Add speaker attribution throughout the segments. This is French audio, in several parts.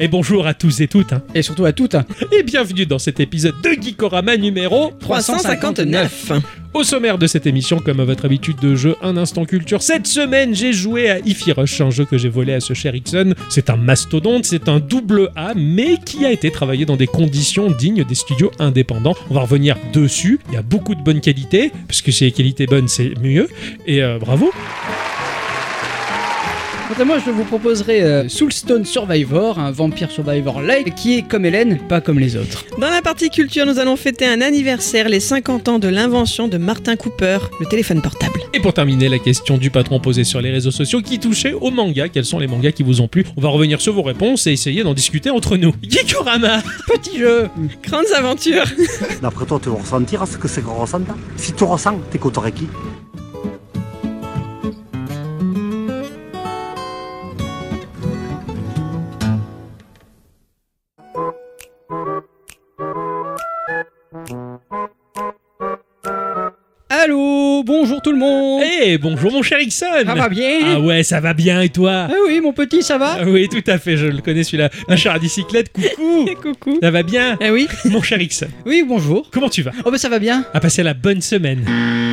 Speaker 1: Et bonjour à tous et toutes, hein.
Speaker 2: Et surtout à toutes.
Speaker 1: et bienvenue dans cet épisode de Geekorama numéro
Speaker 2: 359.
Speaker 1: Au sommaire de cette émission, comme à votre habitude de jeu, un instant culture. Cette semaine, j'ai joué à Ify Rush, un jeu que j'ai volé à ce cher Ixon. C'est un mastodonte, c'est un double A, mais qui a été travaillé dans des conditions dignes des studios indépendants. On va revenir dessus. Il y a beaucoup de bonnes qualités, parce que si les qualités bonnes, c'est mieux. Et euh, bravo.
Speaker 2: Quant à moi, je vous proposerai euh, Soulstone Survivor, un vampire survivor light qui est comme Hélène, pas comme les autres.
Speaker 3: Dans la partie culture, nous allons fêter un anniversaire, les 50 ans de l'invention de Martin Cooper, le téléphone portable.
Speaker 1: Et pour terminer, la question du patron posée sur les réseaux sociaux qui touchait au manga. Quels sont les mangas qui vous ont plu On va revenir sur vos réponses et essayer d'en discuter entre nous. Geekorama
Speaker 2: Petit jeu
Speaker 3: Grandes aventures
Speaker 4: D'après toi, tu vas ressentir ce que c'est qu'on ressent là Si tu ressens, t'es contre qui
Speaker 2: Allô, bonjour tout le monde
Speaker 1: Hey, Eh, bonjour mon cher Ixon
Speaker 2: Oh. Ça va bien
Speaker 1: Ah ouais, ça va bien et toi
Speaker 2: Ah oui, mon petit, ça va
Speaker 1: Ah Oui, tout à fait, je le connais celui-là. Un char à bicyclette, Euh, coucou
Speaker 3: Coucou
Speaker 1: Ça va bien
Speaker 3: Eh oui
Speaker 1: Mon cher Ixon,
Speaker 2: Oui, bonjour.
Speaker 1: comment tu vas
Speaker 2: Oh bah ça va bien
Speaker 1: À passer la bonne semaine.
Speaker 2: Euh,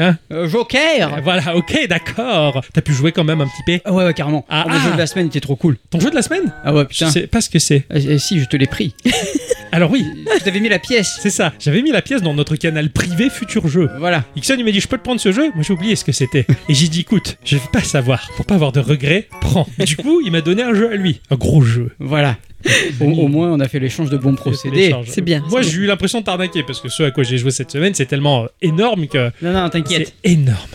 Speaker 1: Hein
Speaker 2: euh, Joker
Speaker 1: voilà, ok, d'accord. T'as pu jouer quand même un petit peu.
Speaker 2: Ah ouais, ouais, carrément.
Speaker 1: Ah,
Speaker 2: Oh, le jeu
Speaker 1: ah.
Speaker 2: de la semaine était trop cool.
Speaker 1: Ton jeu de la semaine
Speaker 2: Ah ouais,
Speaker 1: Je
Speaker 2: putain.
Speaker 1: sais pas ce que c'est.
Speaker 2: Euh, euh, si, je te l'ai pris.
Speaker 1: Alors oui,
Speaker 2: je t'avais mis la pièce.
Speaker 1: c'est ça. J'avais mis la pièce dans notre canal privé Futur Jeu.
Speaker 2: Voilà.
Speaker 1: Ixon, il m'a dit, je peux te prendre ce jeu Moi, j'ai oublié ce que c'était. Et j'ai dit, écoute, je vais pas savoir. Pour pas avoir de regrets, prends. Et du coup, il m'a donné un jeu à lui. Un gros jeu.
Speaker 2: Voilà. Au, au moins, on a fait l'échange de bons procédés.
Speaker 1: Télécharge.
Speaker 3: c'est bien,
Speaker 1: Moi,
Speaker 3: c'est
Speaker 1: j'ai eu l'impression de t'arnaquer parce que ce à quoi j'ai joué cette semaine, c'est tellement euh, énorme que.
Speaker 2: Non, non, t'inquiète.
Speaker 1: C'est énorme.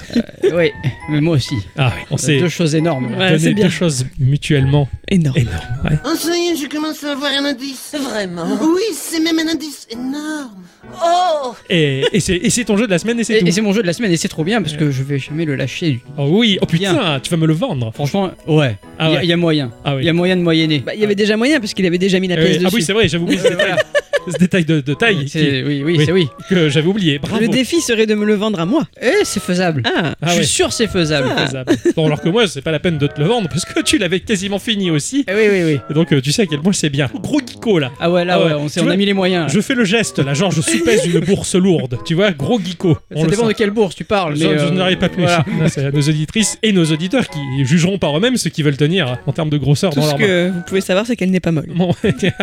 Speaker 2: Oui, mais moi aussi.
Speaker 1: Ah oui, on s'est
Speaker 2: Deux choses énormes.
Speaker 3: Euh, Ouais,
Speaker 1: donné
Speaker 3: c'est bien.
Speaker 1: deux choses mutuellement
Speaker 3: Énorme.
Speaker 1: énormes. ouais.
Speaker 5: Oh, ça y est, je commence à avoir un indice. Vraiment Oui, c'est même un indice énorme. Oh
Speaker 1: Et, et c'est et c'est ton jeu de la semaine et c'est
Speaker 2: Et,
Speaker 1: tout.
Speaker 2: et c'est mon jeu de la semaine et c'est trop bien parce que je vais jamais le lâcher.
Speaker 1: Oh oui, oh putain, tu vas me le vendre.
Speaker 2: Franchement, ouais. Il
Speaker 1: Ah
Speaker 2: y,
Speaker 1: ouais.
Speaker 2: a- il y a moyen. Il
Speaker 1: Ah oui.
Speaker 2: y a moyen de moyenner.
Speaker 3: Bah, il y avait déjà moyen, parce qu'il avait déjà mis la
Speaker 1: Eh oui.
Speaker 3: pièce
Speaker 1: Ah
Speaker 3: dessus.
Speaker 1: oui, c'est vrai, j'avais oublié ce détail, ce détail de, de taille qui-
Speaker 2: C'est- oui, oui,
Speaker 1: Oui.
Speaker 2: c'est oui.
Speaker 1: que j'avais oublié. Bravo.
Speaker 3: le défi serait de me le vendre à moi.
Speaker 2: Eh, c'est faisable.
Speaker 3: Ah
Speaker 1: Ah
Speaker 2: je suis
Speaker 1: ouais. Ah.
Speaker 2: sûr c'est faisable.
Speaker 1: Faisable. Bon, alors que moi, c'est pas la peine de te le vendre parce que tu l'avais quasiment fini aussi.
Speaker 2: Eh oui, oui, oui.
Speaker 1: Et donc, euh, tu sais à quel point c'est bien. Gros geeko là.
Speaker 2: Ah ouais, là,
Speaker 1: Ah ouais.
Speaker 2: ouais, on, s'est-
Speaker 1: Tu
Speaker 2: on
Speaker 1: vois,
Speaker 2: a mis les moyens. là.
Speaker 1: Je fais le geste là, genre je soupèse une bourse lourde. Tu vois, gros geeko. On
Speaker 2: Ça
Speaker 1: le
Speaker 2: dépend
Speaker 1: sent.
Speaker 2: de quelle bourse tu parles.
Speaker 1: Je,
Speaker 2: mais,
Speaker 1: je
Speaker 2: euh,
Speaker 1: n'arrive pas plus.
Speaker 2: voilà.
Speaker 1: Non, C'est à nos auditrices et nos auditeurs qui jugeront par eux-mêmes ce qu'ils veulent tenir en termes de grosseur
Speaker 3: Tout
Speaker 1: dans
Speaker 3: ce
Speaker 1: leur
Speaker 3: que vous pouvez savoir, c'est qu'elle n'est pas
Speaker 1: main.
Speaker 3: molle.
Speaker 1: Bon,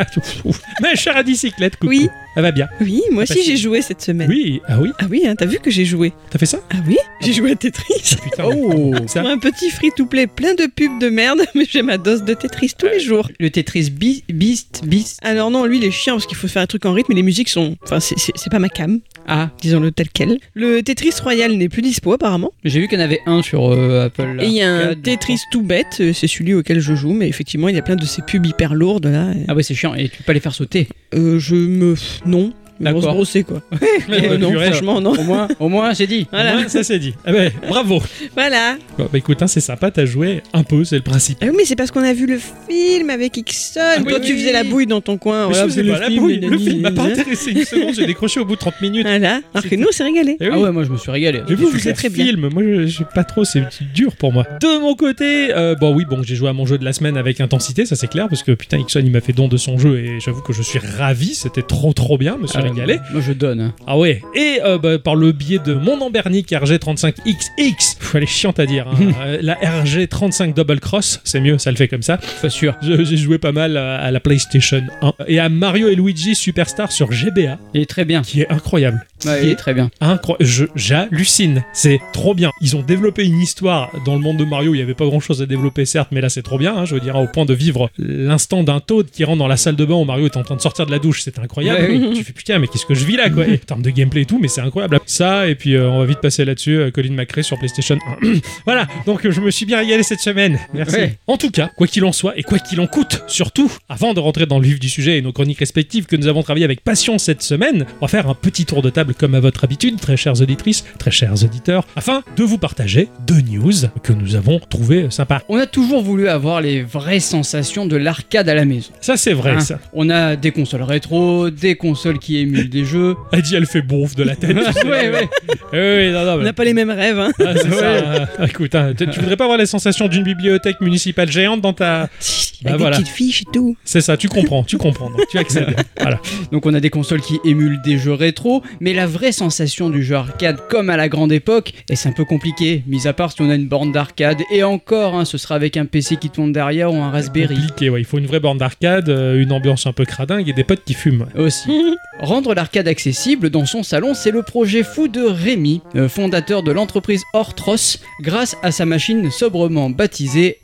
Speaker 1: ouf. ma chère à bicyclette, coucou.
Speaker 3: Oui.
Speaker 1: Elle va bien.
Speaker 3: Oui, moi
Speaker 1: Ah,
Speaker 3: aussi
Speaker 1: bah,
Speaker 3: j'ai joué cette semaine.
Speaker 1: Oui, ah oui,
Speaker 3: Ah oui, hein, t'as vu que j'ai joué
Speaker 1: t'as fait ça
Speaker 3: Ah oui J'ai joué à Tetris.
Speaker 1: Putain.
Speaker 2: Oh
Speaker 1: Ça,
Speaker 3: Pour un petit free-to-play plein de pubs de merde, mais j'ai ma dose de Tetris tous les jours.
Speaker 2: Le Tetris Bi- Beast, Beast.
Speaker 3: Alors non, lui il est chiant parce qu'il faut faire un truc en rythme et les musiques sont... Enfin, c'est- c'est c'est pas ma cam,
Speaker 2: Ah,
Speaker 3: disons-le tel quel. Le Tetris Royal n'est plus dispo apparemment.
Speaker 2: j'ai vu qu'il y en avait un sur euh, Apple. là.
Speaker 3: et il y a un
Speaker 2: Quatre,
Speaker 3: Tetris tout bête, euh, c'est celui auquel je joue, mais effectivement il y a plein de ces pubs hyper lourdes là.
Speaker 2: Ah ouais, c'est chiant. Et tu peux pas les faire sauter.
Speaker 3: Euh, je me... Non. Mais on se
Speaker 2: D'accord.
Speaker 3: brosser quoi.
Speaker 1: Ouais,
Speaker 3: Euh,
Speaker 1: ouais,
Speaker 3: non,
Speaker 1: purée.
Speaker 3: franchement non.
Speaker 2: Au moins, au moins, c'est dit.
Speaker 3: Voilà.
Speaker 1: Au moins, ça c'est dit. Ah ben, bravo.
Speaker 3: Voilà.
Speaker 1: Bon, bah écoute, hein, c'est sympa, t'as joué un peu, c'est le principe.
Speaker 3: Ah oui, mais c'est parce qu'on a vu le film avec Ixon.
Speaker 1: Ah oui,
Speaker 3: Toi, tu
Speaker 1: oui,
Speaker 3: faisais
Speaker 1: oui.
Speaker 3: la bouille dans ton coin.
Speaker 1: Mais je
Speaker 3: voilà,
Speaker 1: faisais
Speaker 3: le
Speaker 1: pas la
Speaker 3: film,
Speaker 1: bouille,
Speaker 3: nanani,
Speaker 1: le film m'a pas
Speaker 3: nanana.
Speaker 1: intéressé une seconde, j'ai décroché au bout de 30 minutes.
Speaker 3: Voilà. Alors que nous, on s'est régalé.
Speaker 1: Eh oui.
Speaker 2: Ah ouais, moi je me suis régalé.
Speaker 1: Ah Mais vous,
Speaker 3: C'est
Speaker 1: vous êtes
Speaker 3: très bien.
Speaker 1: film, moi je, je sais pas trop, c'est c'est dur pour moi. De mon côté, euh, bon oui, bon j'ai joué à mon jeu de la semaine avec intensité, ça c'est clair, parce que putain, Ixon il m'a fait don de son jeu et j'avoue que je suis ravi, c'était trop trop bien, me suis
Speaker 2: Ah,
Speaker 1: régalé.
Speaker 2: Moi je donne. hein.
Speaker 1: Ah ouais, et euh, bah, par le biais de mon Ambernic RG35XX, pff, elle est chiante à dire, hein, euh, la RG35 Double Cross, c'est mieux, ça le fait comme ça.
Speaker 2: Pas sûr.
Speaker 1: Je- J'ai joué pas mal à à la PlayStation 1 et à Mario et Luigi Superstar sur GBA,
Speaker 2: Il est très bien.
Speaker 1: qui est incroyable.
Speaker 2: Ouais, il est très bien.
Speaker 1: Incro- je- J'hallucine, c'est trop bien. Ils ont développé une histoire dans le monde de Mario, il n'y avait pas grand chose à développer certes, mais là c'est trop bien, hein, je veux dire, hein, au point de vivre l'instant d'un Toad qui rentre dans la salle de bain où Mario est en train de sortir de la douche, c'est incroyable.
Speaker 2: Ouais,
Speaker 1: Tu fais putain, mais qu'est-ce que je vis là quoi Et En termes de gameplay et tout, mais c'est incroyable. Ça, et puis euh, on va vite passer là-dessus, euh, Colin McRae sur PlayStation 1. voilà, donc euh, je me suis bien régalé cette semaine. Merci.
Speaker 2: Ouais.
Speaker 1: En tout cas, quoi qu'il en soit et quoi qu'il en coûte, surtout, avant de rentrer dans le vif du sujet et nos chroniques respectives que nous avons travaillées avec passion cette semaine, on va faire un petit tour de table comme à votre habitude, très chères auditrices, très chers auditeurs, afin de vous partager deux news que nous avons trouvées sympas.
Speaker 2: On a toujours voulu avoir les vraies sensations de l'arcade à la maison.
Speaker 1: Ça, c'est vrai,
Speaker 2: Hein.
Speaker 1: ça.
Speaker 2: On a des consoles rétro, des consoles qui émulent des jeux.
Speaker 1: Elle dit, elle fait bouffe de la tête.
Speaker 2: ouais, ouais.
Speaker 1: Eh oui, non, non,
Speaker 3: On
Speaker 1: mais-
Speaker 3: n'a pas les mêmes rêves. Hein.
Speaker 1: euh, Ah, c'est ça. Ah, écoute, hein, tu tu voudrais pas avoir la sensation d'une bibliothèque municipale géante dans ta, Bah
Speaker 3: avec
Speaker 1: voilà.
Speaker 3: des petites fiches et tout.
Speaker 1: C'est ça, tu comprends, tu comprends, donc tu accèdes. Voilà.
Speaker 2: Donc on a des consoles qui émulent des jeux rétro, mais la vraie sensation du jeu arcade comme à la grande époque, et c'est un peu compliqué, mis à part si on a une borne d'arcade, et encore, hein, ce sera avec un PC qui tourne derrière ou un Raspberry
Speaker 1: Compliqué, ouais. Il faut une vraie borne d'arcade, euh, une ambiance un peu cradingue et des potes qui fument.
Speaker 2: aussi. Rendre l'arcade accessible dans son salon, c'est le projet fou de Rémi, euh, fondateur de l'entreprise Ortros, grâce à sa machine sobrement baptisée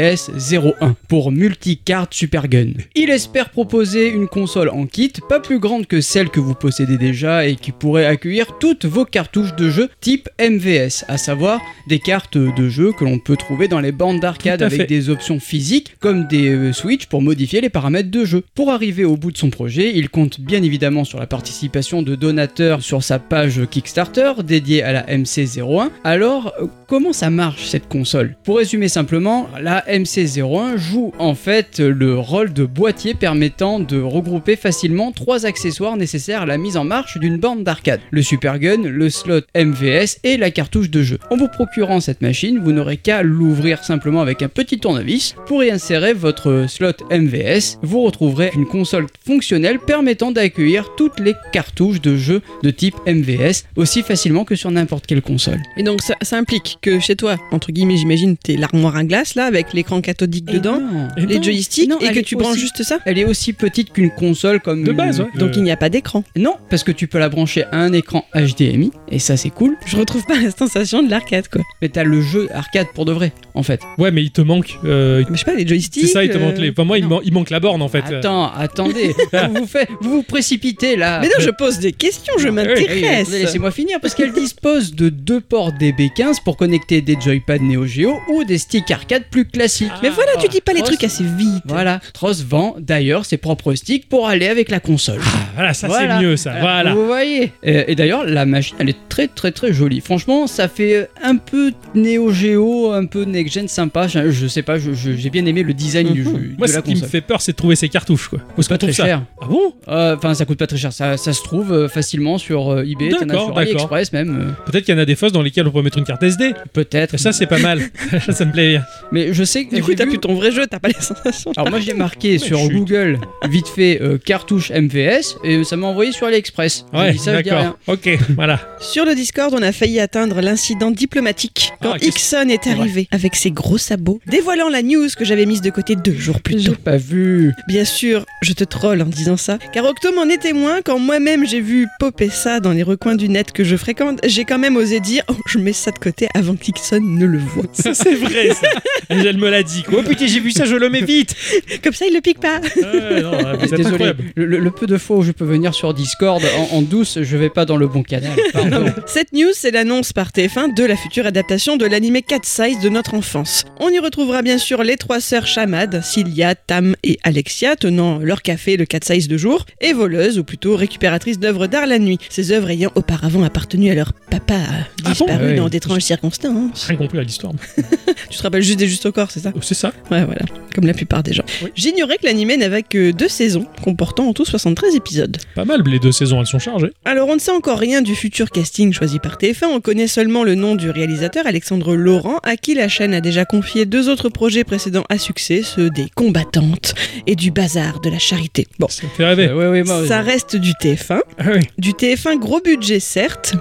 Speaker 2: MCS-01 pour Multicard Super Gun. Il espère proposer une console en kit, pas plus grande que celle que vous possédez déjà et qui pourrait accueillir toutes vos cartouches de jeu type MVS, à savoir des cartes de jeu que l'on peut trouver dans les bandes d'arcade
Speaker 1: Tout à
Speaker 2: avec
Speaker 1: fait.
Speaker 2: des options physiques comme des euh, Switch pour modifier les paramètres de jeu. Pour arriver au bout de son projet, il compte bien évidemment sur la participation de donateurs sur sa page Kickstarter dédiée à la MC01. Alors, euh, comment ça marche cette console Pour résumer simplement, la MC01 joue en fait euh, le rôle de boîtier permettant de regrouper facilement trois accessoires nécessaires à la mise en marche d'une borne d'arcade. Le Super Gun, le slot MVS et la cartouche de jeu. En vous procurant cette machine, vous n'aurez qu'à l'ouvrir simplement avec un petit tournevis. Pour y insérer votre slot MVS, vous retrouverez une console fonctionnelle permettant d'accueillir toutes les cartouches de jeu de type MVS aussi facilement que sur n'importe quelle console.
Speaker 3: Et donc ça, ça implique que chez toi, entre guillemets, j'imagine, t'es l'armoire à glace là, avec l'écran cathodique dedans,
Speaker 1: Et
Speaker 3: les
Speaker 1: non.
Speaker 3: joysticks,
Speaker 2: Non,
Speaker 3: et
Speaker 2: elle
Speaker 3: que
Speaker 2: est
Speaker 3: tu branches
Speaker 2: aussi-
Speaker 3: juste ça.
Speaker 2: Elle est aussi petite qu'une console comme
Speaker 1: De base, ouais.
Speaker 3: Donc
Speaker 1: Euh,
Speaker 3: il n'y a pas d'écran.
Speaker 2: Non, parce que tu peux la brancher à un écran HDMI et ça c'est cool.
Speaker 3: Je retrouve pas la sensation de l'arcade quoi.
Speaker 2: Mais t'as le jeu arcade pour de vrai en fait.
Speaker 1: Ouais, mais il te manque. euh,
Speaker 3: Mais je sais pas, les joysticks.
Speaker 1: c'est ça, il te
Speaker 3: euh,
Speaker 1: manque les. Enfin, moi, il,
Speaker 2: non.
Speaker 1: man- il manque la borne en fait.
Speaker 2: Attends, attendez, vous vous, faites- vous vous précipitez là.
Speaker 3: Mais non, je pose des questions,
Speaker 1: Ah,
Speaker 3: je
Speaker 2: Eh, eh, attendez,
Speaker 3: m'intéresse.
Speaker 2: Laissez-moi finir parce qu'elle dispose de deux ports DB15 pour connecter des joypads Neo Geo ou des sticks arcade plus classiques.
Speaker 1: Ah.
Speaker 3: Mais voilà, tu dis pas les
Speaker 2: Oh,
Speaker 3: trucs
Speaker 2: c'est-
Speaker 3: assez vite.
Speaker 2: Voilà, Tross vend d'ailleurs ses propres sticks pour aller avec la console.
Speaker 1: Ah, Voilà, ça
Speaker 2: Voilà.
Speaker 1: c'est mieux, ça. Voilà.
Speaker 2: Vous voyez. Euh, Et, d'ailleurs, la machine, elle est très très très jolie. Franchement, ça fait euh, un peu Neo Geo, un peu Next Gen sympa. Je, je sais pas, je- je- j'ai bien aimé le design
Speaker 3: Mhm.
Speaker 2: du jeu,
Speaker 1: Moi,
Speaker 2: de
Speaker 1: ce
Speaker 2: la
Speaker 1: qui me
Speaker 2: console.
Speaker 1: fait peur, c'est de trouver ces cartouches, quoi. Où est-ce qu'on
Speaker 2: Pas très
Speaker 1: trouve ça
Speaker 2: cher.
Speaker 1: Ah bon
Speaker 2: Euh, Enfin, ça coûte pas très cher. Ça, ça se trouve euh, facilement sur euh, eBay, t'en as
Speaker 1: D'accord,
Speaker 2: sur
Speaker 1: d'accord.
Speaker 2: AliExpress même.
Speaker 1: Peut-être qu'il y en a des fosses dans lesquelles on peut mettre une carte SD.
Speaker 2: euh, Peut-être.
Speaker 1: Et ça, c'est pas mal. ça, ça me plaît bien.
Speaker 2: Mais je sais que
Speaker 3: Du coup,
Speaker 2: j'ai
Speaker 3: t'as
Speaker 2: vu-
Speaker 3: plus ton vrai jeu, t'as pas les sensations.
Speaker 2: Alors moi j'ai marqué sur
Speaker 1: chut.
Speaker 2: Google vite fait euh, cartouche MVS et ça m'a envoyé sur AliExpress. J'ai
Speaker 1: Ouais,
Speaker 2: dit ça, je dis rien.
Speaker 1: d'accord. Ok, voilà.
Speaker 3: Sur le Discord, on a failli atteindre l'incident diplomatique quand
Speaker 1: Ah, qu'est-ce-
Speaker 3: Ixon est arrivé avec ses gros sabots, dévoilant la news que j'avais mise de côté deux jours plus tôt.
Speaker 2: J'ai pas vu.
Speaker 3: Bien sûr, je te troll en disant ça, car Octo m'en est témoin quand moi-même j'ai vu popper ça dans les recoins du net que je fréquente, j'ai quand même osé dire oh, je mets ça de côté avant qu'Ixon ne le voie.
Speaker 1: Ça, c'est vrai, ça. Et Elle me l'a dit. quoi. Oh putain, j'ai vu ça, je le mets vite.
Speaker 3: Comme ça, il le pique pas.
Speaker 1: Ah, non, vous êtes
Speaker 2: Désolé,
Speaker 1: incroyable.
Speaker 2: le, le- le peu de fois où je peux venir sur Discord en, en douce, je vais pas dans le bon canal. Pardon.
Speaker 3: Cette news, c'est l'annonce par TF1 de la future adaptation de l'animé Cat Size de notre enfance. On y retrouvera bien sûr les trois sœurs chamades, Cilia, Tam et Alexia, tenant leur café le Cat Size de jour, et voleuses, ou plutôt récupératrices d'œuvres d'art la nuit, ces œuvres ayant auparavant appartenu à leur papa, euh,
Speaker 1: Ah
Speaker 3: disparu
Speaker 2: bon Ah oui.
Speaker 3: dans d'étranges circonstances.
Speaker 1: Rien compris à l'histoire.
Speaker 3: Tu te rappelles juste des justes au corps, c'est ça
Speaker 1: Oh, C'est ça.
Speaker 3: Ouais, voilà, comme la plupart des gens.
Speaker 1: Oui.
Speaker 3: J'ignorais que l'animé n'avait que deux saisons, comportant en tout 73 épisodes.
Speaker 1: Pas mal, les deux saisons, elles sont chargées.
Speaker 3: Alors on ne sait encore rien du futur casting choisi par TF1, on connaît seulement le nom du réalisateur Alexandre Laurent, à qui la chaîne a déjà confié deux autres projets précédents à succès, ceux des combattantes et du bazar de la charité. Bon,
Speaker 1: Ça me fait rêver.
Speaker 2: Euh, ouais, ouais, moi,
Speaker 3: ça reste du TF1,
Speaker 1: Ah oui.
Speaker 3: du TF1 gros budget certes,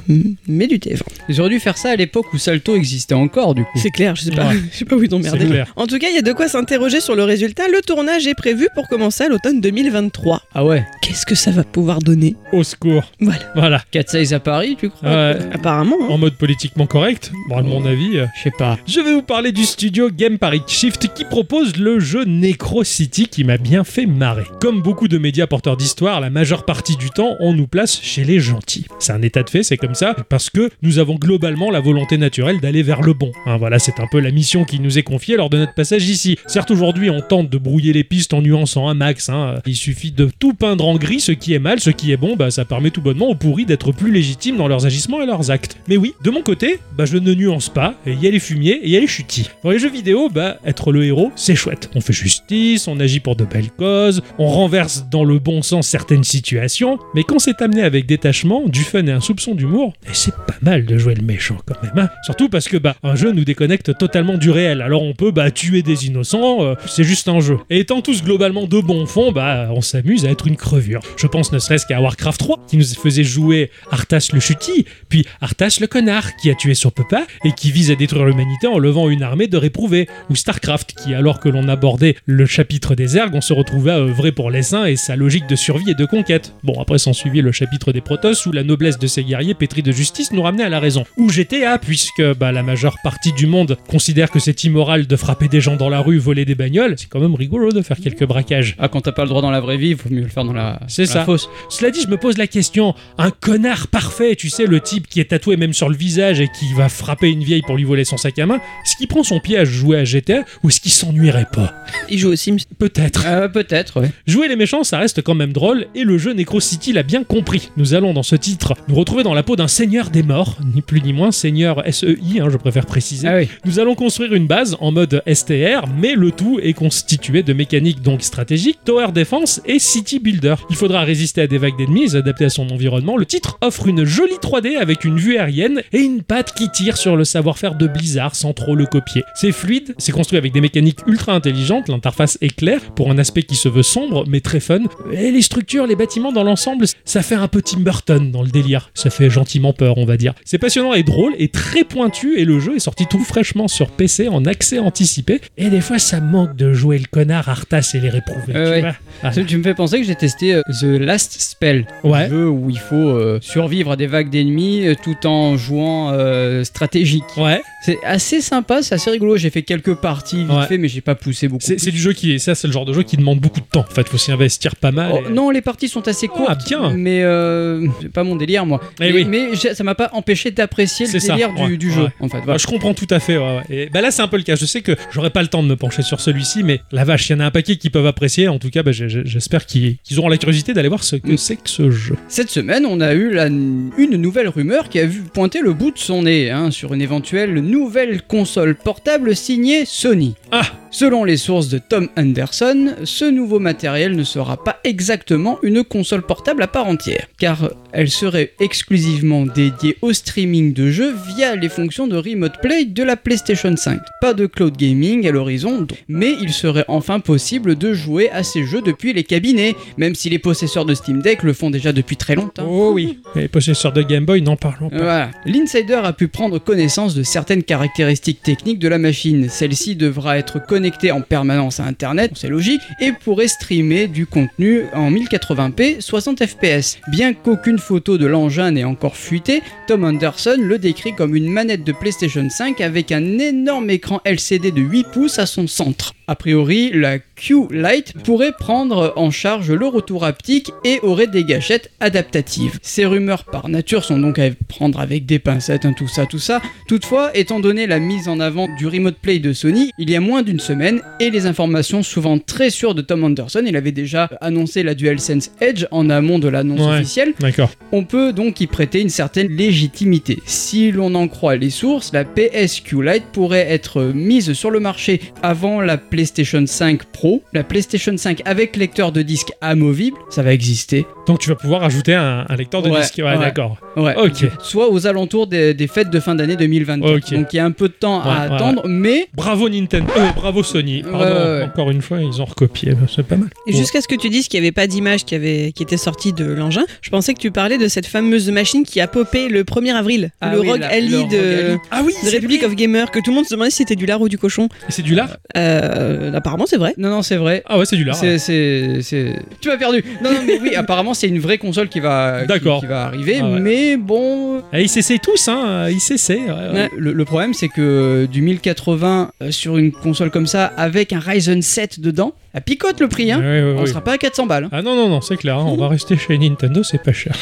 Speaker 3: mais du TF1.
Speaker 2: J'aurais dû faire ça à l'époque où Salto existait encore, du coup.
Speaker 3: C'est clair, je sais pas,
Speaker 1: Ouais.
Speaker 3: je sais pas où ils ont
Speaker 1: C'est
Speaker 3: merdé.
Speaker 1: clair.
Speaker 3: En tout cas, il y a de quoi s'interroger sur le résultat. Le tournage est prévu pour commencer à l'automne 2023.
Speaker 2: Ah ouais,
Speaker 3: Qu'est-ce que ça va pouvoir donner
Speaker 1: Au secours.
Speaker 3: Voilà.
Speaker 1: Voilà.
Speaker 2: 4 size à Paris, tu crois
Speaker 1: Ouais.
Speaker 2: que-
Speaker 3: Apparemment, hein.
Speaker 1: En mode politiquement correct, bon, à mon avis. euh,
Speaker 2: Je sais pas.
Speaker 1: Je vais vous parler du studio Game Paric Shift qui propose le jeu Necro City qui m'a bien fait marrer. Comme beaucoup de médias porteurs d'histoire, la majeure partie du temps, on nous place chez les gentils. C'est un état de fait, c'est comme ça, parce que nous avons globalement la volonté naturelle d'aller vers le bon. Hein, voilà, c'est un peu la mission qui nous est confiée lors de notre passage ici. Certes, aujourd'hui, on tente de brouiller les pistes en nuançant un max. hein. Il suffit de tout peindre en gris ce qui est mal, ce qui est bon, bah, ça permet tout bonnement aux pourris d'être plus légitimes dans leurs agissements et leurs actes. Mais oui, de mon côté, bah, je ne nuance pas, et il y a les fumiers et il y a les chutis. Dans les jeux vidéo, bah, être le héros, c'est chouette. On fait justice, on agit pour de belles causes, on renverse dans le bon sens certaines situations, mais quand c'est amené avec détachement, du fun et un soupçon d'humour, eh, et c'est pas mal de jouer le méchant quand même. hein. Surtout parce que bah, un jeu nous déconnecte totalement du réel, alors on peut bah, tuer des innocents, euh, c'est juste un jeu. Et étant tous globalement de bons fonds, bah, on s'amuse à être une crevure. Je pense ne serait-ce qu'à Warcraft 3, qui nous faisait jouer Arthas le chutis, puis Arthas le connard, qui a tué son papa et qui vise à détruire l'humanité en levant une armée de réprouvés. Ou Starcraft, qui alors que l'on abordait le chapitre des ergs, on se retrouvait à œuvrer pour les saints et sa logique de survie et de conquête. Bon, après s'en suivit le chapitre des Protoss, où la noblesse de ces guerriers pétris de justice nous ramenait à la raison. Ou GTA, puisque bah, la majeure partie du monde considère que c'est immoral de frapper des gens dans la rue, voler des bagnoles, c'est quand même rigolo de faire quelques braquages.
Speaker 2: Ah, quand t'as pas le droit dans la vraie vie, il vaut mieux le faire dans la,
Speaker 1: C'est
Speaker 2: dans la
Speaker 1: ça.
Speaker 2: fausse.
Speaker 1: Cela dit, je me pose la question, un connard parfait, tu sais, le type qui est tatoué même sur le visage et qui va frapper une vieille pour lui voler son sac à main, est-ce qu'il prend son pied à jouer à GTA ou est-ce qu'il s'ennuierait pas
Speaker 3: Il joue aux Sims.
Speaker 1: Peut-être.
Speaker 2: Euh, Peut-être, ouais.
Speaker 1: Jouer les méchants, ça reste quand même drôle, et le jeu Necro City l'a bien compris. Nous allons dans ce titre nous retrouver dans la peau d'un seigneur des morts, ni plus ni moins, seigneur SEI, hein, je préfère préciser.
Speaker 2: Ah oui.
Speaker 1: Nous allons construire une base en mode STR, mais le tout est constitué de mécaniques donc stratégiques, tower defense et city builder. Il faudra résister à des vagues d'ennemis et s'adapter à son environnement. Le titre offre une jolie 3D avec une vue aérienne et une patte qui tire sur le savoir-faire de Blizzard sans trop le copier. C'est fluide, c'est construit avec des mécaniques ultra intelligentes, l'interface est claire pour un aspect qui se veut sombre mais très fun. Et les structures, les bâtiments dans l'ensemble, ça fait un peu Tim Burton dans le délire. Ça fait gentiment peur, on va dire. C'est passionnant et drôle et très pointu et le jeu est sorti tout fraîchement sur PC en accès anticipé. Et des fois, ça manque de jouer le connard Arthas et les réprouvés.
Speaker 2: Ouais,
Speaker 1: tu
Speaker 2: Euh,
Speaker 1: vois.
Speaker 2: ouais.
Speaker 1: Voilà.
Speaker 2: Ah, Tu- Tu me fais penser que j'ai testé euh, The Last Spell,
Speaker 1: Ouais.
Speaker 2: un jeu où il faut euh, survivre à des vagues d'ennemis euh, tout en jouant euh, stratégique.
Speaker 1: Ouais,
Speaker 2: C'est assez sympa, c'est assez rigolo. J'ai fait quelques parties vite
Speaker 1: Ouais.
Speaker 2: fait, mais j'ai pas poussé beaucoup.
Speaker 1: c'est c'est du jeu qui est ça, c'est le genre de jeu qui demande beaucoup de temps. En fait, faut s'y investir pas mal.
Speaker 2: Oh,
Speaker 1: et-
Speaker 2: non, les parties sont assez courtes,
Speaker 1: Ah, bien.
Speaker 2: mais euh, c'est pas mon délire moi.
Speaker 1: Eh
Speaker 2: mais
Speaker 1: oui.
Speaker 2: mais j'ai- ça m'a pas empêché d'apprécier le
Speaker 1: C'est ça,
Speaker 2: délire du,
Speaker 1: ouais,
Speaker 2: du jeu.
Speaker 1: ouais.
Speaker 2: En fait, voilà.
Speaker 1: Ouais, je comprends tout à fait. ouais, ouais. Et bah là, c'est un peu le cas. Je sais que j'aurais pas le temps de me pencher sur celui-ci, mais la vache, il y en a un paquet qui peuvent apprécier. En tout cas, bah, j'ai- j'ai- j'espère qu'ils qu'ils auront la curiosité d'aller voir ce que
Speaker 2: Mm.
Speaker 1: c'est que ce jeu.
Speaker 2: Cette semaine, on a eu la- une nouvelle rumeur qui a vu pointer le bout de son nez hein, sur une éventuelle nouvelle console portable signée Sony.
Speaker 1: Ah.
Speaker 2: Selon les sources de Tom Anderson, ce nouveau matériel ne sera pas exactement une console portable à part entière, car elle serait exclusivement dédiée au streaming de jeux via les fonctions de Remote Play de la PlayStation 5. Pas de cloud gaming à l'horizon, donc. mais il serait enfin possible de jouer à ces jeux depuis les cabinets, même si les possesseurs de Steam Deck le font déjà depuis très longtemps.
Speaker 1: Oh oui. Et possesseur de Game Boy, n'en parlons pas.
Speaker 2: Voilà. L'insider a pu prendre connaissance de certaines caractéristiques techniques de la machine. Celle-ci devra être connectée en permanence à Internet, c'est logique, et pourrait streamer du contenu en 1080p 60 fps. Bien qu'aucune photo de l'engin n'ait encore fuité, Tom Anderson le décrit comme une manette de PlayStation 5 avec un énorme écran LCD de 8 pouces à son centre. A priori, la Q-Lite pourrait prendre en charge le retour haptique et aurait des gâchettes adaptatives. Ces rumeurs par nature sont donc à prendre avec des pincettes, hein, tout ça, tout ça. Toutefois, étant donné la mise en avant du Remote Play de Sony il y a moins d'une semaine et les informations souvent très sûres de Tom Anderson, il avait déjà annoncé la DualSense Edge en amont de l'annonce
Speaker 1: Ouais.
Speaker 2: officielle,
Speaker 1: D'accord.
Speaker 2: on peut donc y prêter une certaine légitimité. Si l'on en croit les sources, la PSQ Lite pourrait être mise sur le marché avant la PlayStation 5 Pro, la PlayStation 5 avec lecteur de disque amovible, ça va exister.
Speaker 1: Donc tu vas pouvoir ajouter un, un lecteur de
Speaker 2: Ouais,
Speaker 1: disque. Ouais,
Speaker 2: ouais.
Speaker 1: d'accord.
Speaker 2: Ouais.
Speaker 1: Ok.
Speaker 2: Soit aux alentours des, des fêtes de fin d'année 2024.
Speaker 1: Ok.
Speaker 2: Donc il y a un peu de temps à
Speaker 1: Ouais, ouais,
Speaker 2: attendre, mais
Speaker 1: Bravo Nintendo. Euh, bravo Sony. Pardon,
Speaker 2: Ouais, ouais, ouais.
Speaker 1: Encore une fois, ils ont recopié. Bah, C'est pas mal.
Speaker 3: Et jusqu'à ce que tu dises qu'il n'y avait pas d'image qui, avait, qui était sortie de l'engin, je pensais que tu parlais de cette fameuse machine qui a popé le 1er avril,
Speaker 2: Ah
Speaker 3: le
Speaker 2: oui,
Speaker 3: Rogue
Speaker 2: la-
Speaker 3: Ally
Speaker 2: le Rogue
Speaker 3: de,
Speaker 2: Ally.
Speaker 1: Ah oui.
Speaker 3: de Republic of Gamer, que tout le monde se demandait si c'était du lard ou du cochon.
Speaker 1: C'est du lard.
Speaker 3: Euh, apparemment, c'est vrai.
Speaker 2: non, non, c'est vrai.
Speaker 1: Ah ouais, c'est du lard.
Speaker 2: C'est, c'est, c'est- Tu m'as perdu. Non, non, mais oui, apparemment c'est une vraie console qui va, qui-
Speaker 1: D'accord.
Speaker 2: qui va arriver,
Speaker 1: Ah ouais.
Speaker 2: mais bon,
Speaker 1: Eh, ils s'essaient tous, hein. Ils s'essaient. ouais, ouais.
Speaker 2: Euh, Le, le problème, c'est que euh, du 1080 euh, sur une console comme ça, avec un Ryzen 7 dedans, ça picote le prix. Hein.
Speaker 1: Ouais, ouais,
Speaker 2: On
Speaker 1: ouais.
Speaker 2: sera pas à 400 balles. hein.
Speaker 1: Ah non, non, non, c'est clair. hein, On va rester chez Nintendo, c'est pas cher.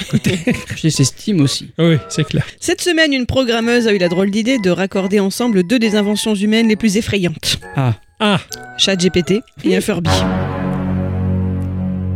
Speaker 2: Chez ces Steam aussi.
Speaker 1: Oui, c'est clair.
Speaker 3: Cette semaine, une programmeuse a eu la drôle d'idée de raccorder ensemble deux des inventions humaines les plus effrayantes.
Speaker 2: Ah.
Speaker 1: Ah.
Speaker 3: ChatGPT et un Furby.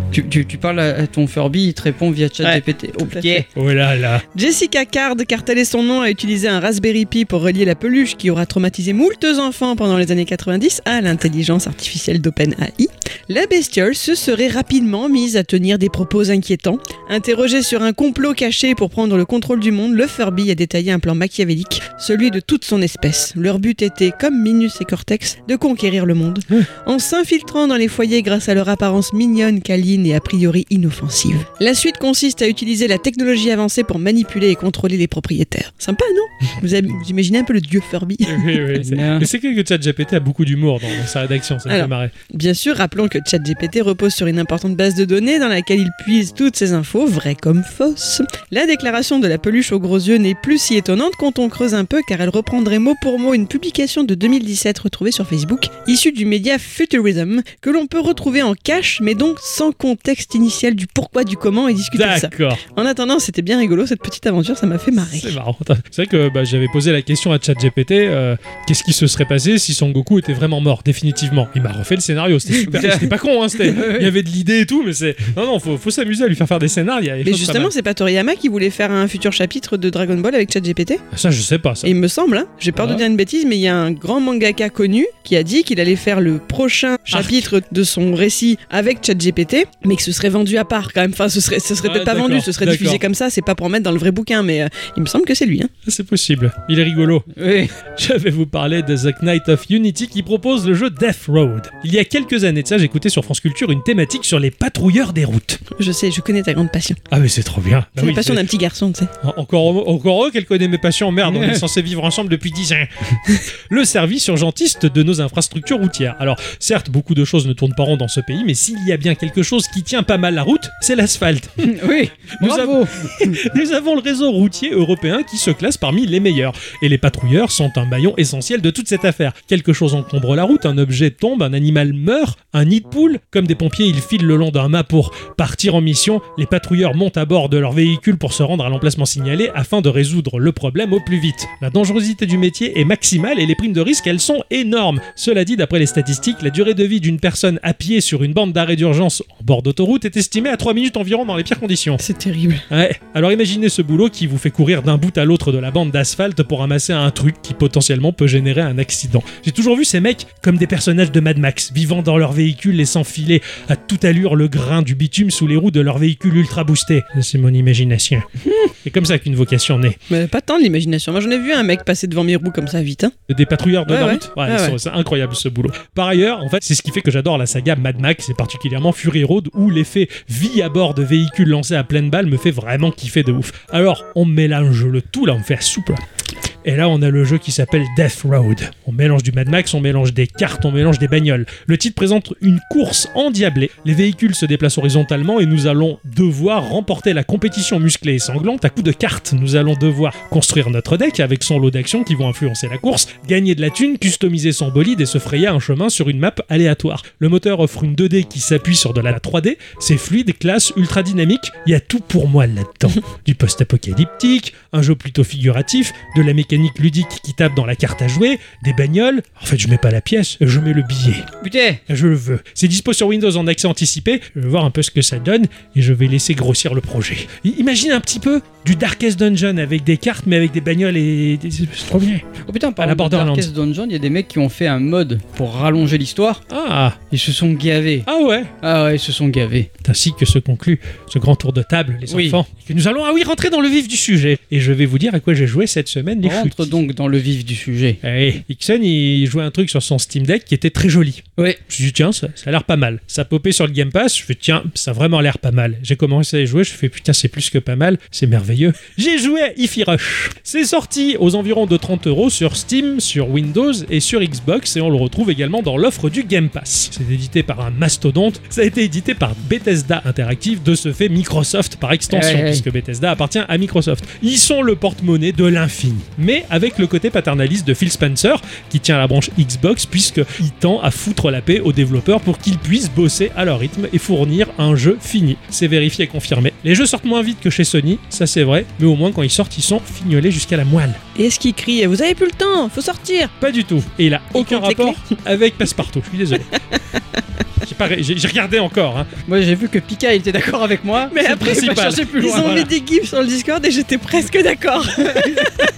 Speaker 2: Tu, tu- tu parles à à ton Furby, il te répond via ChatGPT.
Speaker 3: tout à
Speaker 2: ok.
Speaker 3: fait.
Speaker 1: Oh là là.
Speaker 3: Jessica Card, car tel est son nom, a utilisé un Raspberry Pi pour relier la peluche qui aura traumatisé moultes enfants pendant les années 90 à l'intelligence artificielle d'OpenAI. La bestiole se serait rapidement mise à tenir des propos inquiétants. Interrogé sur un complot caché pour prendre le contrôle du monde, le Furby a détaillé un plan machiavélique, celui de toute son espèce. Leur but était, comme Minus et Cortex, de conquérir le monde,
Speaker 1: Ouais.
Speaker 3: en s'infiltrant dans les foyers grâce à leur apparence mignonne, câline et a priori inoffensive. La suite consiste à utiliser la technologie avancée pour manipuler et contrôler les propriétaires. Sympa, non vous, avez- vous imaginez un peu le dieu Furby
Speaker 1: Oui, oui, c'est-
Speaker 2: Non.
Speaker 1: Mais c'est que ChatGPT a beaucoup d'humour dans, dans sa rédaction, ça me fait
Speaker 3: Alors.
Speaker 1: marrer.
Speaker 3: Bien sûr, rappelons que ChatGPT repose sur une importante base de données dans laquelle il puise toutes ses infos, vraies comme fausses. La déclaration de la peluche aux gros yeux n'est plus si étonnante quand on creuse un peu car elle reprendrait mot pour mot une publication de 2017 retrouvée sur Facebook, issue du média Futurism, que l'on peut retrouver en cache mais donc sans contexte initial du pourquoi, du comment et discuter de ça.
Speaker 1: D'accord,
Speaker 3: En attendant, c'était bien rigolo cette petite aventure, ça m'a fait marrer.
Speaker 1: c'est marrant. C'est vrai que bah, j'avais posé la question à ChatGPT euh, qu'est-ce qui se serait passé si Son Goku était vraiment mort, définitivement Il m'a refait le scénario, c'était super. c'était pas con, hein, c'était- il y avait de l'idée et tout, mais c'est. Non, non, faut, faut s'amuser à lui faire faire des scénarios. il y a des
Speaker 3: Mais
Speaker 1: choses pas
Speaker 3: justement,
Speaker 1: mal.
Speaker 3: c'est pas Toriyama qui voulait faire un futur chapitre de Dragon Ball avec ChatGPT
Speaker 1: Ah, Ça, je sais pas, ça.
Speaker 3: Et il me semble, hein, j'ai peur
Speaker 1: Ah.
Speaker 3: de dire une bêtise, mais il y a un grand mangaka connu qui a dit qu'il allait faire le prochain chapitre de son récit avec ChatGPT, mais que ce serait vendu à part quand même. Enfin, ce serait, ce serait
Speaker 1: Ah,
Speaker 3: peut-être pas
Speaker 1: d'accord,
Speaker 3: vendu, ce serait
Speaker 1: d'accord.
Speaker 3: diffusé comme ça, c'est pas pour mettre dans le vrai bouquin, mais euh, il me semble que c'est lui. hein.
Speaker 1: C'est possible. Il est rigolo.
Speaker 2: Oui.
Speaker 1: Je vais vous parler de The Knight of Unity qui propose le jeu Death Road. Il y a quelques années de ça, j'écoutais sur France Culture une thématique sur les patrouilleurs des routes.
Speaker 3: Je sais, je connais ta grande passion.
Speaker 1: Ah mais c'est trop bien. Bah
Speaker 3: C'est la
Speaker 1: oui,
Speaker 3: passion
Speaker 1: c'est-
Speaker 3: d'un petit garçon, tu sais.
Speaker 1: En- Encore, encore eux qu'elle connaît mes patients, merde, on est censés vivre ensemble depuis 10 ans. le service urgentiste de nos infrastructures routières. Alors, certes, beaucoup de choses ne tournent pas rond dans ce pays, mais s'il y a bien quelque chose qui tient pas mal la route, c'est l'asphalte.
Speaker 2: Oui,
Speaker 1: Nous
Speaker 2: bravo.
Speaker 1: Nous avons le réseau routier européen qui se classe parmi les meilleurs. Et les patrouilleurs sont un maillon essentiel de toute cette affaire. Quelque chose encombre la route, un objet tombe, un animal meurt, un nid de poule. Comme des pompiers, ils filent le long d'un mât pour partir en mission. Les patrouilleurs montent à bord de leur véhicule pour se rendre à l'emplacement signalé afin de résoudre le problème au plus vite. La dangerosité du métier est maximale et les primes de risque, elles sont énormes. Cela dit, d'après les statistiques, la durée de vie d'une personne à pied sur une bande d'arrêt d'urgence en bord d'autoroute est estimée à 3 minutes environ dans les pires conditions.
Speaker 3: C'est terrible.
Speaker 1: Ouais, alors imaginez ce boulot qui vous fait courir d'un bout à l'autre de la bande d'asphalte pour ramasser un truc qui potentiellement peut générer un accident. J'ai toujours vu ces mecs comme des personnages de Mad Max, vivant dans leur véhicule, laissant filer à toute allure le grain du bitume sous les roues de leur véhicule ultra boosté. C'est mon imagination. C'est comme ça qu'une vocation naît.
Speaker 3: Mais pas tant de l'imagination. Moi, j'en ai vu un mec passer devant mes roues comme ça vite. hein.
Speaker 1: Des patrouilleurs de
Speaker 3: Ouais,
Speaker 1: la
Speaker 3: ouais.
Speaker 1: route. Ouais,
Speaker 3: Ouais,
Speaker 1: ils sont-
Speaker 3: ouais.
Speaker 1: C'est incroyable ce boulot. Par ailleurs, en fait, c'est ce qui fait que j'adore la saga Mad Max et particulièrement Fury Road où l'effet vie à bord de véhicules lancés à pleine balle me fait vraiment kiffer de ouf. Alors, on mélange le tout là, on fait la soupe là. Et là, on a le jeu qui s'appelle Death Road. On mélange du Mad Max, on mélange des cartes, on mélange des bagnoles. Le titre présente une course endiablée. Les véhicules se déplacent horizontalement et nous allons devoir remporter la compétition musclée et sanglante à coups de cartes. Nous allons devoir construire notre deck avec son lot d'actions qui vont influencer la course, gagner de la thune, customiser son bolide et se frayer un chemin sur une map aléatoire. Le moteur offre une 2D qui s'appuie sur de la 3D. C'est fluide, classe, ultra dynamique. Il y a tout pour moi là-dedans. du post-apocalyptique, un jeu plutôt figuratif, de la mécanique ludique qui tape dans la carte à jouer, des bagnoles. En fait, je mets pas la pièce, je mets le billet.
Speaker 2: Putain.
Speaker 1: Je le veux. C'est dispo sur Windows en accès anticipé. Je vais voir un peu ce que ça donne et je vais laisser grossir le projet. I- Imagine un petit peu du Darkest Dungeon avec des cartes mais avec des bagnoles et des... c'est trop bien.
Speaker 2: Oh putain, par
Speaker 1: À la Borderlands.
Speaker 2: Darkest Dungeon, il y a des mecs qui ont fait un mode pour rallonger l'histoire.
Speaker 1: Ah,
Speaker 2: Ils se sont gavés.
Speaker 1: ah ouais.
Speaker 2: Ah ouais, ils se sont gavés.
Speaker 1: C'est ainsi que se conclut ce grand tour de table, les
Speaker 2: Oui.
Speaker 1: enfants. Et que nous allons, ah oui, rentrer dans le vif du sujet. Et je vais vous dire à quoi j'ai joué cette semaine, les
Speaker 2: On rentre
Speaker 1: choutis.
Speaker 2: donc dans le vif du sujet.
Speaker 1: Eh, Ixon, il jouait un truc sur son Steam Deck qui était très joli.
Speaker 2: Oui.
Speaker 1: Je me suis dit, tiens, ça, ça a l'air pas mal. Ça popait sur le Game Pass, je fais, tiens, ça a vraiment l'air pas mal. J'ai commencé à y jouer, je fais, putain, c'est plus que pas mal, c'est merveilleux. J'ai joué à Ify Rush. C'est sorti aux environs de 30 euros sur Steam, sur Windows et sur Xbox, et on le retrouve également dans l'offre du Game Pass. C'est édité par un mastodonte, ça a été édité par Bethesda Interactive, de ce fait Microsoft par extension,
Speaker 2: Eh, eh.
Speaker 1: puisque Bethesda appartient à Microsoft. Ils sont le porte-monnaie de l'infini, mais avec le côté paternaliste de Phil Spencer, qui tient la branche Xbox puisqu'il tend à foutre la paix aux développeurs pour qu'ils puissent bosser à leur rythme et fournir un jeu fini. C'est vérifié et confirmé. Les jeux sortent moins vite que chez Sony, ça c'est vrai, mais au moins quand ils sortent, ils sont fignolés jusqu'à la moelle.
Speaker 3: Et est-ce qu'il crie Vous avez plus le temps, faut sortir
Speaker 1: Pas du tout. Et il a
Speaker 3: Il
Speaker 1: aucun
Speaker 3: compte les
Speaker 1: rapport avec Passepartout. Je suis désolé. J'ai pas ré- J'ai j'ai regardé encore. hein.
Speaker 2: Moi j'ai vu que Pika il était d'accord avec moi,
Speaker 1: C'est
Speaker 2: mais
Speaker 1: le
Speaker 2: après il va
Speaker 1: principal.
Speaker 2: chercher plus
Speaker 1: Ils
Speaker 3: Ils
Speaker 2: loin.
Speaker 3: ont
Speaker 1: voilà.
Speaker 3: mis des gifs sur le Discord et j'étais presque d'accord.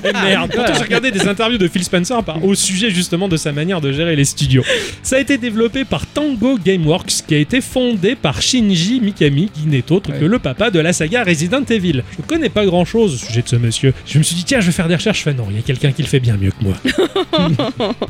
Speaker 1: Et merde. Pourtant, j'ai regardé des interviews de Phil Spencer par- au sujet justement de sa manière de gérer les studios. Ça a été développé par Tango Gameworks, qui a été fondé par Shinji Mikami, qui n'est autre que
Speaker 2: Ouais.
Speaker 1: le papa de la saga Resident Evil. Je connais pas grand chose au sujet de ce monsieur. Je me suis dit, tiens, je vais faire des recherches. Enfin, non, il y a quelqu'un qui le fait bien mieux que moi.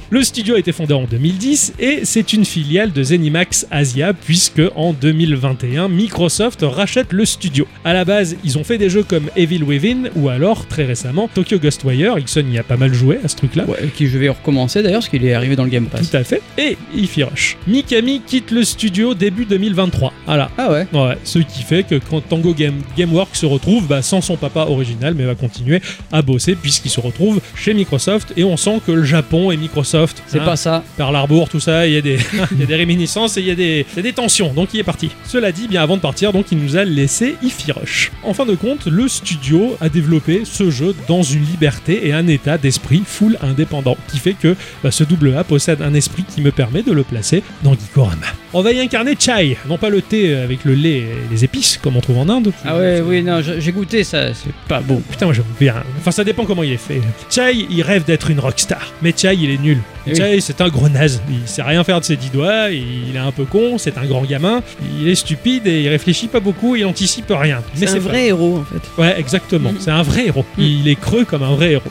Speaker 1: Le studio a été fondé en 2010 et c'est une filiale de Zenimax Asia puisque en 2021 Microsoft rachète le studio. À la base, ils ont fait des jeux comme Evil Within ou alors très récemment Tokyo Ghostwire. Ixon y a pas mal joué à ce truc-là.
Speaker 2: Ouais, qui je vais recommencer d'ailleurs parce qu'il est arrivé dans le Game Pass.
Speaker 1: Tout à fait. Et Ify Rush. Mikami quitte le studio début 2023. Voilà.
Speaker 2: Ah ouais.
Speaker 1: Ouais, ce qui fait que quand Tango Game, Gameworks se retrouve bah, sans son papa original, mais va continuer à bosser puisqu'il se retrouve chez Microsoft et on sent que le Japon et Microsoft
Speaker 2: C'est
Speaker 1: hein,
Speaker 2: pas ça.
Speaker 1: par l'arbour, tout ça, il y, a des- il y a des réminiscences et il y, a des- il y a des tensions, donc il est parti. Cela dit, bien avant de partir, donc il nous a laissé Ify Rush. En fin de compte, le studio a développé ce jeu dans une liberté et un état d'esprit full indépendant, qui fait que bah, ce double A possède un esprit qui me permet de le placer dans Gikorama. On va y incarner Chai, non pas le thé avec le lait et les épices comme on trouve en Inde.
Speaker 2: Ah ouais, oui, non, je- j'ai goûté ça, c'est pas bon.
Speaker 1: Putain, moi j'aime bien. Enfin, ça dépend comment il est fait. Chai, il rêve d'être une rockstar. Mais Chai, il est nul.
Speaker 3: Eh
Speaker 2: Oui.
Speaker 1: Chai, c'est un gros naze. Il sait rien faire de ses dix doigts. Il est un peu con. C'est un grand gamin. Il est stupide et il réfléchit pas beaucoup. Il anticipe rien. Mais
Speaker 3: C'est un vrai Mm. héros en fait.
Speaker 1: Ouais, exactement. C'est un vrai héros. Il est creux comme un vrai héros.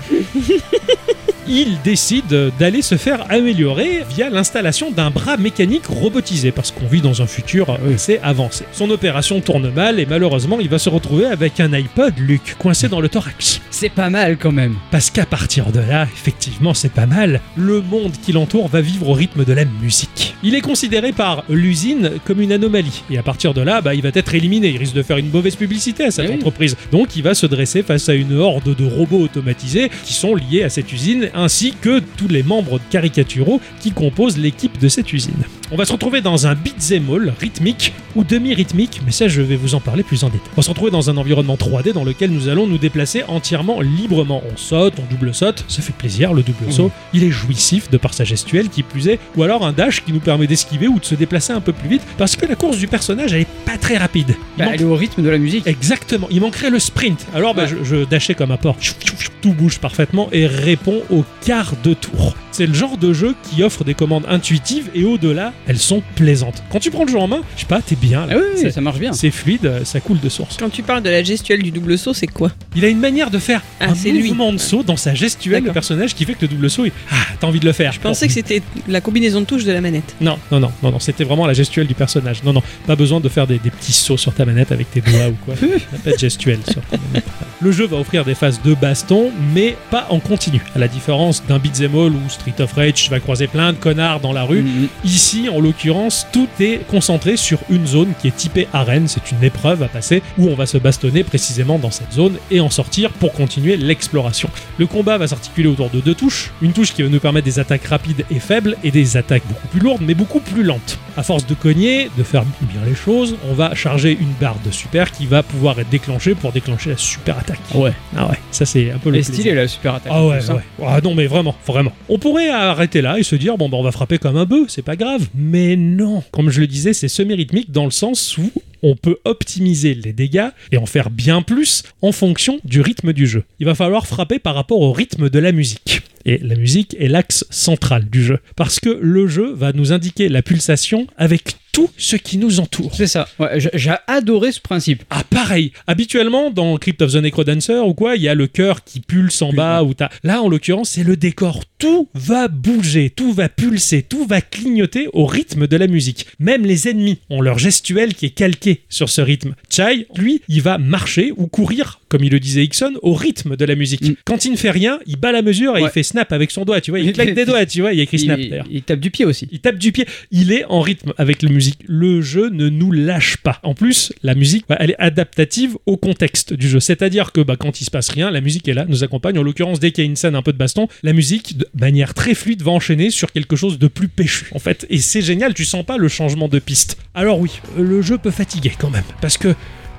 Speaker 1: Il décide d'aller se faire améliorer via l'installation d'un bras mécanique robotisé, parce qu'on vit dans un futur assez avancé. Son opération tourne mal et malheureusement, il va se retrouver avec un iPod, Luc, coincé dans le thorax.
Speaker 2: C'est pas mal quand même.
Speaker 1: Parce qu'à partir de là, effectivement, c'est pas mal, le monde qui l'entoure va vivre au rythme de la musique. Il est considéré par l'usine comme une anomalie. Et à partir de là, bah, il va être éliminé. Il risque de faire une mauvaise publicité à cette
Speaker 2: Eh oui.
Speaker 1: entreprise. Donc il va se dresser face à une horde de robots automatisés qui sont liés à cette usine, ainsi que tous les membres caricaturaux qui composent l'équipe de cette usine. On va se retrouver dans un beat'em all rythmique ou demi-rythmique, mais ça je vais vous en parler plus en détail. On va se retrouver dans un environnement 3D dans lequel nous allons nous déplacer entièrement librement. On saute, on double saute, ça fait plaisir le double saut. Il est jouissif de par sa gestuelle qui plus est, ou alors un dash qui nous permet d'esquiver ou de se déplacer un peu plus vite parce que la course du personnage elle est pas très rapide. Il
Speaker 2: Bah,
Speaker 1: manque
Speaker 2: elle est au rythme de la musique.
Speaker 1: Exactement, il manquerait le sprint. Alors bah,
Speaker 2: Ouais.
Speaker 1: je, je dashais comme un porc. Chou, chou, chou, Tout bouge parfaitement et répond au quart de tour. C'est le genre de jeu qui offre des commandes intuitives et au-delà, elles sont plaisantes. Quand tu prends le jeu en main, je sais pas, t'es bien là.
Speaker 2: Ah oui, oui,
Speaker 1: C'est-
Speaker 2: ça marche bien.
Speaker 1: c'est fluide, euh, ça coule de source.
Speaker 3: Quand tu parles de la gestuelle du double saut, c'est quoi
Speaker 1: Il a une manière de faire
Speaker 3: Ah,
Speaker 1: un
Speaker 3: c'est lui.
Speaker 1: mouvement de saut dans sa gestuelle de
Speaker 3: D'accord.
Speaker 1: personnage qui fait que le double saut, il- ah, t'as envie de le faire.
Speaker 3: Je pensais que c'était la combinaison de touches de la manette.
Speaker 1: Non, non, non, non, non, c'était vraiment la gestuelle du personnage. Non, non, pas besoin de faire des, des petits sauts sur ta manette avec tes doigts ou quoi. Il n'y a pas de gestuelle sur ta manette. Le jeu va offrir des phases de baston, mais pas en continu. À la différence d'un beat'em all où Street of Rage, tu vas croiser plein de connards dans la rue,
Speaker 2: Mhm.
Speaker 1: Ici, en l'occurrence, tout est concentré sur une zone qui est typée arène. C'est une épreuve à passer où on va se bastonner précisément dans cette zone et en sortir pour continuer l'exploration. Le combat va s'articuler autour de deux touches. Une touche qui va nous permettre des attaques rapides et faibles et des attaques beaucoup plus lourdes mais beaucoup plus lentes. À force de cogner, de faire bien les choses, on va charger une barre de super qui va pouvoir être déclenchée pour déclencher la super attaque.
Speaker 2: Ouais.
Speaker 1: Ah ouais, ça c'est un peu
Speaker 2: Elle
Speaker 1: le
Speaker 2: est
Speaker 1: plaisir.
Speaker 2: stylée la super attaque.
Speaker 1: Ah ouais,
Speaker 2: Ça.
Speaker 1: ouais. Ah non, mais vraiment, vraiment. On pourrait arrêter là et se dire, bon, bah, on va frapper comme un bœuf, c'est pas grave. Mais non. Comme je le disais, c'est semi-rythmique dans le sens où on peut optimiser les dégâts et en faire bien plus en fonction du rythme du jeu. Il va falloir frapper par rapport au rythme de la musique. Et la musique est l'axe central du jeu. Parce que le jeu va nous indiquer la pulsation avec tout ce qui nous entoure.
Speaker 2: C'est ça. Ouais, j'- j'ai adoré ce principe.
Speaker 1: Ah pareil, habituellement dans Crypt of the Necrodancer ou quoi, il y a le cœur qui pulse en
Speaker 2: Pulse,
Speaker 1: bas ou t'as là en l'occurrence, c'est le décor, tout va bouger, tout va pulser, tout va clignoter au rythme de la musique. Même les ennemis ont leur gestuelle qui est calquée sur ce rythme. Chai, lui, il va marcher ou courir comme il le disait Ixon au rythme de la musique.
Speaker 2: Mm.
Speaker 1: Quand il ne fait rien, il bat la mesure et
Speaker 2: Ouais.
Speaker 1: il fait snap avec son doigt, tu vois, il claque des doigts, tu vois, il y a écrit
Speaker 2: Il,
Speaker 1: snap d'ailleurs.
Speaker 2: il tape du pied aussi.
Speaker 1: Il tape du pied. Il est en rythme avec la musique. Le jeu ne nous lâche pas. En plus, la musique, bah, elle est adaptative au contexte du jeu. C'est-à-dire que bah, quand il se passe rien, la musique est là, nous accompagne. En l'occurrence, dès qu'il y a une scène un peu de baston, la musique, de manière très fluide, va enchaîner sur quelque chose de plus péchu, en fait. Et c'est génial, tu sens pas le changement de piste. Alors oui, le jeu peut fatiguer quand même. Parce que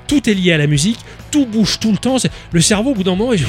Speaker 1: tout est lié à la musique, tout bouge tout le temps. c'est- Le cerveau, au bout d'un moment, il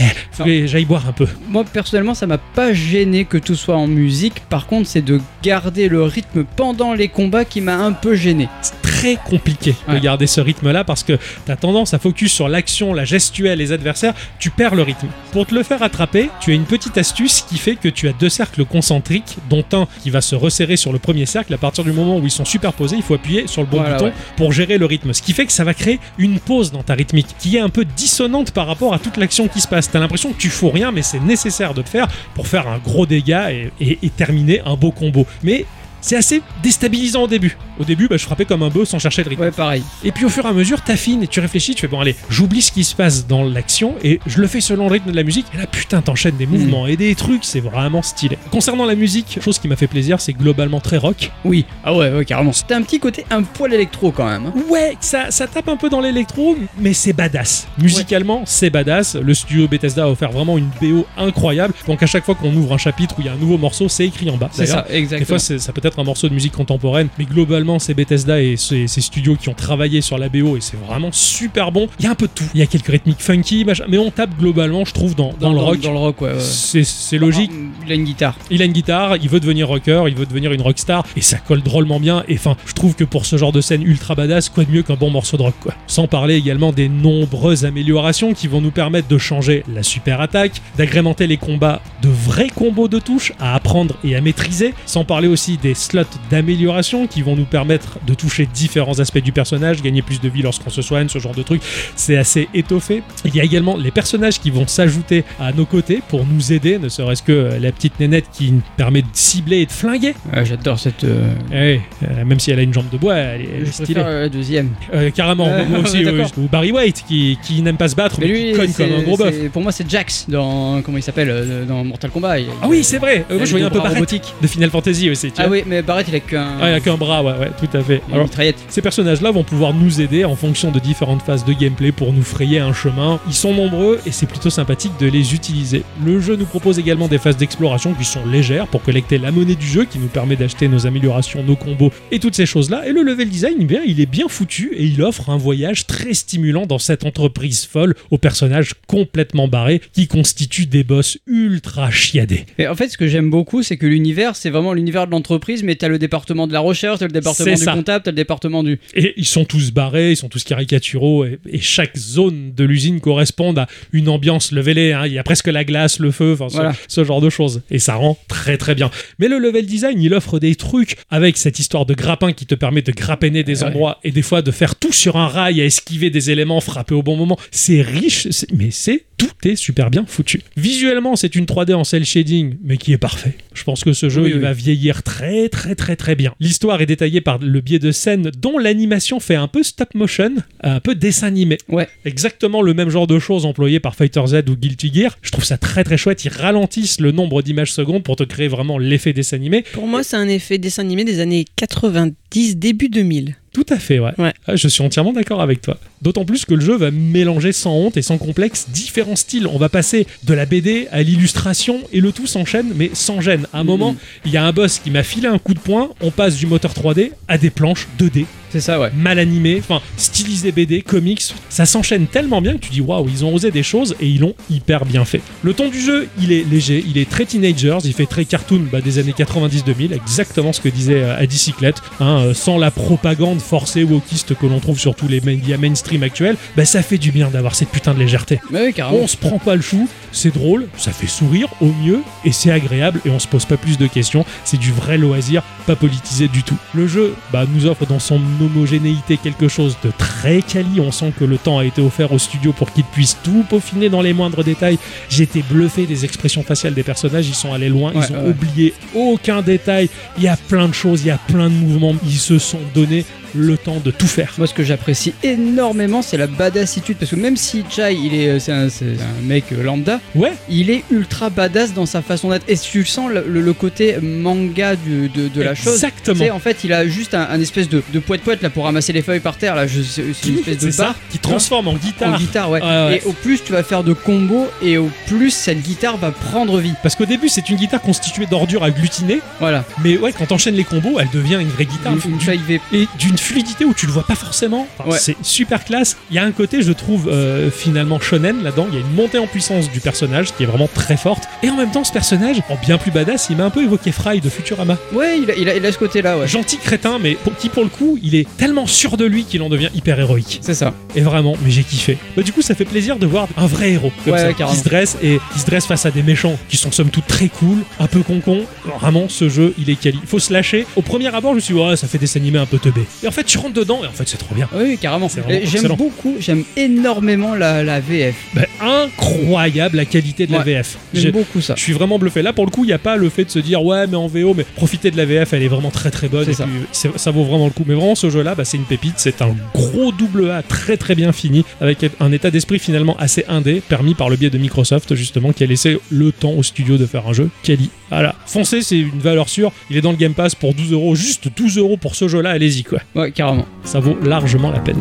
Speaker 1: eh, faut que j'aille boire un peu.
Speaker 2: Moi personnellement, ça m'a pas gêné que tout soit en musique. Par contre, c'est de garder le rythme pendant les combats qui m'a un peu gêné.
Speaker 1: C'est très compliqué de
Speaker 2: Ouais.
Speaker 1: garder ce rythme-là parce que t'as tendance à focus sur l'action, la gestuelle, les adversaires, tu perds le rythme. Pour te le faire attraper, tu as une petite astuce qui fait que tu as deux cercles concentriques, dont un qui va se resserrer sur le premier cercle. À partir du moment où ils sont superposés, il faut appuyer sur le bon
Speaker 2: Voilà,
Speaker 1: bouton
Speaker 2: ouais.
Speaker 1: pour gérer le rythme. Ce qui fait que ça va créer une pause dans ta rythmique qui est un peu dissonante par rapport à toute l'action qui se passe. T'as l'impression que tu fous rien, mais c'est nécessaire de le faire pour faire un gros dégât et, et- et terminer un beau combo. Mais c'est assez déstabilisant au début. Au début, bah, je frappais comme un bœuf sans chercher le rythme.
Speaker 2: Ouais, pareil.
Speaker 1: Et puis au fur et à mesure, t'affines et tu réfléchis, tu fais bon allez, j'oublie ce qui se passe dans l'action et je le fais selon le rythme de la musique. Et là putain, t'enchaînes des mouvements et des trucs, c'est vraiment stylé. Concernant la musique, chose qui m'a fait plaisir, c'est globalement très rock.
Speaker 2: Oui. Ah ouais, ouais, carrément. C'était un petit côté un poil électro quand même. hein.
Speaker 1: Ouais, ça, ça tape un peu dans l'électro, mais c'est badass. Musicalement, c'est badass. Le studio Bethesda a offert vraiment une BO incroyable. Donc à chaque fois qu'on ouvre un chapitre où il y a un nouveau morceau, c'est écrit en bas.
Speaker 2: C'est
Speaker 1: D'ailleurs,
Speaker 2: ça, exactement.
Speaker 1: Des fois, c'est- ça peut être un morceau de musique contemporaine, mais globalement, c'est Bethesda et ces ces studios qui ont travaillé sur la BO et c'est vraiment super bon. Il y a un peu de tout. Il y a quelques rythmiques funky, machin, mais on tape globalement, je trouve, dans, dans le rock.
Speaker 2: Dans le rock, ouais. ouais.
Speaker 1: C'est c'est logique.
Speaker 2: Il a une guitare.
Speaker 1: Il a une guitare, il veut devenir rocker, il veut devenir une rockstar, et ça colle drôlement bien. Et enfin, je trouve que pour ce genre de scène ultra badass, quoi de mieux qu'un bon morceau de rock, quoi. Sans parler également des nombreuses améliorations qui vont nous permettre de changer la super attaque, d'agrémenter les combats de vrais combos de touche à apprendre et à maîtriser. Sans parler aussi des slots d'amélioration qui vont nous permettre de toucher différents aspects du personnage, gagner plus de vie lorsqu'on se soigne, ce genre de trucs c'est assez étoffé. Il y a également les personnages qui vont s'ajouter à nos côtés pour nous aider, ne serait-ce que euh, la petite nénette qui nous permet de cibler et de flinguer.
Speaker 2: Ouais, J'adore cette. euh,
Speaker 1: Eh oui, euh, même si elle a une jambe de bois, elle est, elle est
Speaker 2: je
Speaker 1: stylée.
Speaker 2: préfère la deuxième.
Speaker 1: Euh, carrément,
Speaker 2: Euh,
Speaker 1: moi aussi.
Speaker 2: ouais,
Speaker 1: oui,
Speaker 2: d'accord.
Speaker 1: ou Barry White qui, qui n'aime pas se battre, mais,
Speaker 2: Mais lui,
Speaker 1: qui cogne comme
Speaker 2: c'est-
Speaker 1: un gros bœuf.
Speaker 2: c'est- pour moi, c'est Jax dans comment il s'appelle euh, dans Mortal Kombat. Il-
Speaker 1: Ah oui, c'est vrai. Euh,
Speaker 2: il a
Speaker 1: moi, je
Speaker 2: les
Speaker 1: voyais un
Speaker 2: deux
Speaker 1: peu
Speaker 2: bras
Speaker 1: Barrett
Speaker 2: robotiques.
Speaker 1: de Final Fantasy aussi. Tu
Speaker 2: Ah
Speaker 1: vois.
Speaker 2: oui, mais Barrett, il a qu'un.
Speaker 1: Ah, il y a qu'un bras, ouais, ouais, tout à fait.
Speaker 2: une
Speaker 1: Alors,
Speaker 2: mitraillette.
Speaker 1: Ces personnages-là vont pouvoir nous aider en fonction de différentes phases de gameplay pour nous frayer un chemin. Ils sont nombreux et c'est plutôt sympathique de les utiliser. Le jeu nous propose également des phases d'exploration qui sont légères pour collecter la monnaie du jeu qui nous permet d'acheter nos améliorations, nos combos et toutes ces choses-là. Et le level design, eh bien, il est bien foutu et il offre un voyage très stimulant dans cette entreprise folle aux personnages complètement barrés qui constituent des boss ultra chiadés.
Speaker 2: Mais en fait, ce que j'aime beaucoup, c'est que l'univers, c'est vraiment l'univers de l'entreprise, mais t'as le département de la recherche, t'as le département
Speaker 1: C'est
Speaker 2: du
Speaker 1: ça.
Speaker 2: comptable, t'as le département du.
Speaker 1: Et ils sont tous barrés, ils sont tous caricaturaux, et, et chaque zone de l'usine correspond à une ambiance levelée. hein. Il y a presque la glace, le feu, enfin, ce,
Speaker 2: Voilà.
Speaker 1: ce genre de choses. Et ça rend très très bien. Mais le level design, il offre des trucs avec cette histoire de grappin qui te permet de grappiner des
Speaker 2: Eh Ouais.
Speaker 1: endroits et des fois de faire tout sur un rail, à esquiver des éléments, frapper au bon moment. C'est riche, c'est- mais c'est tout est super bien foutu. Visuellement, c'est une 3D en cel shading, mais qui est parfait. Je pense que ce jeu,
Speaker 2: Oui,
Speaker 1: il
Speaker 2: oui.
Speaker 1: va vieillir très très très très bien. L'histoire est détaillée par le biais de scènes dont l'animation fait un peu stop motion, un peu dessin animé.
Speaker 2: Ouais.
Speaker 1: Exactement le même genre de choses employées par Fighter Z ou Guilty Gear. Je trouve ça très très chouette. Ils ralentissent le nombre d'images secondes pour te créer vraiment l'effet dessin animé.
Speaker 3: Pour moi, c'est un effet dessin animé des années 90, début 2000.
Speaker 1: Tout à fait, ouais.
Speaker 3: Ouais.
Speaker 1: Ah, Je suis entièrement d'accord avec toi. D'autant plus que le jeu va mélanger sans honte et sans complexe différents styles. On va passer de la BD à l'illustration et le tout s'enchaîne mais sans gêne. À un
Speaker 2: Mhm.
Speaker 1: moment, il y a un boss qui m'a filé un coup de poing, on passe du moteur 3D à des planches 2D,
Speaker 2: C'est ça, ouais.
Speaker 1: mal animées, enfin stylisées BD, comics. Ça s'enchaîne tellement bien que tu dis waouh, ils ont osé des choses et ils l'ont hyper bien fait. Le ton du jeu, il est léger, il est très teenagers, il fait très cartoon bah, des années 90-2000, exactement ce que disait euh, Adi Cyclette, hein, euh, sans la propagande forcée wokiste que l'on trouve sur tous les médias mainstream actuels, bah, ça fait du bien d'avoir cette putain de légèreté.
Speaker 2: Mais oui, carrément.
Speaker 1: Ah, On se prend pas le chou, c'est drôle, ça fait sourire au mieux, et c'est agréable, et on se pose pas plus de questions, c'est du vrai loisir, pas politisé du tout. Le jeu bah, nous offre dans son homogénéité quelque chose de très quali, on sent que le temps a été offert au studio pour qu'il puisse tout peaufiner dans les moindres détails. J'étais bluffé des expressions faciales des personnages, ils sont allés loin,
Speaker 2: Ouais,
Speaker 1: ils ont
Speaker 2: ouais.
Speaker 1: oublié aucun détail, il y a plein de choses, il y a plein de mouvements, ils se sont donné le temps de tout faire.
Speaker 2: Moi, ce que j'apprécie énormément, c'est la badassitude. Parce que même si Jai, il est, euh, c'est un, c'est un mec euh, lambda,
Speaker 1: Ouais,
Speaker 2: il est ultra badass dans sa façon d'être. Et tu sens le, le- le côté manga du- de, de la chose. Tu
Speaker 1: exactement.
Speaker 2: sais, en fait, il a juste un, un espèce de, de poète-poète là pour ramasser les feuilles par terre. Là, je, c'est c'est une espèce de
Speaker 1: C'est ça,
Speaker 2: barre
Speaker 1: qui transforme en
Speaker 2: en
Speaker 1: guitare.
Speaker 2: guitare, ouais.
Speaker 1: Ouais, ouais.
Speaker 2: Et au plus, tu vas faire de combos, et au plus, cette guitare va prendre vie.
Speaker 1: Parce qu'au début, c'est une guitare constituée d'ordures agglutinées,
Speaker 2: Voilà.
Speaker 1: mais ouais, quand t'enchaînes les combos, elle devient une vraie guitare.
Speaker 2: Une- une
Speaker 1: Du-
Speaker 2: feuille V.
Speaker 1: et d'une fluidité où tu le vois pas forcément. Enfin,
Speaker 2: Ouais.
Speaker 1: C'est super classe. Il y a un côté, je trouve, euh, finalement shonen là-dedans. Il y a une montée en puissance du personnage qui est vraiment très forte. Et en même temps, ce personnage, en bien plus badass, il m'a un peu évoqué Fry de Futurama.
Speaker 2: Ouais, il a, il a- il a ce côté-là, ouais.
Speaker 1: Gentil crétin, mais pour, qui pour le coup, il est tellement sûr de lui qu'il en devient hyper héroïque.
Speaker 2: C'est ça.
Speaker 1: Et vraiment, mais j'ai kiffé. Bah, du coup, ça fait plaisir de voir un vrai héros comme
Speaker 2: Ouais,
Speaker 1: ça, qui
Speaker 2: carrément.
Speaker 1: se dresse et qui se dresse face à des méchants qui sont somme toute très cool, un peu concon. Vraiment, ce jeu, il est quali. Faut se lâcher. Au premier abord, je me suis dit, ouais, ça fait des animés un peu teubés. Et en fait, tu rentres dedans et en fait, c'est trop bien.
Speaker 2: Ah Oui, carrément.
Speaker 1: C'est
Speaker 2: Et
Speaker 1: vraiment
Speaker 2: J'aime
Speaker 1: excellent.
Speaker 2: beaucoup, j'aime énormément la, la VF.
Speaker 1: Bah, incroyable la qualité de la
Speaker 2: Ouais.
Speaker 1: VF. J'ai-
Speaker 2: J'aime beaucoup ça.
Speaker 1: Je suis vraiment bluffé. Là, pour le coup, il n'y a pas le fait de se dire ouais, mais en VO, mais profitez de la VF, elle est vraiment très très bonne.
Speaker 2: C'est
Speaker 1: Et
Speaker 2: ça.
Speaker 1: puis, c'est- ça vaut vraiment le coup. Mais vraiment, ce jeu-là, bah, c'est une pépite. C'est un gros double A très très bien fini, avec un état d'esprit finalement assez indé, permis par le biais de Microsoft, justement, qui a laissé le temps au studio de faire un jeu. Kelly. Voilà. Foncez, c'est une valeur sûre. Il est dans le Game Pass pour 12 euros. Juste 12 euros pour ce jeu-là, allez-y quoi.
Speaker 2: Ouais, carrément.
Speaker 1: Ça vaut largement la peine.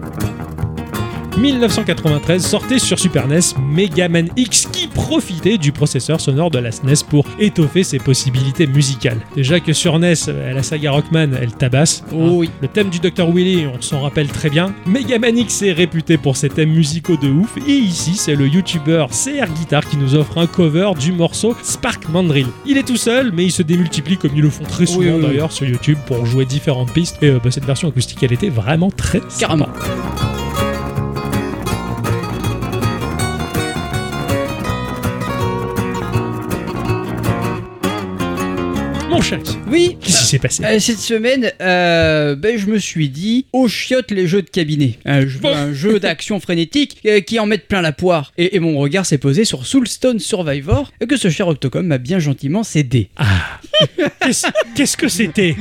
Speaker 1: Nintendo. 1993 sortait sur Super NES Mega Man X qui profitait du processeur sonore de la SNES pour étoffer ses possibilités musicales. Déjà que sur NES, euh, la saga Rockman, elle tabasse. hein.
Speaker 2: Oh oui.
Speaker 1: Le thème du Dr. Willy, on s'en rappelle très bien. Mega Man X est réputé pour ses thèmes musicaux de ouf et ici, c'est le youtubeur CR Guitar qui nous offre un cover du morceau Spark Mandrill. Il est tout seul, mais il se démultiplie comme ils le font très
Speaker 2: Oui,
Speaker 1: souvent
Speaker 2: oui, oui.
Speaker 1: d'ailleurs sur YouTube pour jouer différentes pistes. Et euh, bah, cette version acoustique, elle était vraiment très
Speaker 2: Carrément.
Speaker 1: Mon cher,
Speaker 2: Oui.
Speaker 1: qu'est-ce qui s'est passé
Speaker 2: Euh, cette semaine, euh, ben, je me suis dit, oh chiotte les jeux de cabinet. Un jeu, un jeu d'action frénétique euh, qui en mettent plein la poire. Et, et mon regard s'est posé sur Soulstone Survivor, et que ce cher Octocom m'a bien gentiment cédé.
Speaker 1: Qu'est-ce qu'est-ce que c'était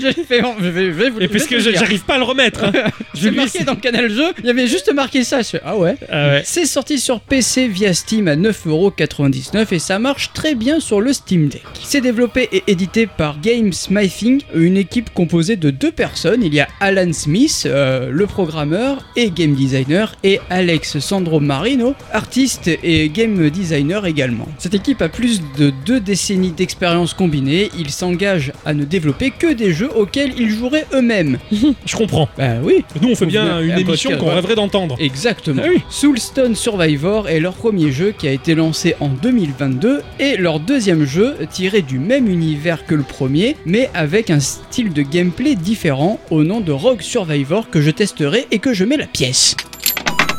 Speaker 2: J'ai fait- je vais, je vais vous
Speaker 1: Et
Speaker 2: le
Speaker 1: parce que je-
Speaker 2: je vais vous le dire.
Speaker 1: j'arrive pas à le remettre. hein.
Speaker 2: J'ai marqué dans le canal jeu, il y avait juste marqué ça. Je fais, ah ouais.
Speaker 1: Ah ouais.
Speaker 2: C'est sorti sur PC via Steam à 9,99€ et ça marche très bien sur le Steam Deck. C'est développé et édité par Game Smithing, une équipe composée de deux personnes. Il y a Alan Smith, euh, le programmeur et game designer, et Alex Sandro Marino, artiste et game designer également. Cette équipe a plus de deux décennies d'expérience combinée. Ils s'engagent à ne développer que des jeux auxquels ils joueraient eux-mêmes.
Speaker 1: Je comprends.
Speaker 2: Bah oui,
Speaker 1: Nous, on fait bien
Speaker 2: Un
Speaker 1: une
Speaker 2: podcast,
Speaker 1: émission qu'on
Speaker 2: ouais.
Speaker 1: rêverait d'entendre.
Speaker 2: Exactement.
Speaker 1: Ah oui.
Speaker 2: Soulstone Survivor est leur premier jeu qui a été lancé en 2022 et leur deuxième jeu tiré du même univers que le premier mais avec un style de gameplay différent au nom de Rogue Survivor que je testerai et que je mets la pièce.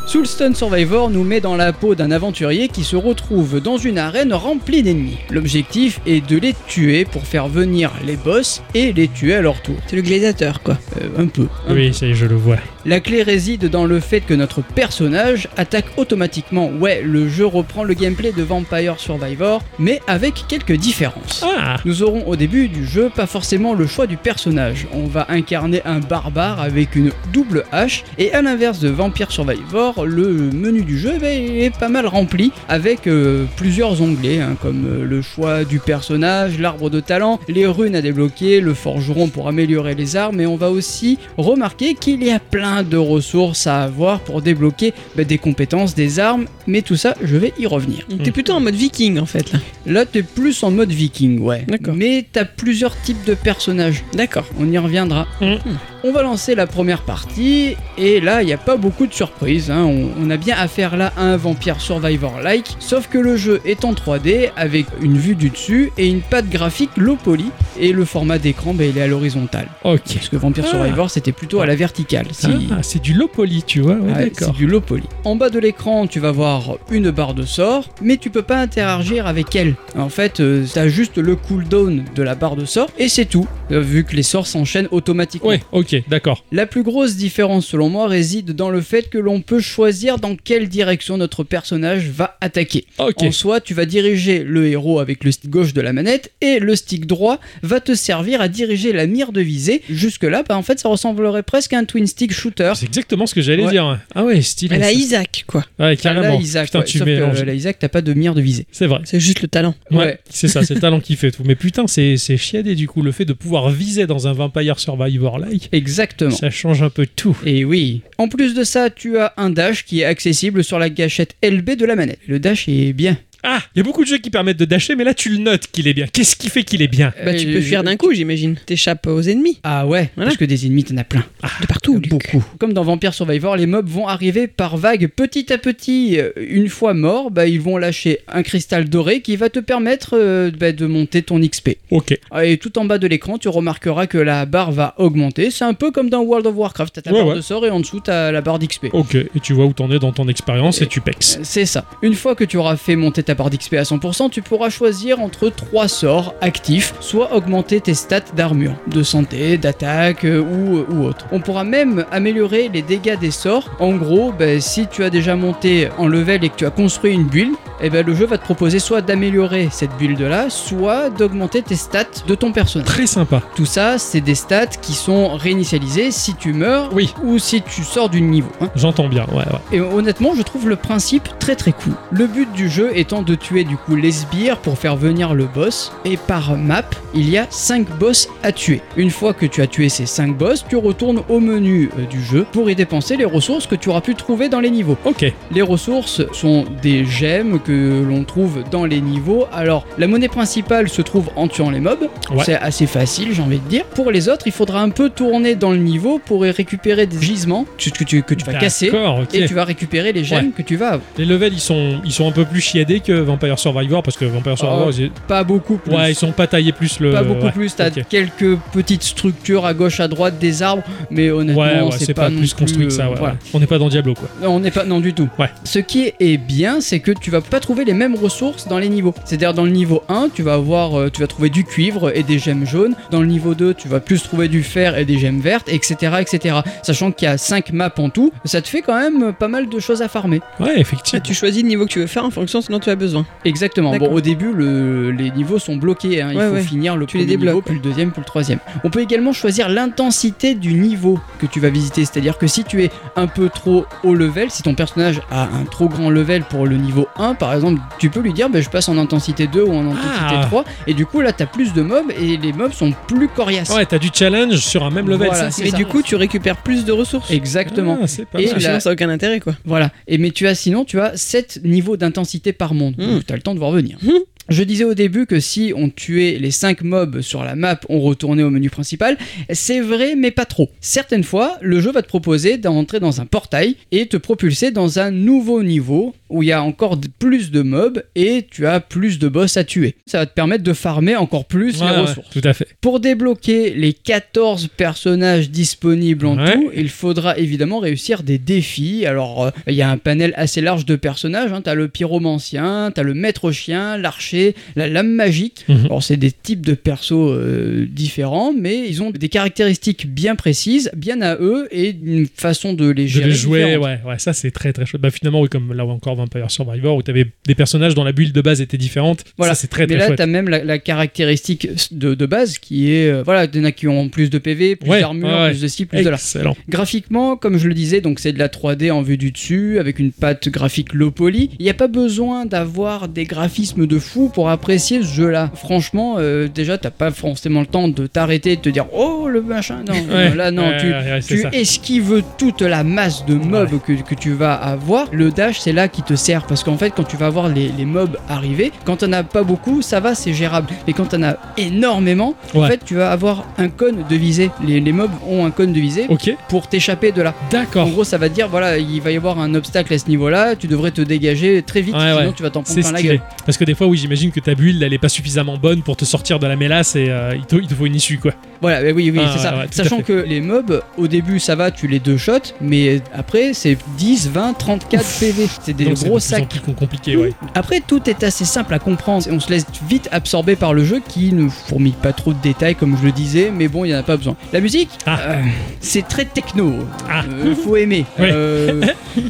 Speaker 2: Soulstone Survivor nous met dans la peau d'un aventurier qui se retrouve dans une arène remplie d'ennemis. L'objectif est de les tuer pour faire venir les boss et les tuer à leur tour.
Speaker 3: C'est le gladiateur, quoi.
Speaker 2: Euh, un peu. un
Speaker 1: Oui, ça y est, je le vois.
Speaker 2: La clé réside dans le fait que notre personnage attaque automatiquement. Ouais, le jeu reprend le gameplay de Vampire Survivor, mais avec quelques différences.
Speaker 1: Ah
Speaker 2: Nous aurons au début du jeu pas forcément le choix du personnage. On va incarner un barbare avec une double hache et à l'inverse de Vampire Survivor, le menu du jeu ben, il est pas mal rempli avec euh, plusieurs onglets hein, comme euh, le choix du personnage, l'arbre de talent, les runes à débloquer, le forgeron pour améliorer les armes et on va aussi remarquer qu'il y a plein de ressources à avoir pour débloquer ben, des compétences, des armes, mais tout ça je vais y revenir.
Speaker 3: Donc t'es plutôt en mode viking en fait là.
Speaker 2: Là, t'es plus en mode viking, ouais.
Speaker 3: D'accord.
Speaker 2: Mais t'as plusieurs types de personnages.
Speaker 3: D'accord.
Speaker 2: On y reviendra.
Speaker 1: Mhm.
Speaker 2: On va lancer la première partie, et là, il n'y a pas beaucoup de surprises. hein. On, on a bien affaire là à un vampire survivor-like, sauf que le jeu est en 3D, avec une vue du dessus et une patte graphique low poly, et le format d'écran, bah, il est à l'horizontale.
Speaker 1: Ok.
Speaker 2: Parce que Vampire
Speaker 1: Ah.
Speaker 2: Survivor, c'était plutôt à la verticale. Si, Ah,
Speaker 1: Ah, c'est du low poly, tu vois. Ouais,
Speaker 2: Ouais, c'est
Speaker 1: D'accord.
Speaker 2: du low poly. En bas de l'écran, tu vas voir une barre de sort, mais tu peux pas interagir avec elle. En fait, euh, t'as juste le cooldown de la barre de sort et c'est tout, euh, vu que les sorts s'enchaînent automatiquement.
Speaker 1: Ouais, ok, d'accord.
Speaker 2: La plus grosse différence selon moi réside dans le fait que l'on peut choisir dans quelle direction notre personnage va attaquer.
Speaker 1: Ok.
Speaker 2: En soi, tu vas diriger le héros avec le stick gauche de la manette et le stick droit va te servir à diriger la mire de visée. Jusque-là, bah, en fait, ça ressemblerait presque à un twin stick shooter.
Speaker 1: C'est exactement ce que j'allais
Speaker 2: Ouais.
Speaker 1: dire. ouais. Ah ouais, stylé.
Speaker 3: À la
Speaker 1: ça.
Speaker 3: Isaac quoi.
Speaker 1: Ouais,
Speaker 2: Ah,
Speaker 1: carrément.
Speaker 2: Là, Isaac,
Speaker 1: Putain,
Speaker 2: ouais,
Speaker 1: tu
Speaker 2: sauf que,
Speaker 1: mélanges.
Speaker 2: euh, là, Isaac, t'as pas de mire de visée.
Speaker 1: C'est vrai.
Speaker 3: C'est juste le talent.
Speaker 1: Ouais,
Speaker 2: Ouais.
Speaker 1: c'est ça, c'est le talent qui fait tout. Mais putain, c'est c'est chiadé du coup, le fait de pouvoir viser dans un Vampire Survivor-like,
Speaker 2: Exactement.
Speaker 1: ça change un peu tout.
Speaker 2: Et oui. En plus de ça, tu as un dash qui est accessible sur la gâchette LB de la manette. Le dash est bien.
Speaker 1: Ah, il y a beaucoup de jeux qui permettent de dasher, mais là tu le notes qu'il est bien. Qu'est-ce qui fait qu'il est bien
Speaker 3: Bah tu
Speaker 2: Euh,
Speaker 3: peux fuir d'un coup j'imagine. T'échappes aux ennemis
Speaker 2: Ah ouais,
Speaker 3: Voilà.
Speaker 2: parce que des ennemis, t'en as plein.
Speaker 3: de partout. Luc.
Speaker 2: Beaucoup. Comme dans Vampire Survivor, les mobs vont arriver par vagues petit à petit. Euh, Une fois morts, bah, ils vont lâcher un cristal doré qui va te permettre euh, bah, de monter ton XP.
Speaker 1: Ok.
Speaker 2: Et tout en bas de l'écran, tu remarqueras que la barre va augmenter. C'est un peu comme dans World of Warcraft. T'as ta
Speaker 1: Ouais,
Speaker 2: barre
Speaker 1: ouais.
Speaker 2: de sort et en dessous, t'as la barre d'XP.
Speaker 1: Ok, et tu vois où t'en es dans ton expérience et tu pexes.
Speaker 2: C'est ça. Une fois que tu auras fait monter ta barre d'XP à 100%, tu pourras choisir entre trois sorts actifs, soit augmenter tes stats d'armure, de santé, d'attaque euh, ou, euh, ou autre. On pourra même améliorer les dégâts des sorts. En gros, ben, si tu as déjà monté en level et que tu as construit une build, eh ben, le jeu va te proposer soit d'améliorer cette build-là, soit d'augmenter tes stats de ton personnage.
Speaker 1: Très sympa.
Speaker 2: Tout ça, c'est des stats qui sont réinitialisées si tu meurs
Speaker 1: Oui.
Speaker 2: ou si tu sors du niveau. hein.
Speaker 1: J'entends bien, ouais, ouais.
Speaker 2: Et honnêtement, je trouve le principe très très cool. Le but du jeu étant de tuer du coup les sbires pour faire venir le boss. Et par map, il y a 5 boss à tuer. Une fois que tu as tué ces 5 boss, tu retournes au menu euh, du jeu pour y dépenser les ressources que tu auras pu trouver dans les niveaux.
Speaker 1: Ok,
Speaker 2: Les ressources sont des gemmes que l'on trouve dans les niveaux. Alors, la monnaie principale se trouve en tuant les mobs.
Speaker 1: Ouais.
Speaker 2: C'est assez facile, j'ai envie de dire. Pour les autres, il faudra un peu tourner dans le niveau pour y récupérer des gisements que tu, que tu- que tu vas casser.
Speaker 1: D'accord, ok.
Speaker 2: Et tu vas récupérer les gemmes que tu vas avoir.
Speaker 1: Les levels, ils sont, ils sont un peu plus chiadés que Vampire Survivor, parce que Vampire Survivor,
Speaker 2: Oh,
Speaker 1: ils-
Speaker 2: Pas beaucoup plus.
Speaker 1: ouais, ils sont pas taillés plus le.
Speaker 2: pas beaucoup
Speaker 1: ouais,
Speaker 2: plus. T'as
Speaker 1: ok.
Speaker 2: quelques petites structures à gauche, à droite, des arbres, mais honnêtement,
Speaker 1: Ouais, ouais, c'est pas,
Speaker 2: non
Speaker 1: plus construit que ça,
Speaker 2: euh,
Speaker 1: ouais.
Speaker 2: voilà.
Speaker 1: ouais. On n'est pas dans Diablo, quoi.
Speaker 2: Non, on n'est pas non du tout.
Speaker 1: Ouais.
Speaker 2: Ce qui est bien, c'est que tu vas pas trouver les mêmes ressources dans les niveaux. C'est-à-dire dans le niveau 1, tu vas avoir euh, tu vas trouver du cuivre et des gemmes jaunes, dans le niveau 2, tu vas plus trouver du fer et des gemmes vertes, etc., etc. Sachant qu'il y a 5 maps en tout, ça te fait quand même euh, pas mal de choses à farmer.
Speaker 1: Ouais,
Speaker 3: Ah,
Speaker 1: effectivement.
Speaker 3: tu choisis le niveau que tu veux faire en fonction de ce dont tu as besoin.
Speaker 2: Exactement.
Speaker 3: D'accord.
Speaker 2: Bon, au début, le- les niveaux sont bloqués. hein. Il
Speaker 3: Ouais,
Speaker 2: faut
Speaker 3: ouais.
Speaker 2: finir le
Speaker 3: Tu les
Speaker 2: premier niveau,
Speaker 3: débloques,
Speaker 2: puis le deuxième, puis le troisième. On peut également choisir l'intensité du niveau que tu vas visiter. C'est-à-dire que si tu es un peu trop haut level, si ton personnage a un trop grand level pour le niveau 1, par exemple, tu peux lui dire bah, je passe en intensité 2 ou en intensité
Speaker 1: Ah.
Speaker 2: 3. Et du coup, là, t'as plus de mobs et les mobs sont plus coriaces.
Speaker 1: Ouais, t'as du challenge sur un même level.
Speaker 2: Voilà,
Speaker 1: ça,
Speaker 2: c'est
Speaker 3: Mais
Speaker 2: ça.
Speaker 3: du coup tu récupères plus de ressources.
Speaker 2: Exactement.
Speaker 1: Ah, c'est pas
Speaker 2: Et
Speaker 1: mal.
Speaker 3: Parce que
Speaker 2: la-
Speaker 3: sinon ça n'a aucun intérêt quoi.
Speaker 2: Voilà. Et mais tu as sinon tu as 7 niveaux d'intensité par monde.
Speaker 1: Hmm.
Speaker 3: Mm.
Speaker 2: Donc, T'as le temps de voir venir.
Speaker 3: Mm.
Speaker 2: Je disais au début que si on tuait les 5 mobs sur la map, on retournait au menu principal. C'est vrai, mais pas trop. Certaines fois, le jeu va te proposer d'entrer dans un portail et te propulser dans un nouveau niveau où il y a encore d- plus de mobs et tu as plus de boss à tuer. Ça va te permettre de farmer encore plus
Speaker 1: Ouais,
Speaker 2: les
Speaker 1: ouais,
Speaker 2: ressources.
Speaker 1: Tout à fait.
Speaker 2: Pour débloquer les 14 personnages disponibles en
Speaker 1: Ouais.
Speaker 2: tout, il faudra évidemment réussir des défis. Alors, euh, il y a un panel assez large de personnages. hein. T'as le pyromancien, t'as le maître chien, l'archer, la lame magique.
Speaker 1: Mhm.
Speaker 2: Alors, c'est des types de persos euh, différents, mais ils ont des caractéristiques bien précises, bien à eux, et une façon de les
Speaker 1: Je
Speaker 2: gérer.
Speaker 1: vais jouer,
Speaker 2: différente.
Speaker 1: ouais, ouais, ça c'est très très chouette. Bah finalement, oui, comme là encore Vampire Survivor, où t'avais des personnages dont la build de base était différente,
Speaker 2: Voilà.
Speaker 1: ça c'est très
Speaker 2: Mais
Speaker 1: très
Speaker 2: là,
Speaker 1: chouette.
Speaker 2: t'as même la, la caractéristique de, de base qui est, euh, voilà, il y en a qui ont plus de PV, plus
Speaker 1: Ouais,
Speaker 2: d'armure,
Speaker 1: ouais, ouais.
Speaker 2: plus de ci, plus de là.
Speaker 1: Excellent.
Speaker 2: Graphiquement, comme je le disais, donc c'est de la 3D en vue du dessus, avec une patte graphique low poly. Il n'y a pas besoin d'avoir des graphismes de fou pour apprécier ce jeu-là. Franchement, euh, déjà, t'as pas forcément le temps de t'arrêter et de te dire Oh le machin. Non,
Speaker 1: Ouais,
Speaker 2: Euh, là, non,
Speaker 1: ouais,
Speaker 2: tu,
Speaker 1: ouais, ouais, c'est
Speaker 2: tu
Speaker 1: ça.
Speaker 2: esquives toute la masse de mobs que, que tu vas avoir. Le dash, c'est là qui te sert parce qu'en fait, quand tu vas voir les, les mobs arriver, quand t'en as pas beaucoup, ça va, c'est gérable. Mais quand t'en as énormément, en
Speaker 1: Ouais.
Speaker 2: fait, tu vas avoir un cône de visée. Les, les mobs ont un cône de visée
Speaker 1: Ok,
Speaker 2: pour t'échapper de là. En
Speaker 1: d'accord.
Speaker 2: gros, ça va te dire voilà, il va y avoir un obstacle à ce niveau-là, tu devrais te dégager très vite,
Speaker 1: Ouais,
Speaker 2: sinon
Speaker 1: ouais.
Speaker 2: tu vas t'en prendre
Speaker 1: C'est
Speaker 2: plein la gueule.
Speaker 1: stylé. Parce que des fois, oui, j'imagine que ta build, elle est pas suffisamment bonne pour te sortir de la mélasse et euh, il, te, il te faut une issue, quoi.
Speaker 2: Voilà, mais oui, oui,
Speaker 1: Ah,
Speaker 2: c'est ça.
Speaker 1: ouais, ouais, tout à
Speaker 2: Sachant
Speaker 1: fait.
Speaker 2: que les mobs, au début, ça va, tu les deux shots, mais après, c'est 10, 20, 34 PV. C'est des
Speaker 1: Donc c'est de
Speaker 2: gros
Speaker 1: plus en
Speaker 2: sacs. Mmh.
Speaker 1: plus com- compliqué, ouais.
Speaker 2: Après, tout est assez simple à comprendre. On se laisse vite absorber par le jeu qui ne fourmille pas trop de détails, comme je le disais, mais bon, il n'y en a pas besoin. La musique,
Speaker 1: Ah.
Speaker 2: euh, c'est très techno.
Speaker 1: Ah.
Speaker 2: Euh, faut aimer.
Speaker 1: Oui.
Speaker 2: Euh,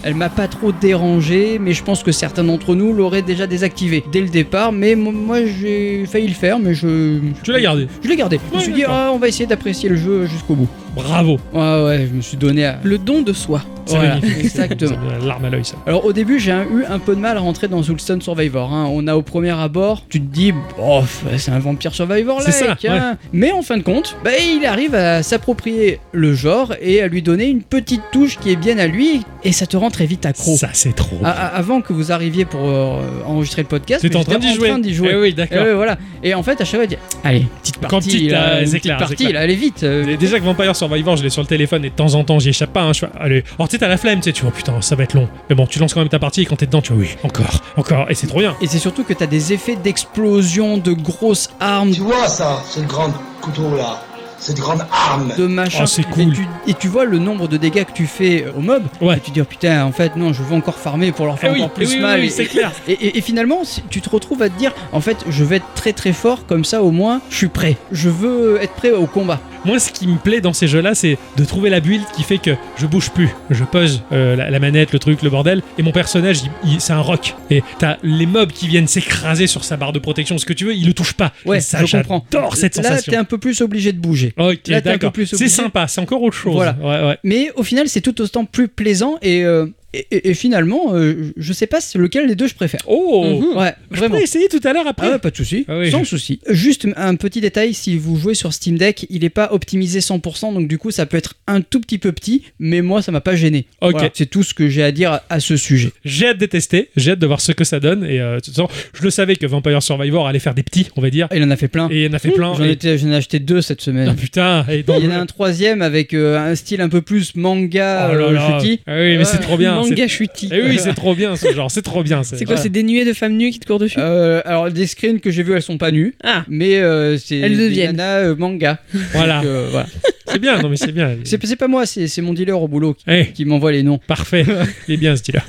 Speaker 2: elle m'a pas trop dérangé, mais je pense que certains d'entre nous l'auraient déjà désactivé dès le départ. Mais mo- moi, j'ai failli le faire, mais je.
Speaker 1: Tu l'as gardé.
Speaker 2: Je l'ai gardé. je me
Speaker 1: Ouais,
Speaker 2: suis dit,
Speaker 1: d'accord.
Speaker 2: ah, on va essayer d'apprécier le jeu jusqu'au bout.
Speaker 1: Bravo.
Speaker 2: Ouais, ouais, je me suis donné à.
Speaker 3: Le don de soi.
Speaker 1: C'est
Speaker 2: Voilà,
Speaker 1: magnifique.
Speaker 2: exactement.
Speaker 1: Ça me donne L'arme à l'œil, ça.
Speaker 2: Alors au début j'ai un- eu un peu de mal à rentrer dans Soulstone Survivor. hein. On a au premier abord, tu te dis, oh f- c'est un vampire Survivor là.
Speaker 1: C'est ça,
Speaker 2: Mais en fin de compte, bah, il arrive à s'approprier le genre et à lui donner une petite touche qui est bien à lui et ça te rend très vite accro.
Speaker 1: Ça, c'est trop.
Speaker 2: A- a- avant que vous arriviez pour euh, enregistrer le podcast,
Speaker 1: T'es
Speaker 2: mais
Speaker 1: en train
Speaker 2: j'étais
Speaker 1: d'y jouer.
Speaker 2: train
Speaker 1: Eh oui,
Speaker 2: Et,
Speaker 1: d'accord.
Speaker 2: voilà. et en fait, à chaque fois, il dit, allez, Euh, petite
Speaker 1: Quand
Speaker 2: partie,
Speaker 1: petite,
Speaker 2: là,
Speaker 1: euh,
Speaker 2: une
Speaker 1: c'est
Speaker 2: petite
Speaker 1: clair, c'est
Speaker 2: partie,
Speaker 1: clair.
Speaker 2: là, allez vite. euh,
Speaker 1: Dé- Déjà que Vampire Survivor, je l'ai sur le téléphone et de temps en temps j'y échappe pas. Hein, je fais, allez. Alors tu sais, t'as la flemme, tu sais, tu vois, putain, ça va être long. Mais bon, tu lances quand même ta partie et quand t'es dedans, tu vois, oui, encore, encore, et c'est trop bien.
Speaker 2: Et c'est surtout que t'as des effets d'explosion, de grosses armes,
Speaker 6: Tu vois ça, cette grande couteau là, cette grande arme.
Speaker 2: de machin.
Speaker 1: Oh, c'est
Speaker 2: Et
Speaker 1: cool.
Speaker 2: tu- Et tu, vois le nombre de dégâts que tu fais euh, au mob.
Speaker 1: Ouais.
Speaker 2: Et tu te dis, oh, putain, en fait, non, je veux encore farmer pour leur
Speaker 1: Eh
Speaker 2: faire
Speaker 1: oui,
Speaker 2: encore
Speaker 1: eh
Speaker 2: plus
Speaker 1: oui, oui,
Speaker 2: mal.
Speaker 1: oui, c'est clair.
Speaker 2: et, et- et finalement, si- tu te retrouves à te dire, en fait, je vais être très très fort, comme ça au moins, je suis prêt. Je veux être prêt au combat.
Speaker 1: Moi, ce qui me plaît dans ces jeux-là, c'est de trouver la build qui fait que je bouge plus. Je pose euh, la, la manette, le truc, le bordel, et mon personnage, il- il- c'est un rock. Et t'as les mobs qui viennent s'écraser sur sa barre de protection, ce que tu veux, il le touche pas.
Speaker 2: Ouais,
Speaker 1: Et ça,
Speaker 2: je comprends.
Speaker 1: J'adore cette
Speaker 2: Là,
Speaker 1: sensation.
Speaker 2: t'es un peu plus obligé de bouger.
Speaker 1: Ok,
Speaker 2: là, t'es un peu
Speaker 1: d'accord.
Speaker 2: plus
Speaker 1: C'est
Speaker 2: obligé.
Speaker 1: sympa, c'est encore autre chose.
Speaker 2: Voilà.
Speaker 1: Ouais, ouais.
Speaker 2: Mais au final, c'est tout autant plus plaisant et, euh, et, et- et finalement, euh, je sais pas lequel des deux je préfère.
Speaker 1: Oh,
Speaker 3: Mmh.
Speaker 2: Mhm. Ouais,
Speaker 1: je
Speaker 2: vraiment.
Speaker 1: peux essayer tout à l'heure après.
Speaker 2: Ah ouais, pas de souci,
Speaker 1: Ah oui,
Speaker 2: sans
Speaker 1: je-
Speaker 2: souci. Juste un petit détail, si vous jouez sur Steam Deck, il est pas optimisé 100%, donc du coup ça peut être un tout petit peu petit, mais moi ça m'a pas gêné.
Speaker 1: Ok.
Speaker 2: Voilà, c'est tout ce que j'ai à dire à, à ce sujet.
Speaker 1: J'ai hâte de tester, j'ai hâte de voir ce que ça donne. Et euh, de toute façon, je le savais que Vampire Survivor allait faire des petits, on va dire.
Speaker 2: Ah, Il en a fait plein.
Speaker 1: Et il y en a fait plein.
Speaker 2: Mmh, J'en
Speaker 1: et-
Speaker 2: ai, j'en ai acheté deux cette
Speaker 1: Ah,
Speaker 2: semaine.
Speaker 1: putain, et dans
Speaker 2: Il y en a
Speaker 1: le-
Speaker 2: un troisième avec euh, un style un peu plus manga
Speaker 1: Oh là
Speaker 2: euh,
Speaker 1: là.
Speaker 2: chutis.
Speaker 1: Ah oui, mais c'est trop bien. c'est-
Speaker 3: Manga chuti.
Speaker 1: Eh oui, c'est trop bien ce genre, c'est trop bien.
Speaker 3: C'est quoi
Speaker 1: voilà.
Speaker 3: C'est des nuées de femmes nues qui te courent dessus
Speaker 2: Euh, alors des screens que j'ai vus, elles sont pas nues,
Speaker 3: Ah
Speaker 2: mais euh, c'est
Speaker 3: Elles
Speaker 2: des
Speaker 3: deviennent.
Speaker 2: nanas, euh, manga.
Speaker 1: Voilà,
Speaker 2: Donc, euh, voilà.
Speaker 1: c'est bien, non mais c'est bien.
Speaker 2: C'est c'est pas moi, c'est c'est mon dealer au boulot qui,
Speaker 1: Eh,
Speaker 2: qui m'envoie les noms.
Speaker 1: parfait, il est bien ce dealer.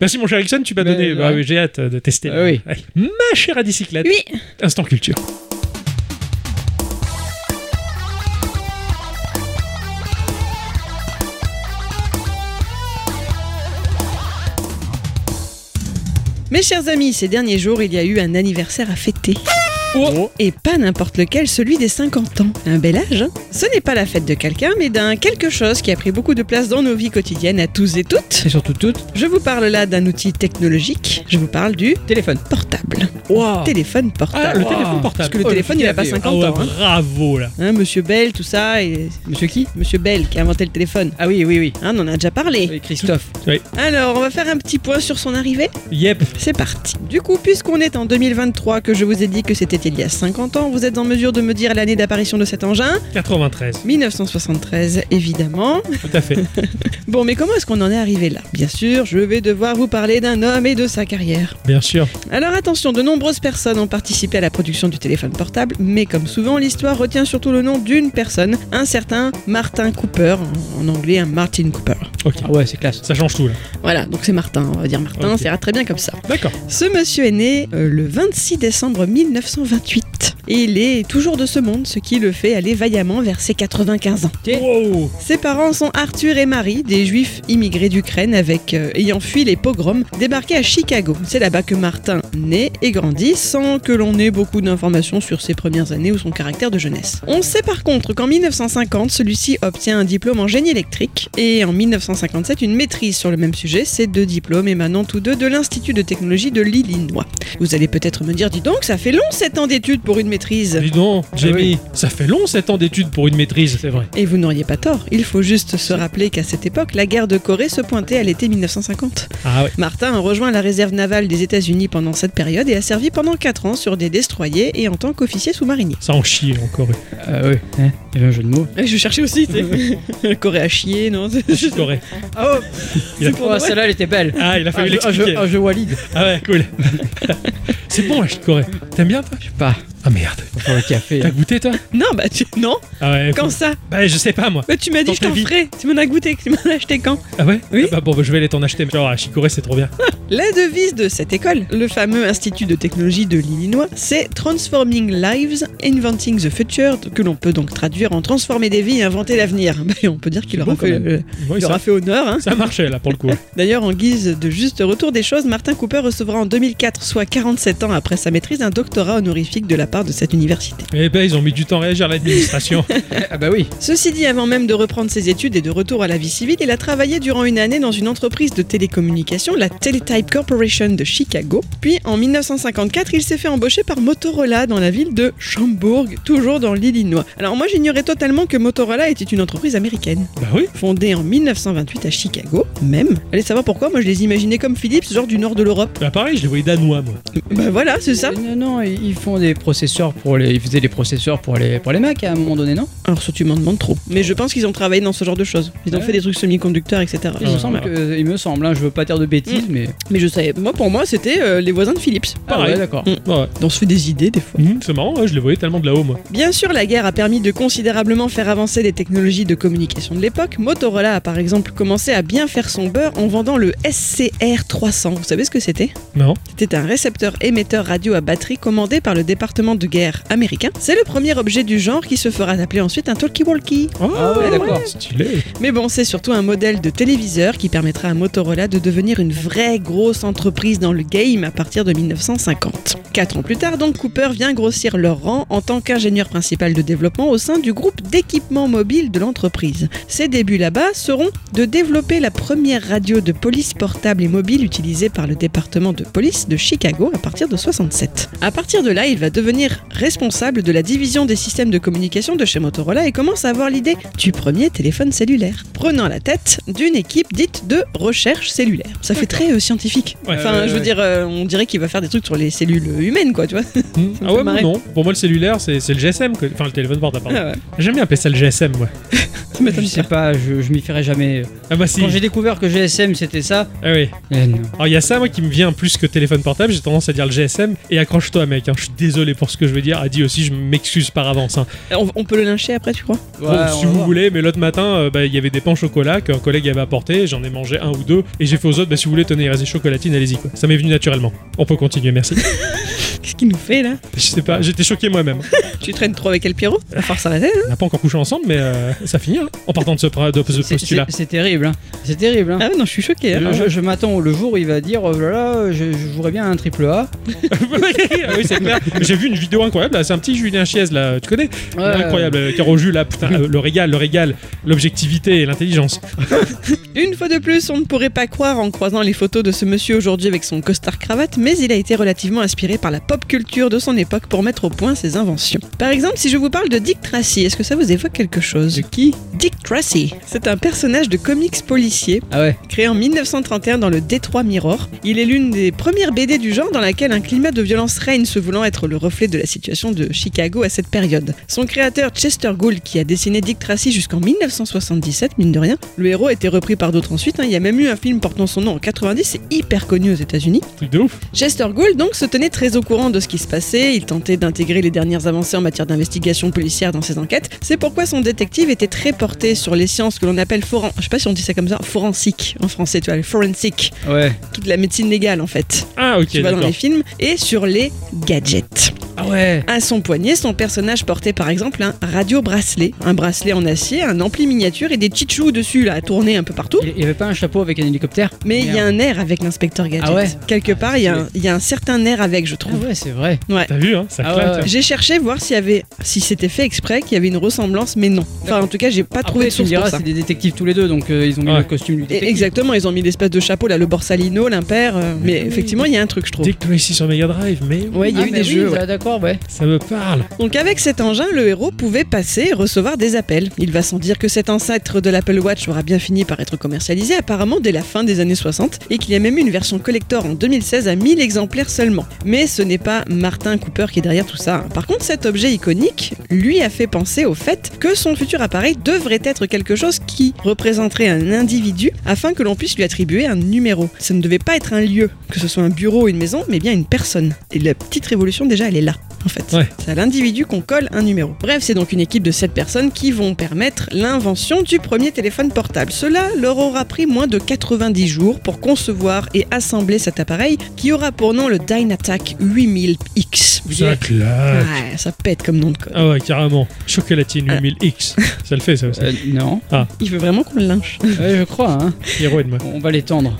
Speaker 1: Merci mon cher Ericsson, tu m'as
Speaker 2: Mais,
Speaker 1: donné.
Speaker 2: ouais.
Speaker 1: Bah oui, j'ai hâte de tester.
Speaker 2: Ah oui.
Speaker 1: Ouais. Ma chère à bicyclette,
Speaker 3: Oui
Speaker 1: instant culture.
Speaker 3: Mes chers amis, ces derniers jours, il y a eu un anniversaire à fêter.
Speaker 1: Oh.
Speaker 3: Et pas n'importe lequel, celui des 50 ans. Un bel âge, hein Ce n'est pas la fête de quelqu'un, mais d'un quelque chose qui a pris beaucoup de place dans nos vies quotidiennes à tous et toutes.
Speaker 2: C'est surtout tout
Speaker 3: Je vous parle là d'un outil technologique, je vous parle du
Speaker 2: téléphone.
Speaker 3: portable.
Speaker 2: Wow.
Speaker 3: Téléphone
Speaker 1: Ah,
Speaker 3: portable.
Speaker 1: le
Speaker 2: Wow.
Speaker 1: téléphone
Speaker 2: Parce
Speaker 1: portable.
Speaker 2: que
Speaker 3: Parce
Speaker 1: Oh,
Speaker 3: que le téléphone, il n'a pas
Speaker 2: avait,
Speaker 3: 50
Speaker 1: ah ouais,
Speaker 3: ans. hein.
Speaker 1: bravo là.
Speaker 3: Hein, Monsieur Bell, tout ça, et
Speaker 2: Monsieur qui
Speaker 3: Monsieur Bell qui a inventé le téléphone.
Speaker 2: Ah oui, oui, oui.
Speaker 3: Hein, on en a déjà parlé.
Speaker 2: Oui, Christophe.
Speaker 3: Alors, on va faire un petit point sur son arrivée.
Speaker 1: Yep.
Speaker 3: C'est parti. Du coup, puisqu'on est en 2023, que je vous ai dit que c'était c'était il y a 50 ans, vous êtes en mesure de me dire l'année d'apparition de cet engin
Speaker 1: 93,
Speaker 3: 1973, évidemment.
Speaker 1: tout à fait.
Speaker 3: Bon, mais comment est-ce qu'on en est arrivé là Bien sûr, je vais devoir vous parler d'un homme et de sa carrière.
Speaker 1: Bien sûr.
Speaker 3: Alors attention, de nombreuses personnes ont participé à la production du téléphone portable, mais comme souvent, l'histoire retient surtout le nom d'une personne, un certain Martin Cooper, en anglais un Martin Cooper.
Speaker 1: Ok.
Speaker 2: Ah ouais, c'est classe.
Speaker 1: Ça change tout là.
Speaker 3: Voilà, donc c'est Martin, on va dire Martin,
Speaker 1: Ok.
Speaker 3: ça ira très bien comme ça.
Speaker 1: D'accord.
Speaker 3: Ce monsieur est né euh, le 26 décembre 1928. Et il est toujours de ce monde, ce qui le fait aller vaillamment vers ses 95 ans.
Speaker 1: Wow.
Speaker 3: Ses parents sont Arthur et Marie, des juifs immigrés d'Ukraine avec euh, ayant fui les pogroms, débarqués à Chicago. C'est là-bas que Martin naît et grandit sans que l'on ait beaucoup d'informations sur ses premières années ou son caractère de jeunesse. On sait par contre qu'en 1950, celui-ci obtient un diplôme en génie électrique et en 1957 une maîtrise sur le même sujet, ces deux diplômes émanant tous deux de l'Institut de technologie de l'Illinois. Vous allez peut-être me dire, dis donc, ça fait long 7 ans d'études pour une maîtrise.
Speaker 1: Dis donc, Jamie, ça fait long 7 ans d'études pour une maîtrise, Ah c'est vrai.
Speaker 3: Et vous n'auriez pas tort, il faut juste se rappeler qu'à cette époque, la guerre de Corée se pointait à l'été 1950.
Speaker 1: Ah ouais.
Speaker 3: Martin a rejoint la réserve navale des États-Unis pendant cette période et a servi pendant 4 ans sur des destroyers et en tant qu'officier sous-marinier.
Speaker 1: Ça en chie encore.
Speaker 2: Ah ouais, hein, il y avait un jeu de mots.
Speaker 3: Je cherchais aussi, Corée à chier, non
Speaker 1: Je t'aurais.
Speaker 2: Oh,
Speaker 1: Il a-
Speaker 2: oh celle-là, elle était belle.
Speaker 1: Ah, il a
Speaker 2: un,
Speaker 1: fallu
Speaker 2: jeu, un,
Speaker 1: l'expliquer.
Speaker 2: jeu, un jeu Walid.
Speaker 1: Ah ouais, cool. c'est bon, je t'aurais. T'aimes bien, toi
Speaker 2: Je sais pas,
Speaker 1: Ah merde.
Speaker 2: faut faire le café. hein.
Speaker 1: T'as goûté, toi
Speaker 3: Non, bah tu... Non,
Speaker 1: Ah ouais.
Speaker 3: quand
Speaker 1: cool.
Speaker 3: ça
Speaker 1: Bah, je sais pas, moi.
Speaker 3: Bah, Tu m'as dit
Speaker 1: Dans
Speaker 3: je
Speaker 1: ta
Speaker 3: t'en
Speaker 1: vie.
Speaker 3: ferais, tu m'en as goûté, tu m'en as acheté quand
Speaker 1: Ah ouais
Speaker 3: Oui.
Speaker 1: Ah bah bon, bah, je vais aller t'en acheter. Genre, à Chicorée, c'est trop bien.
Speaker 3: La devise de cette école, le fameux Institut de technologie de l'Illinois, c'est Transforming Lives, Inventing the Future, que l'on peut donc traduire en transformer des vies et inventer l'avenir. Ben, on peut dire qu'il
Speaker 2: beau
Speaker 3: aura,
Speaker 2: quand
Speaker 3: fait,
Speaker 2: même.
Speaker 3: euh,
Speaker 1: Oui,
Speaker 3: il aura
Speaker 1: ça,
Speaker 3: fait honneur. hein.
Speaker 1: ça marchait, là, pour le coup.
Speaker 3: D'ailleurs, en guise de juste retour des choses, Martin Cooper recevra en 2004, soit 47 ans après sa maîtrise, un doctorat honorifique de la part de cette université.
Speaker 1: Eh ben, ils ont mis du temps à réagir, l'administration.
Speaker 2: Ah bah oui.
Speaker 3: Ceci dit, avant même de reprendre ses études et de retour à la vie civile, il a travaillé durant une année dans une entreprise de télécommunications, la Teletype Corporation de Chicago. Puis en 1954, il s'est fait embaucher par Motorola dans la ville de Schaumbourg, toujours dans l'Illinois. Alors moi, j'ignorais totalement que Motorola était une entreprise américaine,
Speaker 1: bah oui.
Speaker 3: fondée en 1928 à Chicago, même. Allez savoir pourquoi, moi je les imaginais comme Philips, genre du nord de l'Europe.
Speaker 1: Bah pareil, je les voyais danois, moi.
Speaker 3: Bah voilà, c'est ça.
Speaker 2: Euh, Non, non, ils ils font des processeurs pour les. Ils faisaient des processeurs pour les, pour les Mac à un moment donné, non
Speaker 3: Alors ça, tu m'en demandes trop. Mais je pense qu'ils ont travaillé dans ce genre de choses. Ils ont
Speaker 2: Ouais.
Speaker 3: fait des trucs semi-conducteurs, etc.
Speaker 2: Il me semble, que, il me semble hein, je veux pas dire de bêtises, mais.
Speaker 3: Mais je savais, moi pour moi c'était euh, les voisins de Philips.
Speaker 2: Ah
Speaker 1: Pareil.
Speaker 2: ouais, d'accord.
Speaker 3: Mm.
Speaker 1: Ouais.
Speaker 3: On se fait des idées des fois.
Speaker 1: Mhm, c'est marrant, ouais, je les voyais tellement de là-haut, moi.
Speaker 3: Bien sûr, la guerre a permis de considérablement faire avancer les technologies de communication de l'époque. Motorola a par exemple commencé à bien faire son beurre en vendant le SCR300. Vous savez ce que c'était
Speaker 1: Non
Speaker 3: C'était un récepteur émetteur radio à batterie commandé par le département de guerre américain. C'est le premier objet du genre qui se fera appeler ensuite un talkie-walkie.
Speaker 1: Oh,
Speaker 2: Ah ouais, d'accord.
Speaker 1: Stylé.
Speaker 3: Mais bon, c'est surtout un modèle de téléviseur qui permettra à Motorola de devenir une vraie grosse entreprise dans le game à partir de 1950. Quatre ans plus tard, donc, Cooper vient grossir leur rang en tant qu'ingénieur principal de développement au sein du groupe d'équipement mobile de l'entreprise. Ses débuts là-bas seront de développer la première radio de police portable et mobile utilisée par le département de police de Chicago à partir de 67. À partir de là, il va devenir responsable de la division des systèmes de communication de chez Motorola et commence à avoir l'idée du premier téléphone cellulaire, prenant la tête d'une équipe dite de recherche cellulaire. Ça fait très euh, scientifique.
Speaker 1: Ouais.
Speaker 3: Enfin,
Speaker 2: Ouais,
Speaker 3: je
Speaker 2: ouais,
Speaker 3: veux dire, euh, on dirait qu'il va faire des trucs sur les cellules humaines, quoi, tu vois.
Speaker 1: Mhm.
Speaker 3: Ça me
Speaker 1: Ah
Speaker 3: fait
Speaker 1: ouais, moi,
Speaker 3: marrer.
Speaker 1: non. Pour moi, le cellulaire, c'est c'est le GSM. que- Enfin, le téléphone portable, pardon.
Speaker 3: Ah ouais,
Speaker 1: J'aime bien appeler ça le GSM, moi.
Speaker 3: ça m'étonne
Speaker 2: Je sais pas,
Speaker 3: pas.
Speaker 2: je, je m'y ferai jamais.
Speaker 1: Ah bah si.
Speaker 2: Quand j'ai découvert que GSM c'était ça,
Speaker 1: Ah oui.
Speaker 2: eh non.
Speaker 1: Alors, il y a ça, moi, qui me vient plus que téléphone portable. J'ai tendance à dire le GSM. Et accroche-toi, mec. hein. Je suis désolé pour ce que je vais dire. Adi aussi, je m'excuse par avance. hein.
Speaker 3: On, on peut le lyncher après, tu crois
Speaker 2: Ouais,
Speaker 1: Bon,
Speaker 2: on
Speaker 1: si
Speaker 2: va
Speaker 1: vous
Speaker 2: voir.
Speaker 1: voulez, mais l'autre matin, euh, bah, il y avait des pains au chocolat qu'un collègue avait apporté, j'en ai mangé un ou deux, et j'ai fait aux autres, bah, si vous voulez, tenez, il reste des chocolatines, allez-y. quoi. Ça m'est venu naturellement. On peut continuer, merci.
Speaker 3: Qu'est-ce qu'il nous fait là
Speaker 1: Je sais pas, j'étais choqué moi-même.
Speaker 3: Tu traînes trop avec El Pierrot Va falloir s'arrêter. hein
Speaker 1: On n'a pas encore couché ensemble, mais euh, ça finit, hein, en partant de ce, pra- de ce
Speaker 2: C'est-
Speaker 1: postulat.
Speaker 2: c'est- C'est terrible, hein. C'est terrible, hein.
Speaker 3: ah ouais, non, je suis choquée. hein.
Speaker 2: Je, je- je m'attends au- le jour où il va dire oh là là, je, je jouerais bien à un triple A.
Speaker 1: Ah oui, c'est clair. J'ai vu une vidéo incroyable, là, c'est un petit Julien Chiez, là, tu connais
Speaker 2: Ouais.
Speaker 1: Incroyable, euh, Caro Jus, là, putain, euh, le régal, le régal, l'objectivité et l'intelligence.
Speaker 3: Une fois de plus, on ne pourrait pas croire en croisant les photos de ce monsieur aujourd'hui avec son costard cravate, mais il a été relativement inspiré par la pop pop culture de son époque pour mettre au point ses inventions. Par exemple, si je vous parle de Dick Tracy, est-ce que ça vous évoque quelque chose
Speaker 2: De qui
Speaker 3: Dick Tracy, c'est un personnage de comics policier
Speaker 2: Ah ouais.
Speaker 3: Créé en 1931 dans le Détroit Mirror, il est l'une des premières BD du genre dans laquelle un climat de violence règne, se voulant être le reflet de la situation de Chicago à cette période. Son créateur Chester Gould, qui a dessiné Dick Tracy jusqu'en 1977, mine de rien, le héros a été repris par d'autres ensuite. hein. Il y a même eu un film portant son nom en 90, c'est hyper connu aux États-Unis.
Speaker 1: Truc de ouf.
Speaker 3: Chester Gould donc se tenait très au courant de ce qui se passait, il tentait d'intégrer les dernières avancées en matière d'investigation policière dans ses enquêtes. C'est pourquoi son détective était très porté sur les sciences que l'on appelle foren... je sais pas si on dit ça comme ça, forensique en français, tu vois, le forensic,
Speaker 2: Ouais.
Speaker 3: toute la médecine légale en fait,
Speaker 1: Ah, ok,
Speaker 3: tu vois dans
Speaker 1: d'accord.
Speaker 3: les films et sur les gadgets.
Speaker 2: Ah ouais.
Speaker 3: À son poignet, son personnage portait par exemple un radio bracelet, un bracelet en acier, un ampli miniature et des chichous dessus là, à tourner un peu partout.
Speaker 2: Il y avait pas un chapeau avec un hélicoptère
Speaker 3: Mais il y a un air avec l'inspecteur Gadget.
Speaker 2: Ah ouais
Speaker 3: Quelque part, il y, a un- il y a un certain air avec, je
Speaker 2: Ah
Speaker 3: trouve.
Speaker 2: ouais, c'est vrai.
Speaker 3: Ouais.
Speaker 1: T'as vu, hein, ça
Speaker 2: Ah
Speaker 1: claque.
Speaker 2: ouais, ouais.
Speaker 3: J'ai cherché voir s'il y avait, si c'était fait exprès, qu'il y avait une ressemblance, mais non. Enfin, en tout cas, j'ai pas trouvé
Speaker 2: Après,
Speaker 3: de
Speaker 2: tu me
Speaker 3: source pour
Speaker 2: diras,
Speaker 3: ça.
Speaker 2: c'est des détectives tous les deux, donc euh, ils ont mis
Speaker 1: Ouais.
Speaker 2: le costume du
Speaker 3: Et-
Speaker 2: détective.
Speaker 3: Exactement, ils ont mis l'espèce de chapeau là, le Borsalino, l'impair. euh,
Speaker 2: Ah
Speaker 3: mais
Speaker 1: oui.
Speaker 3: effectivement, il y a un truc, je trouve.
Speaker 1: Dick Tracy sur Mega Drive, mais oui,
Speaker 3: Ouais, il y a
Speaker 2: Ah,
Speaker 3: eu
Speaker 2: mais
Speaker 3: des
Speaker 2: oui,
Speaker 3: jeux. ouais.
Speaker 2: bah, D'accord, ouais.
Speaker 1: ça me parle.
Speaker 3: Donc avec cet engin, le héros pouvait passer et recevoir des appels. Il va sans dire que cet ancêtre de l'Apple Watch aura bien fini par être commercialisé apparemment dès la fin des années 60 et qu'il y a même eu une version collector en 2016 à 1000 exemplaires seulement. Mais ce n'est pas Martin Cooper qui est derrière tout ça. hein. Par contre, cet objet iconique lui a fait penser au fait que son futur appareil devrait être quelque chose qui représenterait un individu afin que l'on puisse lui attribuer un numéro. Ça ne devait pas être un lieu, que ce soit un bureau ou une maison, mais bien une personne. Et la petite révolution déjà, elle est là en fait.
Speaker 1: Ouais.
Speaker 3: C'est à l'individu qu'on colle un numéro. Bref, c'est donc une équipe de 7 personnes qui vont permettre l'invention du premier téléphone portable. Cela leur aura pris moins de 90 jours pour concevoir et assembler cet appareil qui aura pour nom le Dynatac 8000X.
Speaker 1: Ça claque.
Speaker 3: Ouais, ça pète comme nom de code.
Speaker 1: Ah ouais, carrément. Chocolatine 8000X. ça le fait, ça aussi.
Speaker 2: Euh, non.
Speaker 3: Il veut vraiment qu'on le lynche.
Speaker 2: Ouais, je crois, hein.
Speaker 1: Pierrot et moi.
Speaker 2: On va l'étendre.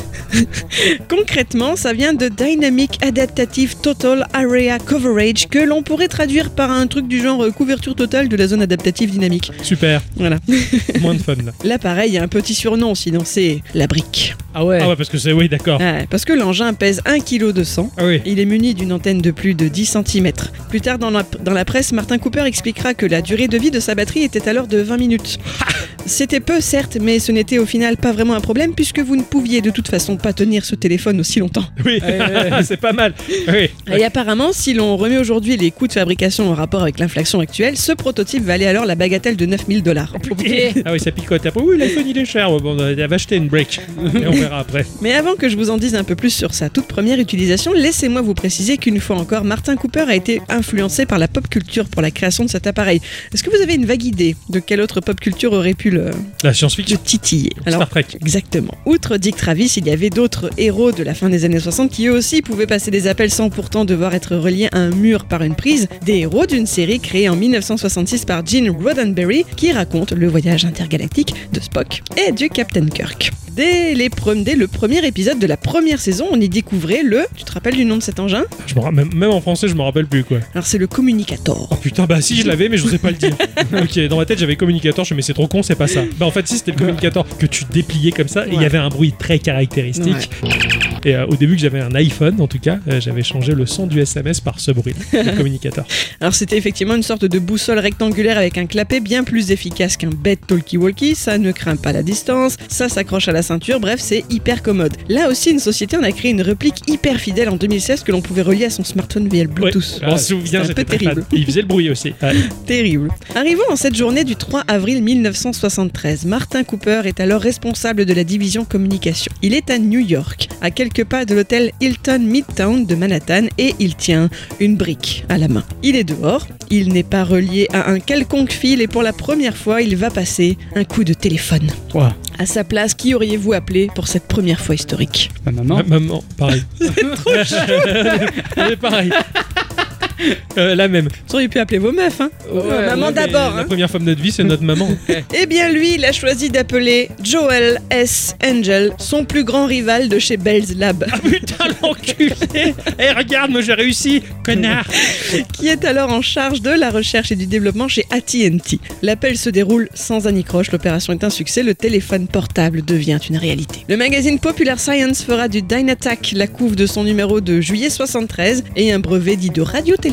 Speaker 3: Concrètement, ça vient de Dynamic Adaptative Total Area Coverage que l'on pourrait traduire par un truc du genre euh, couverture totale de la zone adaptative dynamique.
Speaker 1: Super.
Speaker 3: Voilà.
Speaker 1: Moins de fun, là.
Speaker 3: L'appareil a un petit surnom, sinon c'est la brique.
Speaker 2: Ah ouais.
Speaker 1: Ah ouais, parce que c'est... Oui, d'accord.
Speaker 3: Ouais, parce que l'engin pèse 1 kg de sang.
Speaker 1: Ah oui.
Speaker 3: Il est muni d'une antenne de plus de 10 cm. Plus tard dans la, dans la presse, Martin Cooper expliquera que la durée de vie de sa batterie était alors de 20 minutes. C'était peu, certes, mais ce n'était au final pas vraiment un problème puisque vous ne pouviez de toute façon pas tenir ce téléphone aussi longtemps.
Speaker 1: Ah Oui,
Speaker 2: Ouais.
Speaker 1: c'est pas mal. Ah Oui.
Speaker 3: Et apparemment, si l'on remet aujourd'hui les coûts de fabrication en rapport avec l'inflation actuelle, ce prototype valait alors la bagatelle de 9000 dollars.
Speaker 1: Ah oui, ça picote. Après, oui, l'iPhone, il est cher. Ouais, Bon, on va acheter une break. Et on verra après.
Speaker 3: Mais avant que je vous en dise un peu plus sur sa toute première utilisation, laissez-moi vous préciser qu'une fois encore, Martin Cooper a été influencé par la pop culture pour la création de cet appareil. Est-ce que vous avez une vague idée de quelle autre pop culture aurait pu le,
Speaker 1: La
Speaker 3: le
Speaker 1: science-fiction.
Speaker 3: titiller Alors,
Speaker 1: Star Trek.
Speaker 3: Exactement. Outre Dick Travis, il y avait d'autres héros de la fin des années 60 qui eux aussi pouvaient passer des appels sans pourtant devoir être reliés à un mur par une prise, des héros d'une série créée en 1966 par Gene Roddenberry qui raconte le voyage intergalactique de Spock et du Captain Kirk. Dès, les premi- dès le premier épisode de la première saison, on y découvrait le... Tu te rappelles du nom de cet engin
Speaker 1: Je me ra- même, même en français, je m'en rappelle plus, quoi.
Speaker 3: Alors c'est le Communicator.
Speaker 1: Oh putain, bah si, je l'avais, mais je sais pas le dire. ok, dans ma tête, j'avais communicateur. Je me dis, mais c'est trop con, c'est pas ça. Bah en fait, si, c'était le communicateur que tu dépliais comme ça. Et il y
Speaker 3: Ouais.
Speaker 1: avait un bruit très caractéristique. Et euh, au début que j'avais un iPhone, en tout cas, euh, j'avais changé le son du SMS par ce bruit, le communicateur.
Speaker 3: Alors c'était effectivement une sorte de boussole rectangulaire avec un clapet bien plus efficace qu'un bête talkie-walkie, ça ne craint pas la distance, ça s'accroche à la ceinture, bref c'est hyper commode. Là aussi une société en a créé une réplique hyper fidèle en 2016 que l'on pouvait relier à son smartphone via le
Speaker 1: Ouais,
Speaker 3: Bluetooth.
Speaker 1: je m'en souviens,
Speaker 3: un
Speaker 1: j'étais
Speaker 3: peu
Speaker 1: très fan.
Speaker 3: terrible.
Speaker 1: Et Il faisait le bruit aussi. Ouais.
Speaker 3: Terrible. Arrivons en cette journée du 3 avril 1973. Martin Cooper est alors responsable de la division communication. Il est à New York, à quelques pas de l'hôtel Hilton Midtown de Manhattan, et il tient une brique à la main. Il est dehors, il n'est pas relié à un quelconque fil, et pour la première fois, il va passer un coup de téléphone.
Speaker 2: Ouah.
Speaker 3: À sa place, qui auriez-vous appelé pour cette première
Speaker 2: Bah,
Speaker 3: fois historique
Speaker 2: Ma maman.
Speaker 1: Ma- maman, pareil. trop pareil. Euh, la même.
Speaker 3: Vous auriez pu appeler vos meufs, hein
Speaker 1: Ouais,
Speaker 3: maman
Speaker 1: mais
Speaker 3: d'abord,
Speaker 1: La
Speaker 3: hein.
Speaker 1: première femme de notre vie, c'est notre maman.
Speaker 3: Eh bien, lui, il a choisi d'appeler Joel S. Angel, son plus grand rival de chez Bell's Lab,
Speaker 1: Putain, l'enculé Eh, regarde, moi j'ai réussi Connard
Speaker 3: qui est alors en charge de la recherche et du développement chez AT&T. L'appel se déroule sans anicroche, l'opération est un succès, le téléphone portable devient une réalité. Le magazine Popular Science fera du Dynatac la couve de son numéro de juillet 73 et un brevet dit de radiotéléphonie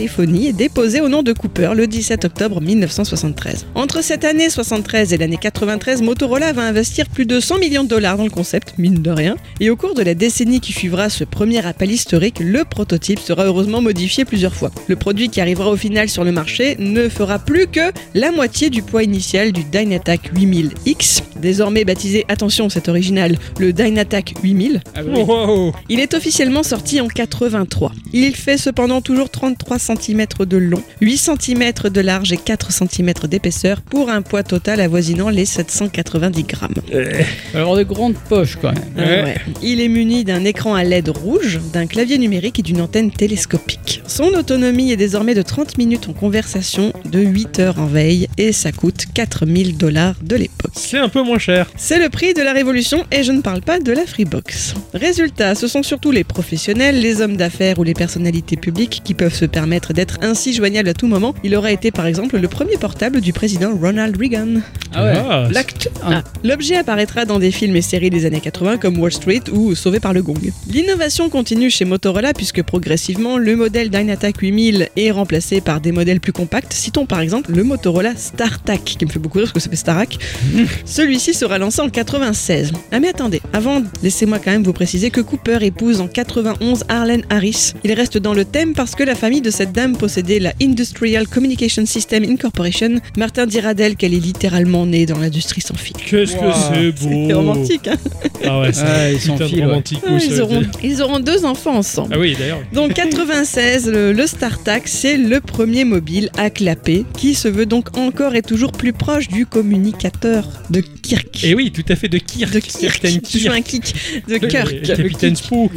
Speaker 3: est déposé au nom de Cooper le 17 octobre 1973. Entre cette année 73 et l'année 93, Motorola va investir plus de 100 millions de dollars dans le concept, mine de rien, et au cours de la décennie qui suivra ce premier appel historique, le prototype sera heureusement modifié plusieurs fois. Le produit qui arrivera au final sur le marché ne fera plus que la moitié du poids initial du Dynatac 8000X, désormais baptisé, attention c'est original, le Dynatac 8000.
Speaker 2: Ah oui.
Speaker 1: Wow
Speaker 3: Il est officiellement sorti en 83. Il fait cependant toujours 33 cm de long, 8 cm de large et 4 cm d'épaisseur pour un poids total avoisinant les 790 grammes.
Speaker 2: Il va avoir de grandes poches quand même.
Speaker 1: Ouais.
Speaker 3: Ouais. Il est muni d'un écran à LED rouge, d'un clavier numérique et d'une antenne télescopique. Son autonomie est désormais de 30 minutes en conversation, de 8 heures en veille et ça coûte 4000 dollars de l'époque.
Speaker 1: C'est un peu moins cher.
Speaker 3: C'est le prix de la révolution et je ne parle pas de la Freebox. Résultat, ce sont surtout les professionnels, les hommes d'affaires ou les personnalités publiques qui peuvent se permettre d'être ainsi joignables à tout moment. Il aura été par exemple le premier portable du président Ronald Reagan.
Speaker 1: Ah,
Speaker 2: L'acte.
Speaker 3: L'objet apparaîtra dans des films et séries des années 80 comme Wall Street ou Sauvé par le Gong. L'innovation continue chez Motorola puisque progressivement le modèle Dynatac 8000 est remplacé par des modèles plus compacts. Citons par exemple le Motorola StarTAC qui me fait beaucoup rire parce que ça fait Starac. Celui-ci sera lancé en 96. Ah mais attendez, avant, laissez-moi quand même vous préciser que Cooper épouse en 91 Arlene Harris. Il reste dans le thème parce que la famille de cette dame possédait la Industrial Communication System Incorporation. Martin dira d'elle qu'elle est littéralement née dans l'industrie sans fil.
Speaker 1: Qu'est-ce que
Speaker 2: Wow.
Speaker 1: c'est beau
Speaker 3: C'est romantique, hein
Speaker 1: Ah ouais, c'est
Speaker 2: Ouais, ils
Speaker 1: putain
Speaker 2: s'enfilent,
Speaker 1: de
Speaker 2: ouais.
Speaker 1: romantique.
Speaker 3: Ah,
Speaker 1: Oh. oui,
Speaker 3: ils,
Speaker 1: ça-
Speaker 3: auront, ils auront deux enfants ensemble.
Speaker 1: Ah oui, d'ailleurs.
Speaker 3: Donc 96, le, le StarTac, c'est le premier mobile à clapper, qui se veut donc encore et toujours plus proche du communicateur de Kirk.
Speaker 1: Et oui, tout à fait, de Kirk.
Speaker 3: de Kirk,
Speaker 1: Captain
Speaker 3: toujours un
Speaker 1: Kirk.
Speaker 3: kick de
Speaker 1: Le-
Speaker 3: Kirk.
Speaker 1: le Capitaine Spook.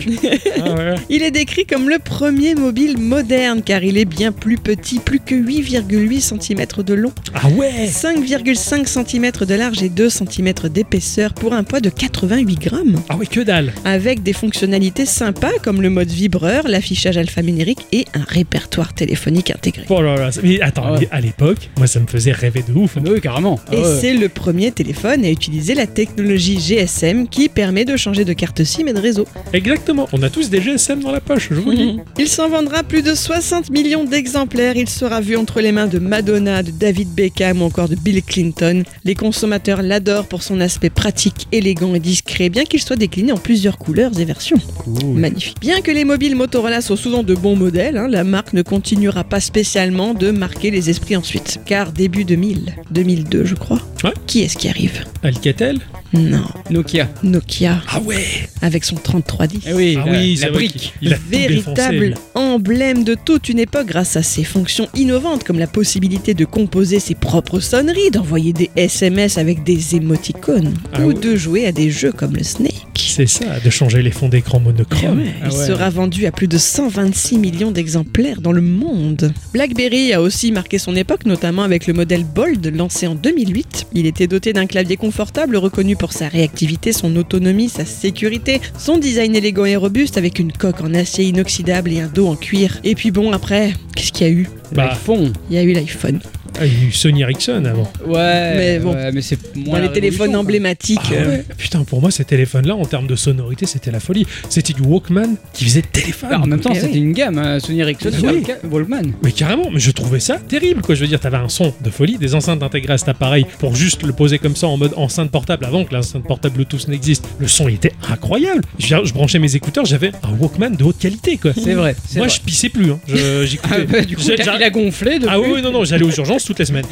Speaker 1: ah ouais.
Speaker 3: Il est décrit comme le premier mobile moderne car il est bien plus petit, plus que 8,8 cm de long,
Speaker 1: Ah ouais
Speaker 3: 5,5 cm de large et 2 cm d'épaisseur pour un poids de 88 grammes.
Speaker 1: Ah ouais, que dalle
Speaker 3: avec des fonctionnalités sympas comme le mode vibreur, l'affichage alphanumérique et un répertoire téléphonique intégré.
Speaker 1: Oh là là, ça- mais attends,
Speaker 2: Ouais.
Speaker 1: mais à l'époque, moi ça me faisait rêver de ouf. hein.
Speaker 2: Oui, carrément. Ah
Speaker 3: Et
Speaker 2: ouais.
Speaker 3: c'est le premier téléphone à utiliser la technologie GSM qui permet de changer de carte SIM et de réseau.
Speaker 1: Exactement, on a tous des GSM dans la poche, je vous le dis.
Speaker 3: Il s'en vendra plus de 60 millions d'exemplaires. Il sera vu entre les mains de Madonna, de David Beckham ou encore de Bill Clinton. Les consommateurs l'adorent pour son aspect pratique, élégant et discret, bien qu'il soit décliné en plusieurs couleurs et versions. Magnifique. Bien que les mobiles Motorola soient souvent de bons modèles, hein, la marque ne continuera pas spécialement de marquer les esprits ensuite. Car début 2000, 2002 je crois,
Speaker 1: Ouais.
Speaker 3: qui est-ce qui arrive
Speaker 1: Alcatel
Speaker 3: Non,
Speaker 2: Nokia.
Speaker 3: Nokia
Speaker 1: Ah ouais
Speaker 3: avec son 3310.
Speaker 2: Eh oui,
Speaker 1: Ah
Speaker 2: la,
Speaker 1: oui,
Speaker 2: la
Speaker 1: c'est vrai
Speaker 2: brique.
Speaker 1: qu'il- Il a tout défoncé, lui.
Speaker 3: Véritable emblème de toute une époque grâce à ses fonctions innovantes comme la possibilité de composer ses propres sonneries, d'envoyer des SMS avec des émoticônes
Speaker 1: Ah
Speaker 3: ou
Speaker 1: ouais.
Speaker 3: de jouer à des jeux comme le Snake.
Speaker 1: C'est ça, de changer les fonds d'écran monochrome.
Speaker 3: Ah ouais,
Speaker 2: Ah
Speaker 3: il
Speaker 2: ouais.
Speaker 3: sera vendu à plus de 126 millions d'exemplaires dans le monde. BlackBerry a aussi marqué son époque, notamment avec le modèle Bold lancé en 2008. Il était doté d'un clavier confortable reconnu pour sa réactivité, son autonomie, sa sécurité, son design élégant et robuste avec une coque en acier inoxydable et un dos en cuir. Et puis bon, après, qu'est-ce qu'il y a eu
Speaker 1: Bah.
Speaker 2: L'iPhone.
Speaker 3: Il y a eu l'iPhone.
Speaker 1: Ah, il y a eu Sony Ericsson avant.
Speaker 2: Ouais.
Speaker 3: Mais bon.
Speaker 2: ouais, bah mais c'est
Speaker 3: Dans
Speaker 2: moins
Speaker 3: les
Speaker 2: la
Speaker 3: téléphones
Speaker 2: révolution, quoi.
Speaker 3: emblématiques.
Speaker 1: Ah ouais. Putain, pour moi, ces téléphones-là, en termes de sonorité, c'était la folie. C'était du Walkman qui faisait téléphone.
Speaker 2: Bah, en même temps,
Speaker 3: Eh
Speaker 2: c'était
Speaker 3: oui.
Speaker 2: une gamme, hein, Sony Ericsson,
Speaker 1: Oui.
Speaker 2: Walca- Walkman.
Speaker 1: Mais carrément, mais je trouvais ça terrible quoi. Je veux dire, t'avais un son de folie, des enceintes intégrées à cet appareil pour juste le poser comme ça en mode enceinte portable avant que l'enceinte portable Bluetooth n'existe. Le son il était incroyable. Je, veux dire, je branchais mes écouteurs, j'avais un Walkman de haute qualité quoi.
Speaker 2: C'est vrai. c'est
Speaker 1: Moi
Speaker 2: vrai.
Speaker 1: je pissais plus, hein. Je- j'écoutais.
Speaker 2: Ah, bah, du coup,
Speaker 1: J'ai-
Speaker 2: il a-
Speaker 1: j'a-
Speaker 2: il a gonflé depuis.
Speaker 1: Ah oui, oui, non, non, j'allais aux urgences, toutes les semaines.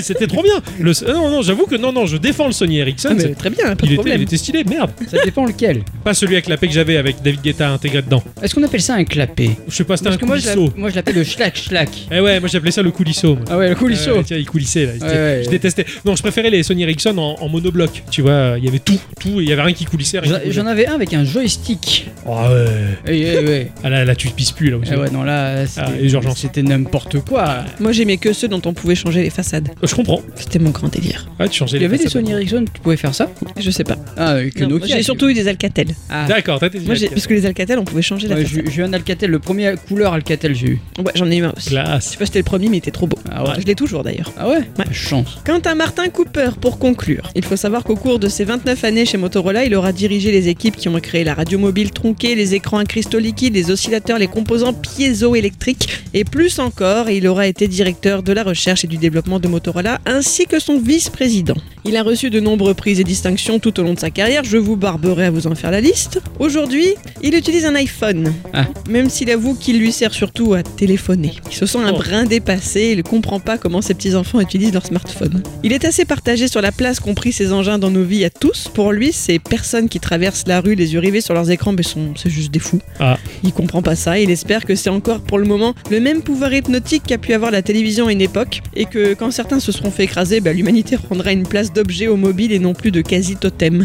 Speaker 1: C'était trop bien. Le- euh, Non, non, j'avoue que non, non, je défends le Sony Ericsson.
Speaker 3: Ah, mais
Speaker 1: c'est-
Speaker 3: très bien, pas
Speaker 1: Il
Speaker 3: de
Speaker 1: était, il
Speaker 3: problème.
Speaker 1: était stylé, merde.
Speaker 2: Ça dépend lequel.
Speaker 1: Pas celui avec la paix que j'avais avec David Guetta intégré dedans.
Speaker 2: Est-ce qu'on appelle ça un clapet
Speaker 1: Je sais pas, c'était
Speaker 2: Parce
Speaker 1: un
Speaker 2: que moi je,
Speaker 1: coulisseau.
Speaker 2: l'app- moi, je l'appelle le schlack schlack.
Speaker 1: Eh ouais, moi j'appelais ça le coulisseau. moi.
Speaker 2: Ah ouais, le coulisseau.
Speaker 1: Ouais, ouais, tiens, il coulissait là. C'était-
Speaker 2: ouais.
Speaker 1: Je détestais. Non, je préférais les Sony Ericsson en, en monobloc. Tu vois, il y avait tout, tout, et il y avait rien qui coulissait. Rien
Speaker 2: J'en-
Speaker 1: qui
Speaker 2: J'en avais un avec un joystick.
Speaker 1: bougeait. Ah ouais.
Speaker 2: Eh, eh, ouais.
Speaker 1: Ah là, là, tu te pisses plus là aussi.
Speaker 2: Ah ouais, non, là,
Speaker 1: Ah, et
Speaker 2: c'était
Speaker 1: Georges Hansen.
Speaker 2: c'était n'importe quoi.
Speaker 3: Moi, j'aimais que ceux dont on pouvait changer les façades.
Speaker 1: Je comprends.
Speaker 3: C'était mon grand délire.
Speaker 1: Ah, tu changeais
Speaker 2: Il y
Speaker 1: les
Speaker 2: avait des
Speaker 1: façades.
Speaker 2: Sony Ericsson, tu pouvais faire ça
Speaker 3: Je sais pas.
Speaker 2: Ah, euh, que
Speaker 3: Non,
Speaker 2: Nokia.
Speaker 3: J'ai
Speaker 2: tu-
Speaker 3: surtout eu des Alcatel.
Speaker 2: Ah.
Speaker 1: D'accord, t'as tes
Speaker 3: Moi, j'ai- parce que les Alcatel, on pouvait changer la
Speaker 2: Ouais,
Speaker 3: façade.
Speaker 2: j'ai j'ai eu un Alcatel, le premier couleur Alcatel j'ai eu.
Speaker 3: Ouais, j'en ai eu un aussi. Je
Speaker 1: Classe.
Speaker 3: sais pas si c'était le premier, mais il était trop beau.
Speaker 2: Ah ouais.
Speaker 3: Je l'ai toujours d'ailleurs.
Speaker 2: Ah ouais, Chance.
Speaker 3: Quant à Martin Cooper, pour conclure, il faut savoir qu'au cours de ses 29 années chez Motorola, il aura dirigé les équipes qui ont créé la radio mobile tronquée, les écrans à cristaux liquides, les oscillateurs, les composants piézoélectriques et plus encore, il aura été directeur de la recherche et du développement de Motorola ainsi que son vice-président. Il a reçu de nombreux prix et distinctions tout au long de sa carrière, je vous barberai à vous en faire la liste. Aujourd'hui, il utilise un iPhone,
Speaker 2: Ah.
Speaker 3: même s'il avoue qu'il lui sert surtout à téléphoner. Il se sent un
Speaker 1: Oh.
Speaker 3: brin dépassé, il ne comprend pas comment ses petits-enfants utilisent leur smartphone. Il est assez partagé sur la place qu'ont pris ces engins dans nos vies à tous. Pour lui, ces personnes qui traversent la rue les yeux rivés sur leurs écrans, mais sont, c'est juste des fous.
Speaker 1: Ah.
Speaker 3: Il comprend pas ça, il espère que c'est encore pour le moment le même pouvoir hypnotique qu'a pu avoir la télévision à une époque, et que quand certains se seront fait écraser, bah, l'humanité rendra une place d'objet au mobile et non plus de quasi-totem.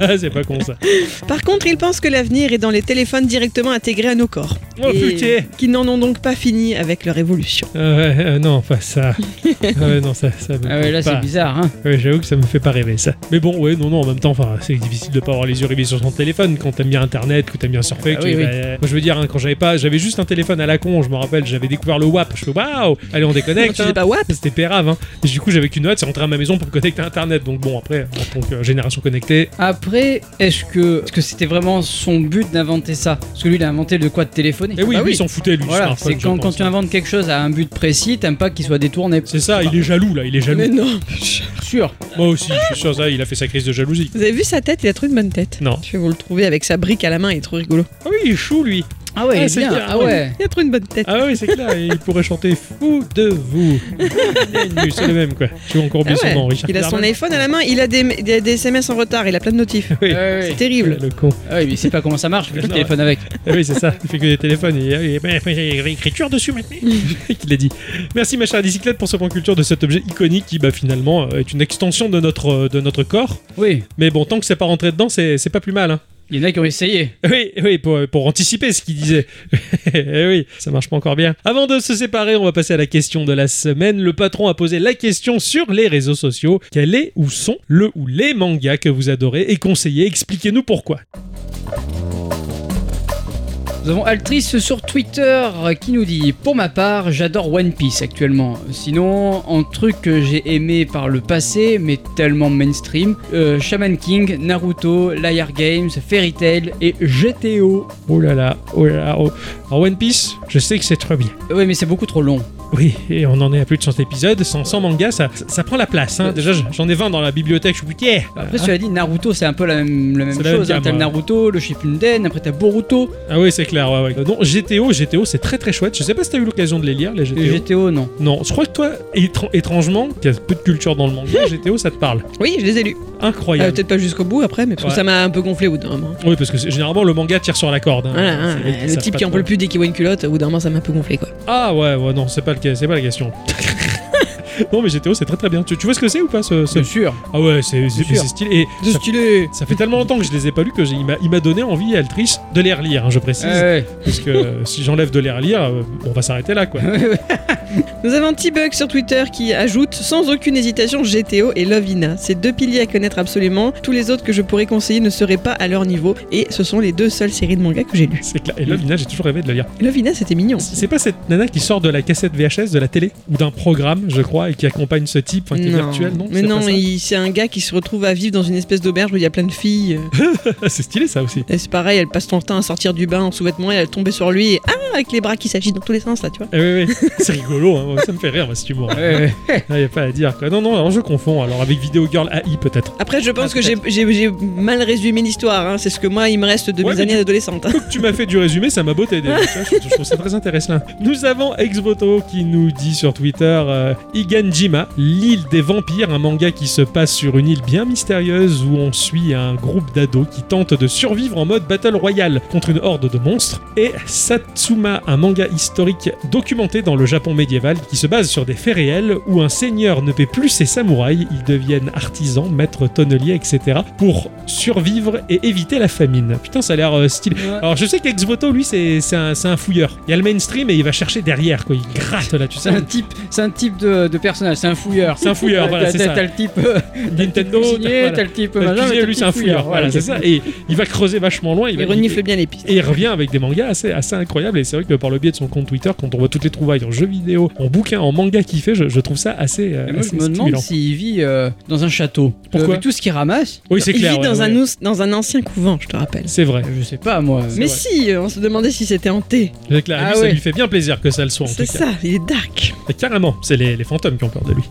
Speaker 1: Ah, c'est pas con ça.
Speaker 3: Par contre, il pense que l'avenir est dans les téléphones directement intégrés à nos corps.
Speaker 1: Oh
Speaker 3: Et
Speaker 1: putain.
Speaker 3: Qui n'en ont donc pas fini avec leur évolution.
Speaker 1: Euh, ouais, euh, non, pas ça. Ah ouais, non, ça, ça me
Speaker 2: Ah ouais, là
Speaker 1: pas.
Speaker 2: c'est bizarre, hein.
Speaker 1: Ouais, j'avoue que ça me fait pas rêver ça. Mais bon, ouais, non, non, en même temps, enfin, c'est difficile de pas avoir les yeux rivés sur son téléphone quand t'aimes bien Internet, que t'aimes bien surfer.
Speaker 2: Ah
Speaker 1: que-
Speaker 2: oui, oui.
Speaker 1: bah, moi, je veux dire, hein, quand j'avais pas, j'avais juste un téléphone à la con. Je me rappelle, j'avais découvert le WAP. Je fais waouh, allez, on
Speaker 3: Non,
Speaker 1: déconnecte.
Speaker 3: tu
Speaker 1: hein.
Speaker 3: sais pas what
Speaker 1: C'était pérave, hein. Et du coup, j'avais qu'une note, c'est rentrer à ma maison pour connecter à Internet. Donc bon, après, en tant que euh, génération connectée,
Speaker 2: Après, est-ce que est-ce que c'était vraiment son but d'inventer ça Parce que lui, il a inventé le quoi de téléphoner.
Speaker 1: et Eh oui,
Speaker 2: Bah
Speaker 1: lui, il s'en foutait lui. du
Speaker 2: Voilà,
Speaker 1: smartphone,
Speaker 2: c'est
Speaker 1: je
Speaker 2: quand, quand
Speaker 1: pense. hein.
Speaker 2: tu inventes quelque chose à un but précis, t'aimes pas qu'il soit détourné.
Speaker 1: C'est ça, il est jaloux là, il est jaloux.
Speaker 3: Mais non
Speaker 2: sûr.
Speaker 1: Moi aussi, je suis sûr, ça, il a fait sa crise de jalousie.
Speaker 3: Vous avez vu sa tête Il a trop une bonne tête.
Speaker 1: Non.
Speaker 3: Je vais vous le trouver avec sa brique à la main, il est trop rigolo.
Speaker 1: Ah oui, il est chou lui.
Speaker 2: Ah ouais,
Speaker 1: Ah,
Speaker 2: il est
Speaker 1: c'est
Speaker 2: bien.
Speaker 1: bien,
Speaker 2: Ah
Speaker 1: oui.
Speaker 2: ouais.
Speaker 3: Il a trop une bonne tête.
Speaker 1: Ah oui, c'est clair, il pourrait chanter fou de vous. c'est le même quoi. Tu vois encore
Speaker 3: Ah
Speaker 1: bien
Speaker 3: ouais.
Speaker 1: son nom, Richard
Speaker 3: Il a son
Speaker 1: Darman.
Speaker 3: iPhone à la main, il a des, des- des SMS en retard, il a plein de notifs.
Speaker 1: Oui.
Speaker 2: Ouais,
Speaker 3: C'est
Speaker 2: ouais.
Speaker 3: terrible.
Speaker 1: Le con.
Speaker 2: Ah ouais, mais il sait pas comment ça marche vu qu'il
Speaker 1: Non.
Speaker 2: téléphone avec.
Speaker 1: Ah oui, c'est ça. Il fait que des téléphones. Il y a- il y a il y a écriture dessus maintenant. Qu'il a dit. Merci, ma chère bicyclette, pour ce point culture de cet objet iconique qui, bah, finalement, euh, est une extension de notre, euh, de notre corps.
Speaker 2: Oui,
Speaker 1: Mais bon, tant que c'est pas rentré dedans, c'est c'est pas plus mal. hein.
Speaker 2: il y en a qui ont essayé.
Speaker 1: Oui, oui, pour, euh, pour anticiper ce qu'il disait. Eh oui, ça marche pas encore bien. Avant de se séparer, on va passer à la question de la semaine. Le patron a posé la question sur les réseaux sociaux. Quel est ou sont le ou les mangas que vous adorez et conseillez Expliquez-nous pourquoi.
Speaker 2: Nous avons Altrice sur Twitter qui nous dit Pour ma part, j'adore One Piece actuellement. Sinon, un truc que j'ai aimé par le passé, mais tellement mainstream euh, Shaman King, Naruto, Liar Games, Fairy Tail et GTO.
Speaker 1: Oh là là, oh là là. oh. Alors One Piece, je sais que c'est très bien.
Speaker 2: Ouais, mais c'est beaucoup trop long.
Speaker 1: Oui, et on en est à plus de 100 épisodes. Sans, sans manga, ça, ça prend la place. hein. Déjà, j'en ai 20 dans la bibliothèque, je suis putain.
Speaker 2: Bah, Après, cela dit, Naruto, c'est un peu la même, la
Speaker 1: Ah.
Speaker 2: même
Speaker 1: C'est la même
Speaker 2: chose. hein.
Speaker 1: gamme,
Speaker 2: T'as le
Speaker 1: ouais.
Speaker 2: Naruto, le Shippuden, après t'as Boruto.
Speaker 1: Ah oui, c'est clair, ouais, ouais. Euh, Non, GTO, GTO, c'est très très chouette. Je sais pas si t'as eu l'occasion de les lire, les
Speaker 2: Et
Speaker 1: GTO.
Speaker 2: GTO, non.
Speaker 1: Non, je crois que toi, étran- étrangement, qui a peu de culture dans le manga, GTO, ça te parle.
Speaker 3: Oui, je les ai lus. Ah,
Speaker 1: Incroyable.
Speaker 3: Peut-être pas jusqu'au bout après, mais parce
Speaker 1: Ouais.
Speaker 3: que ça m'a un peu gonflé au bout d'un moment.
Speaker 1: oui, parce que c'est- généralement, le manga tire sur la corde. hein.
Speaker 3: Voilà,
Speaker 1: C'est-
Speaker 3: hein,
Speaker 1: ils
Speaker 3: le
Speaker 1: savent
Speaker 3: type
Speaker 1: pas
Speaker 3: qui en
Speaker 1: trop.
Speaker 3: peut plus dès qu'il voit une culotte, au bout d'un moment, ça m'a un peu gonflé quoi.
Speaker 1: Ah ouais, ouais, non, c'est pas, le... cas- c'est pas la question. non, mais GTO, c'est très très bien. Tu, tu vois ce que c'est ou pas ce, ce-
Speaker 2: Bien sûr.
Speaker 1: Ah ouais, c'est c'est-
Speaker 2: sûr.
Speaker 1: c'est stylé. Et ça,
Speaker 2: stylé.
Speaker 1: ça fait tellement longtemps que je les ai pas lus que j'ai- il m'a- il m'a donné envie, Altrice, de les relire, hein, je précise. Parce que euh, si j'enlève de les relire, euh, on va s'arrêter là, quoi.
Speaker 3: Nous avons T-Bug sur Twitter qui ajoute sans aucune hésitation GTO et Lovina. Ces deux piliers à connaître absolument. Tous les autres que je pourrais conseiller ne seraient pas à leur niveau. Et ce sont les deux seules séries de manga que j'ai lues.
Speaker 1: C'est clair. Et Lovina, j'ai toujours rêvé de la lire.
Speaker 3: Lovina, c'était mignon.
Speaker 1: C'est pas cette nana qui sort de la cassette VHS de la télé ou d'un programme, je crois, et qui accompagne ce type, enfin qui est virtuel, non
Speaker 3: Mais
Speaker 1: C'est
Speaker 3: non,
Speaker 1: pas ça
Speaker 3: il- c'est un gars qui se retrouve à vivre dans une espèce d'auberge où il y a plein de filles. Euh,
Speaker 1: C'est stylé ça aussi.
Speaker 3: Et c'est pareil, elle passe son temps à sortir du bain en sous-vêtements et elle tomber sur lui et Ah, avec les bras qui s'agitent dans tous les sens là, tu vois.
Speaker 1: Eh oui, oui. C'est rigolo, hein. ça me fait rire, moi, cet humour.
Speaker 2: Ouais, ouais.
Speaker 1: Il n'y a pas à dire. Quoi. Non, non, alors je confonds. Alors avec Video Girl AI, peut-être.
Speaker 3: Après, je pense
Speaker 2: Ah,
Speaker 3: que j'ai j'ai- j'ai mal résumé l'histoire. hein. C'est ce que moi, il me reste de
Speaker 1: Ouais,
Speaker 3: mes
Speaker 1: mais
Speaker 3: années
Speaker 1: tu-
Speaker 3: d'adolescente. hein.
Speaker 1: Peu que tu m'as fait du résumé, ça m'a botté. déjà. Tu vois, je, je trouve ça très intéressant. Nous avons Exvoto qui nous dit sur Twitter euh, Iganjima, l'île des vampires, un manga qui se passe sur une île bien mystérieuse où on suit un groupe d'ados qui tente de survivre en mode battle royale contre une horde de monstres. Et Satsuma, un manga historique documenté dans le Japon médiéval qui se base sur des faits réels où un seigneur ne paie plus ses samouraïs, ils deviennent artisans, maîtres, tonneliers, etc. pour survivre et éviter la famine. Putain, ça a l'air euh, stylé. Alors je sais qu'Exvoto, lui, c'est c'est un, c'est un fouilleur. Il y a le mainstream et il va chercher derrière, quoi. Il gratte là, tu
Speaker 2: C'est
Speaker 1: sais.
Speaker 2: un type, c'est un type de, de personnage, c'est un fouilleur.
Speaker 1: C'est un fouilleur, voilà,
Speaker 2: T'as-
Speaker 1: c'est
Speaker 2: t'as-
Speaker 1: ça.
Speaker 2: T'as le type euh,
Speaker 1: Nintendo,
Speaker 2: cuisinier,
Speaker 1: voilà.
Speaker 2: t'as le type
Speaker 1: Le
Speaker 2: machin, mais
Speaker 1: cuisinier,
Speaker 2: t'as
Speaker 1: lui,
Speaker 2: le
Speaker 1: c'est un
Speaker 2: type
Speaker 1: fouilleur, voilà,
Speaker 2: ok.
Speaker 1: c'est ça. Et il va creuser vachement loin. Il va
Speaker 3: Il renifle bien les pistes.
Speaker 1: et il revient avec des mangas assez, assez incroyables. Et c'est vrai que par le biais de son compte Twitter, quand on voit toutes les trouvailles en jeux vidéo, en bouquin, en manga qu'il fait, je, je trouve ça assez, euh,
Speaker 2: Mais moi,
Speaker 1: assez
Speaker 2: je me demande
Speaker 1: stimulant.
Speaker 2: s'il vit euh, dans un château.
Speaker 1: Pourquoi
Speaker 2: Avec tout ce qu'il ramasse,
Speaker 1: Oui, c'est
Speaker 3: Il
Speaker 1: clair.
Speaker 3: vit
Speaker 1: ouais,
Speaker 3: dans,
Speaker 1: ouais.
Speaker 3: un, ous- dans un ancien couvent, je te rappelle.
Speaker 1: C'est vrai.
Speaker 2: je sais pas moi.
Speaker 3: Mais si, euh, on se demandait si c'était hanté.
Speaker 1: C'est clair.
Speaker 2: Ah
Speaker 1: lui,
Speaker 2: ouais.
Speaker 1: ça lui fait bien plaisir que ça le soit, en tout
Speaker 3: C'est
Speaker 1: cas.
Speaker 3: ça, il est dark.
Speaker 1: Et carrément, c'est les, les fantômes qui ont peur de lui.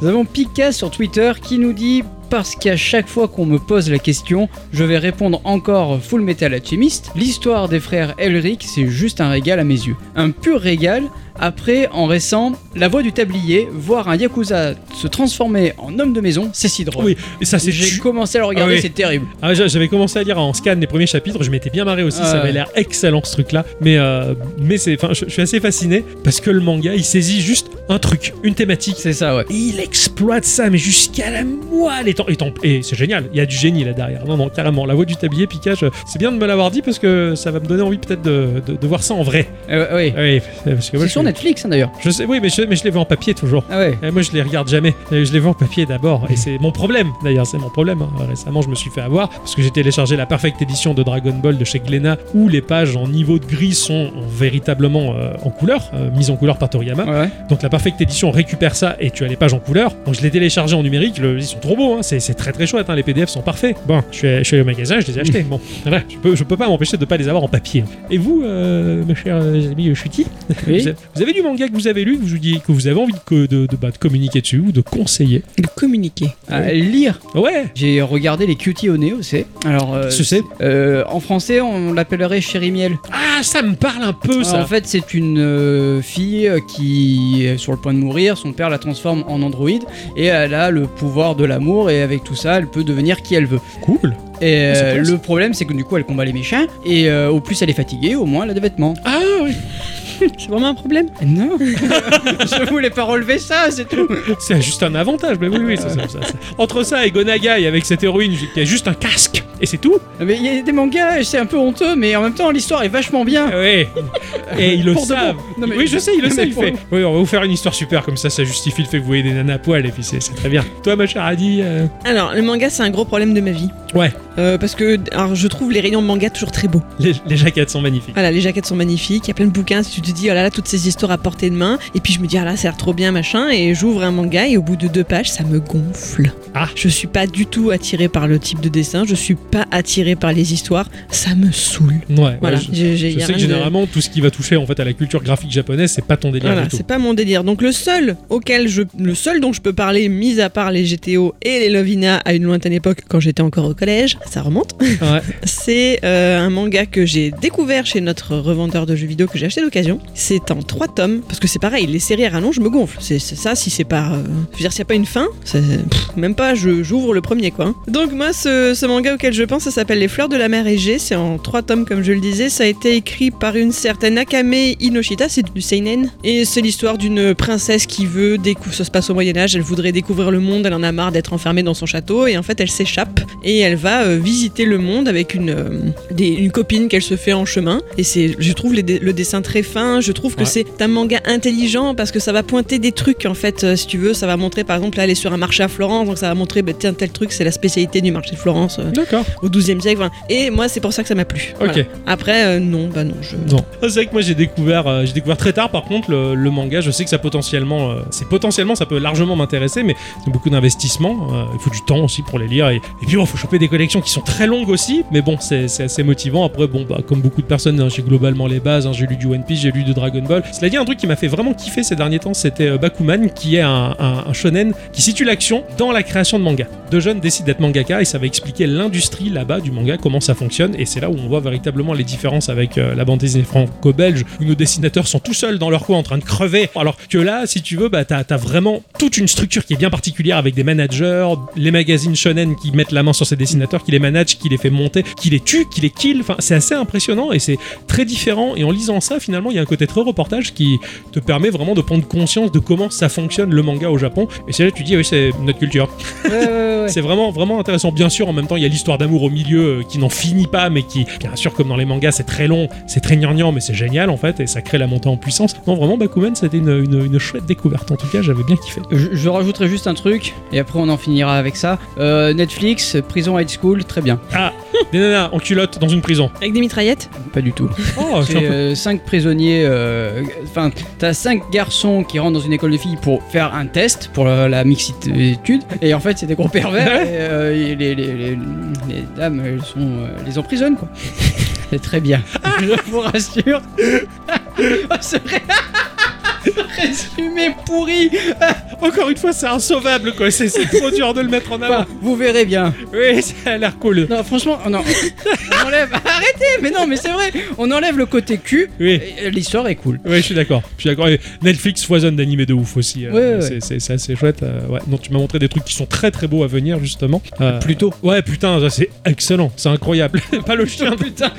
Speaker 2: Nous avons Pika sur Twitter qui nous dit parce qu'à chaque fois qu'on me pose la question, je vais répondre encore Full Metal Alchemist. L'histoire des frères Elric, c'est juste un régal à mes yeux. Un pur régal. Après, en récent, la voix du tablier, voir un Yakuza se transformer en homme de maison, c'est si drôle.
Speaker 1: Oui, et ça, c'est
Speaker 2: J'ai
Speaker 1: tu-
Speaker 2: commencé à le regarder,
Speaker 1: Ah oui.
Speaker 2: c'est terrible.
Speaker 1: Ah, j'a- j'avais commencé à lire en scan les premiers chapitres, je m'étais bien marré aussi,
Speaker 2: Ah
Speaker 1: ça avait
Speaker 2: ouais.
Speaker 1: l'air excellent ce truc-là. Mais, euh, mais c'est, enfin, je je suis assez fasciné parce que le manga, il saisit juste un truc, une thématique.
Speaker 2: C'est ça, ouais.
Speaker 1: Et il exploite ça, mais jusqu'à la moelle. Et, tant- et tant- et c'est génial, il y a du génie là derrière. Non, non, carrément. La voix du tablier, Pika, je- c'est bien de me l'avoir dit parce que ça va me donner envie peut-être de, de- de voir ça en vrai.
Speaker 2: Euh, ouais.
Speaker 1: Oui, parce que moi,
Speaker 2: C'est
Speaker 1: je,
Speaker 2: sur Netflix hein, d'ailleurs.
Speaker 1: je sais, oui, mais je, mais je les vois en papier toujours.
Speaker 2: Ah ouais.
Speaker 1: Et Eh, moi, je les regarde jamais. Et Je les vois en papier d'abord. Et c'est mon problème, d'ailleurs, c'est mon problème. hein. Récemment, je me suis fait avoir parce que j'ai téléchargé la parfaite édition de Dragon Ball de chez Glénat où les pages en niveau de gris sont véritablement euh, en couleur, euh, mises en couleur par Toriyama.
Speaker 2: Ouais.
Speaker 1: Donc la Perfect Edition récupère ça et tu as les pages en couleur. Donc je l'ai téléchargé en numérique, le- ils sont trop beaux, hein. c'est c'est très très chouette, hein. les PDF sont parfaits. Bon, je suis, allé- je suis allé au magasin, je les ai achetés. Bon, voilà, je peux, je peux pas m'empêcher de pas les avoir en papier. Et vous, euh, mes chers euh, amis euh, chutis,
Speaker 2: Oui.
Speaker 1: vous, avez, vous avez du manga que vous avez lu, que vous, dis- que vous avez envie de, co- de- de- bah, de communiquer dessus ou de conseiller
Speaker 3: De communiquer.
Speaker 2: Ah, lire.
Speaker 1: Ouais
Speaker 2: J'ai regardé les cuties au nez aussi. Alors. euh,
Speaker 1: ce c'est
Speaker 2: euh, en français, on l'appellerait chéri miel.
Speaker 1: Ah, ça me parle un peu
Speaker 2: Alors,
Speaker 1: ça.
Speaker 2: En fait, c'est une euh, fille euh, qui est sur le point de mourir. Son père la transforme en androïde et elle a le pouvoir de l'amour. Et avec tout ça, elle peut devenir qui elle veut.
Speaker 1: Cool.
Speaker 2: Et
Speaker 1: Ah, c'est
Speaker 2: euh,
Speaker 1: cool, ça.
Speaker 2: le problème, c'est que du coup, elle combat les méchants. Et euh, au plus elle est fatiguée, au moins elle a des vêtements.
Speaker 1: Ah oui,
Speaker 3: C'est vraiment un problème
Speaker 2: Ah, Non, je voulais pas relever ça, c'est tout.
Speaker 1: c'est juste un avantage, mais oui, oui, c'est ça, ça, ça. Entre ça et Gonagai avec cette héroïne qui a juste un casque, et c'est tout
Speaker 2: Non, Mais il y a des mangas, c'est un peu honteux, mais en même temps, l'histoire est vachement bien.
Speaker 1: Ouais. Et ils le
Speaker 2: Pour de
Speaker 1: savent.
Speaker 2: bon. Non, mais-
Speaker 1: Oui, je sais, ils le
Speaker 2: mais
Speaker 1: savent. Il
Speaker 2: pour
Speaker 1: fait. Oui, on va vous faire une histoire super comme ça, ça justifie le fait que vous voyez des nanas à poil et puis c'est c'est très bien. Toi, ma chère Adi, euh,
Speaker 3: Alors, le manga, c'est un gros problème de ma vie.
Speaker 1: ouais,
Speaker 3: Euh, parce que alors, je trouve les rayons de manga toujours très beaux.
Speaker 1: les, les jaquettes sont magnifiques.
Speaker 3: Voilà, les jaquettes sont magnifiques, il y a plein de bouquins, si tu te dis, oh là là, toutes ces histoires à portée de main, et puis je me dis, ah là, ça a l'air trop bien, machin, et j'ouvre un manga, et au bout de deux pages, ça me gonfle.
Speaker 1: Ah.
Speaker 3: Je suis pas du tout attirée par le type de dessin, je suis pas attirée par les histoires, ça me saoule.
Speaker 1: Ouais, ouais,
Speaker 3: Voilà,
Speaker 1: je,
Speaker 3: j'ai- j'ai-
Speaker 1: je
Speaker 3: y a
Speaker 1: sais que
Speaker 3: rien de-
Speaker 1: généralement tout ce qui va toucher en fait à la culture graphique japonaise, c'est pas ton délire
Speaker 3: Voilà,
Speaker 1: du tout.
Speaker 3: c'est pas mon délire. Donc le seul auquel je, le seul dont je peux parler, mis à part les GTO et les Lovina à une lointaine époque quand j'étais encore au collège, ça remonte.
Speaker 1: Ouais.
Speaker 3: C'est euh, un manga que j'ai découvert chez notre revendeur de jeux vidéo que j'ai acheté d'occasion. C'est en trois tomes parce que c'est pareil, les séries à rallonge me gonflent. C'est c'est ça si c'est pas, euh, je veux dire s'il y a pas une fin, c'est- pff, même pas. je- J'ouvre le premier quoi. hein. Donc moi ce, ce manga auquel je pense, ça s'appelle Les Fleurs de la Mer Égée. C'est en trois tomes comme je le disais. Ça a été écrit par une certaine Akame Inoshita, c'est du seinen et c'est l'histoire d'une princesse qui veut découvrir. Ça se passe au Moyen Âge. Elle voudrait découvrir le monde. Elle en a marre d'être enfermée dans son château et en fait elle s'échappe et elle va euh, visiter le monde avec une, euh, des- une copine qu'elle se fait en chemin. Et c'est, je trouve les dé- le dessin très fin. Je trouve que
Speaker 1: Ouais.
Speaker 3: c'est un manga intelligent parce que ça va pointer des trucs en fait, euh, si tu veux. Ça va montrer par exemple là, elle est sur un marché à Florence, donc ça va montrer bah, tiens tel truc, c'est la spécialité du marché de Florence euh,
Speaker 1: D'accord.
Speaker 3: au 12e siècle. voilà. Et moi c'est pour ça que ça m'a plu.
Speaker 1: Ok.
Speaker 3: Voilà. Après euh, non, bah non, je.
Speaker 1: Non. Ah, C'est vrai que moi j'ai découvert, euh, j'ai découvert très tard par contre le, le manga. Je sais que ça potentiellement, euh, c'est potentiellement, ça peut largement m'intéresser, mais c'est beaucoup d'investissement. euh, il faut du temps aussi pour les lire et, et puis il faut choper des collections animations qui sont très longues aussi, mais bon, c'est c'est assez motivant. Après, bon, bah, comme beaucoup de personnes, hein, j'ai globalement les bases. hein, j'ai lu du One Piece, j'ai lu du Dragon Ball. Cela dit, un truc qui m'a fait vraiment kiffer ces derniers temps, c'était euh, Bakuman, qui est un, un- un shonen qui situe l'action dans la création de manga. Deux jeunes décident d'être mangaka et ça va expliquer l'industrie là-bas du manga, comment ça fonctionne. Et c'est là où on voit véritablement les différences avec euh, la bande dessinée franco-belge, où nos dessinateurs sont tout seuls dans leur coin en train de crever. Alors que là, si tu veux, bah, t'as as vraiment toute une structure qui est bien particulière avec des managers, les magazines shonen qui mettent la main sur ces dessinateurs, qui les managent, qui les fait monter, qui les tue, qui les kill. Enfin, c'est assez impressionnant et c'est très différent. Et en lisant ça, finalement, il y a un côté très reportage qui te permet vraiment de prendre conscience de comment ça fonctionne le manga au Japon. Et c'est là que tu dis, oui, c'est notre culture.
Speaker 2: Ouais, ouais, ouais, ouais.
Speaker 1: C'est vraiment, vraiment intéressant. Bien sûr, en même temps, il y a l'histoire d'amour au milieu euh, qui n'en finit pas, mais qui, bien sûr, comme dans les mangas, c'est très long, c'est très gnangnan, mais c'est génial en fait, et ça crée la montée en puissance. Non, vraiment, Bakuman, c'était une, une- une chouette découverte. En tout cas, j'avais bien kiffé.
Speaker 2: Je, je rajouterai juste un truc, et après on en finira avec ça. Euh, Netflix, Prison High School, très bien.
Speaker 1: Des nanas en culotte dans une prison.
Speaker 3: Avec des mitraillettes
Speaker 2: Pas du tout.
Speaker 1: Oh, je suis un
Speaker 2: C'est
Speaker 1: peu-
Speaker 2: 5 prisonniers, euh, enfin, t'as 5 garçons qui rentrent dans une école de filles pour faire un test pour la, la mixité étude, et en fait c'est des gros pervers, et, euh, et les, les- les- les dames elles sont, euh, les emprisonnent quoi. C'est très bien, je vous rassure. Ah, ce ré- ce résumé pourri,
Speaker 1: Encore une fois, c'est insauvable, quoi. C'est c'est trop dur de le mettre en avant.
Speaker 2: Enfin, vous verrez bien.
Speaker 1: Oui, ça a l'air cool.
Speaker 2: Non, franchement, oh non. on enlève. Arrêtez, mais non, mais c'est vrai. On enlève le côté cul.
Speaker 1: Oui.
Speaker 2: et, euh, L'histoire est cool.
Speaker 1: Ouais, je suis d'accord. Je suis d'accord. Et Netflix foisonne d'animés de ouf aussi. euh,
Speaker 2: Ouais, ouais, ouais.
Speaker 1: c'est- C'est c'est assez chouette. euh, ouais. Non, tu m'as montré des trucs qui sont très très beaux à venir justement. Euh,
Speaker 2: Plutôt.
Speaker 1: Ouais, putain, ça, c'est excellent, c'est incroyable. Pas le chien,
Speaker 2: Putain.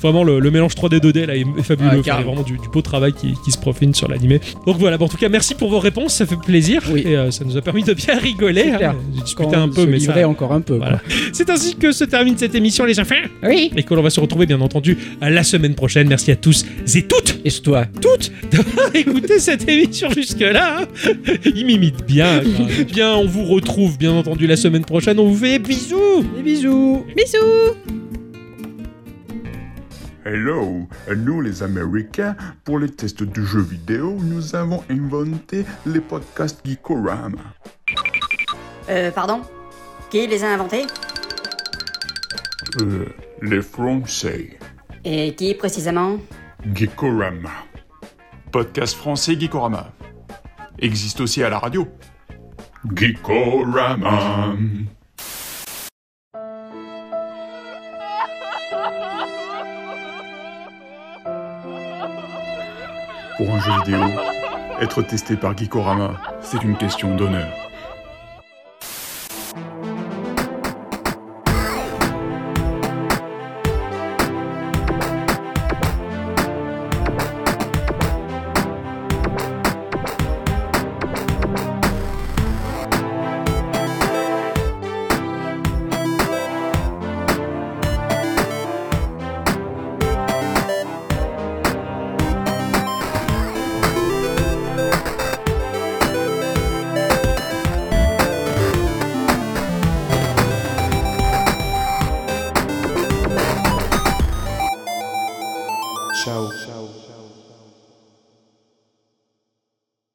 Speaker 1: vraiment le, le mélange 3D 2D là est est fabuleux. Enfin,
Speaker 2: Ah,
Speaker 1: il y a
Speaker 2: carrément.
Speaker 1: vraiment du, du beau travail qui, qui se profine sur l'animé. Donc voilà, bon, en tout cas, merci pour vos réponses, ça fait plaisir
Speaker 2: Oui.
Speaker 1: et euh, ça nous a permis de bien rigoler. hein.
Speaker 2: C'est clair.
Speaker 1: J'ai discuté un peu, mais ça.
Speaker 2: euh, encore un peu.
Speaker 1: Voilà. C'est ainsi que se termine cette émission, les enfants,
Speaker 2: Oui.
Speaker 1: et que l'on va se retrouver bien entendu la semaine prochaine. Merci à tous et toutes
Speaker 2: Et c'est toi.
Speaker 1: toutes d'avoir écouté cette émission jusque-là. hein. Il m'imite bien. hein. Bien, on vous retrouve bien entendu la semaine prochaine. On vous fait des bisous.
Speaker 2: Des bisous.
Speaker 3: Bisous
Speaker 7: Hello, nous les Américains, pour les tests de jeux vidéo, nous avons inventé les podcasts Geekorama.
Speaker 8: Euh, pardon Qui les a inventés
Speaker 7: Euh, les Français.
Speaker 8: Et qui précisément
Speaker 7: Geekorama.
Speaker 9: Podcast français Geekorama. Existe aussi à la radio.
Speaker 7: Geekorama. Pour un jeu vidéo, être testé par Geekorama, c'est une question d'honneur.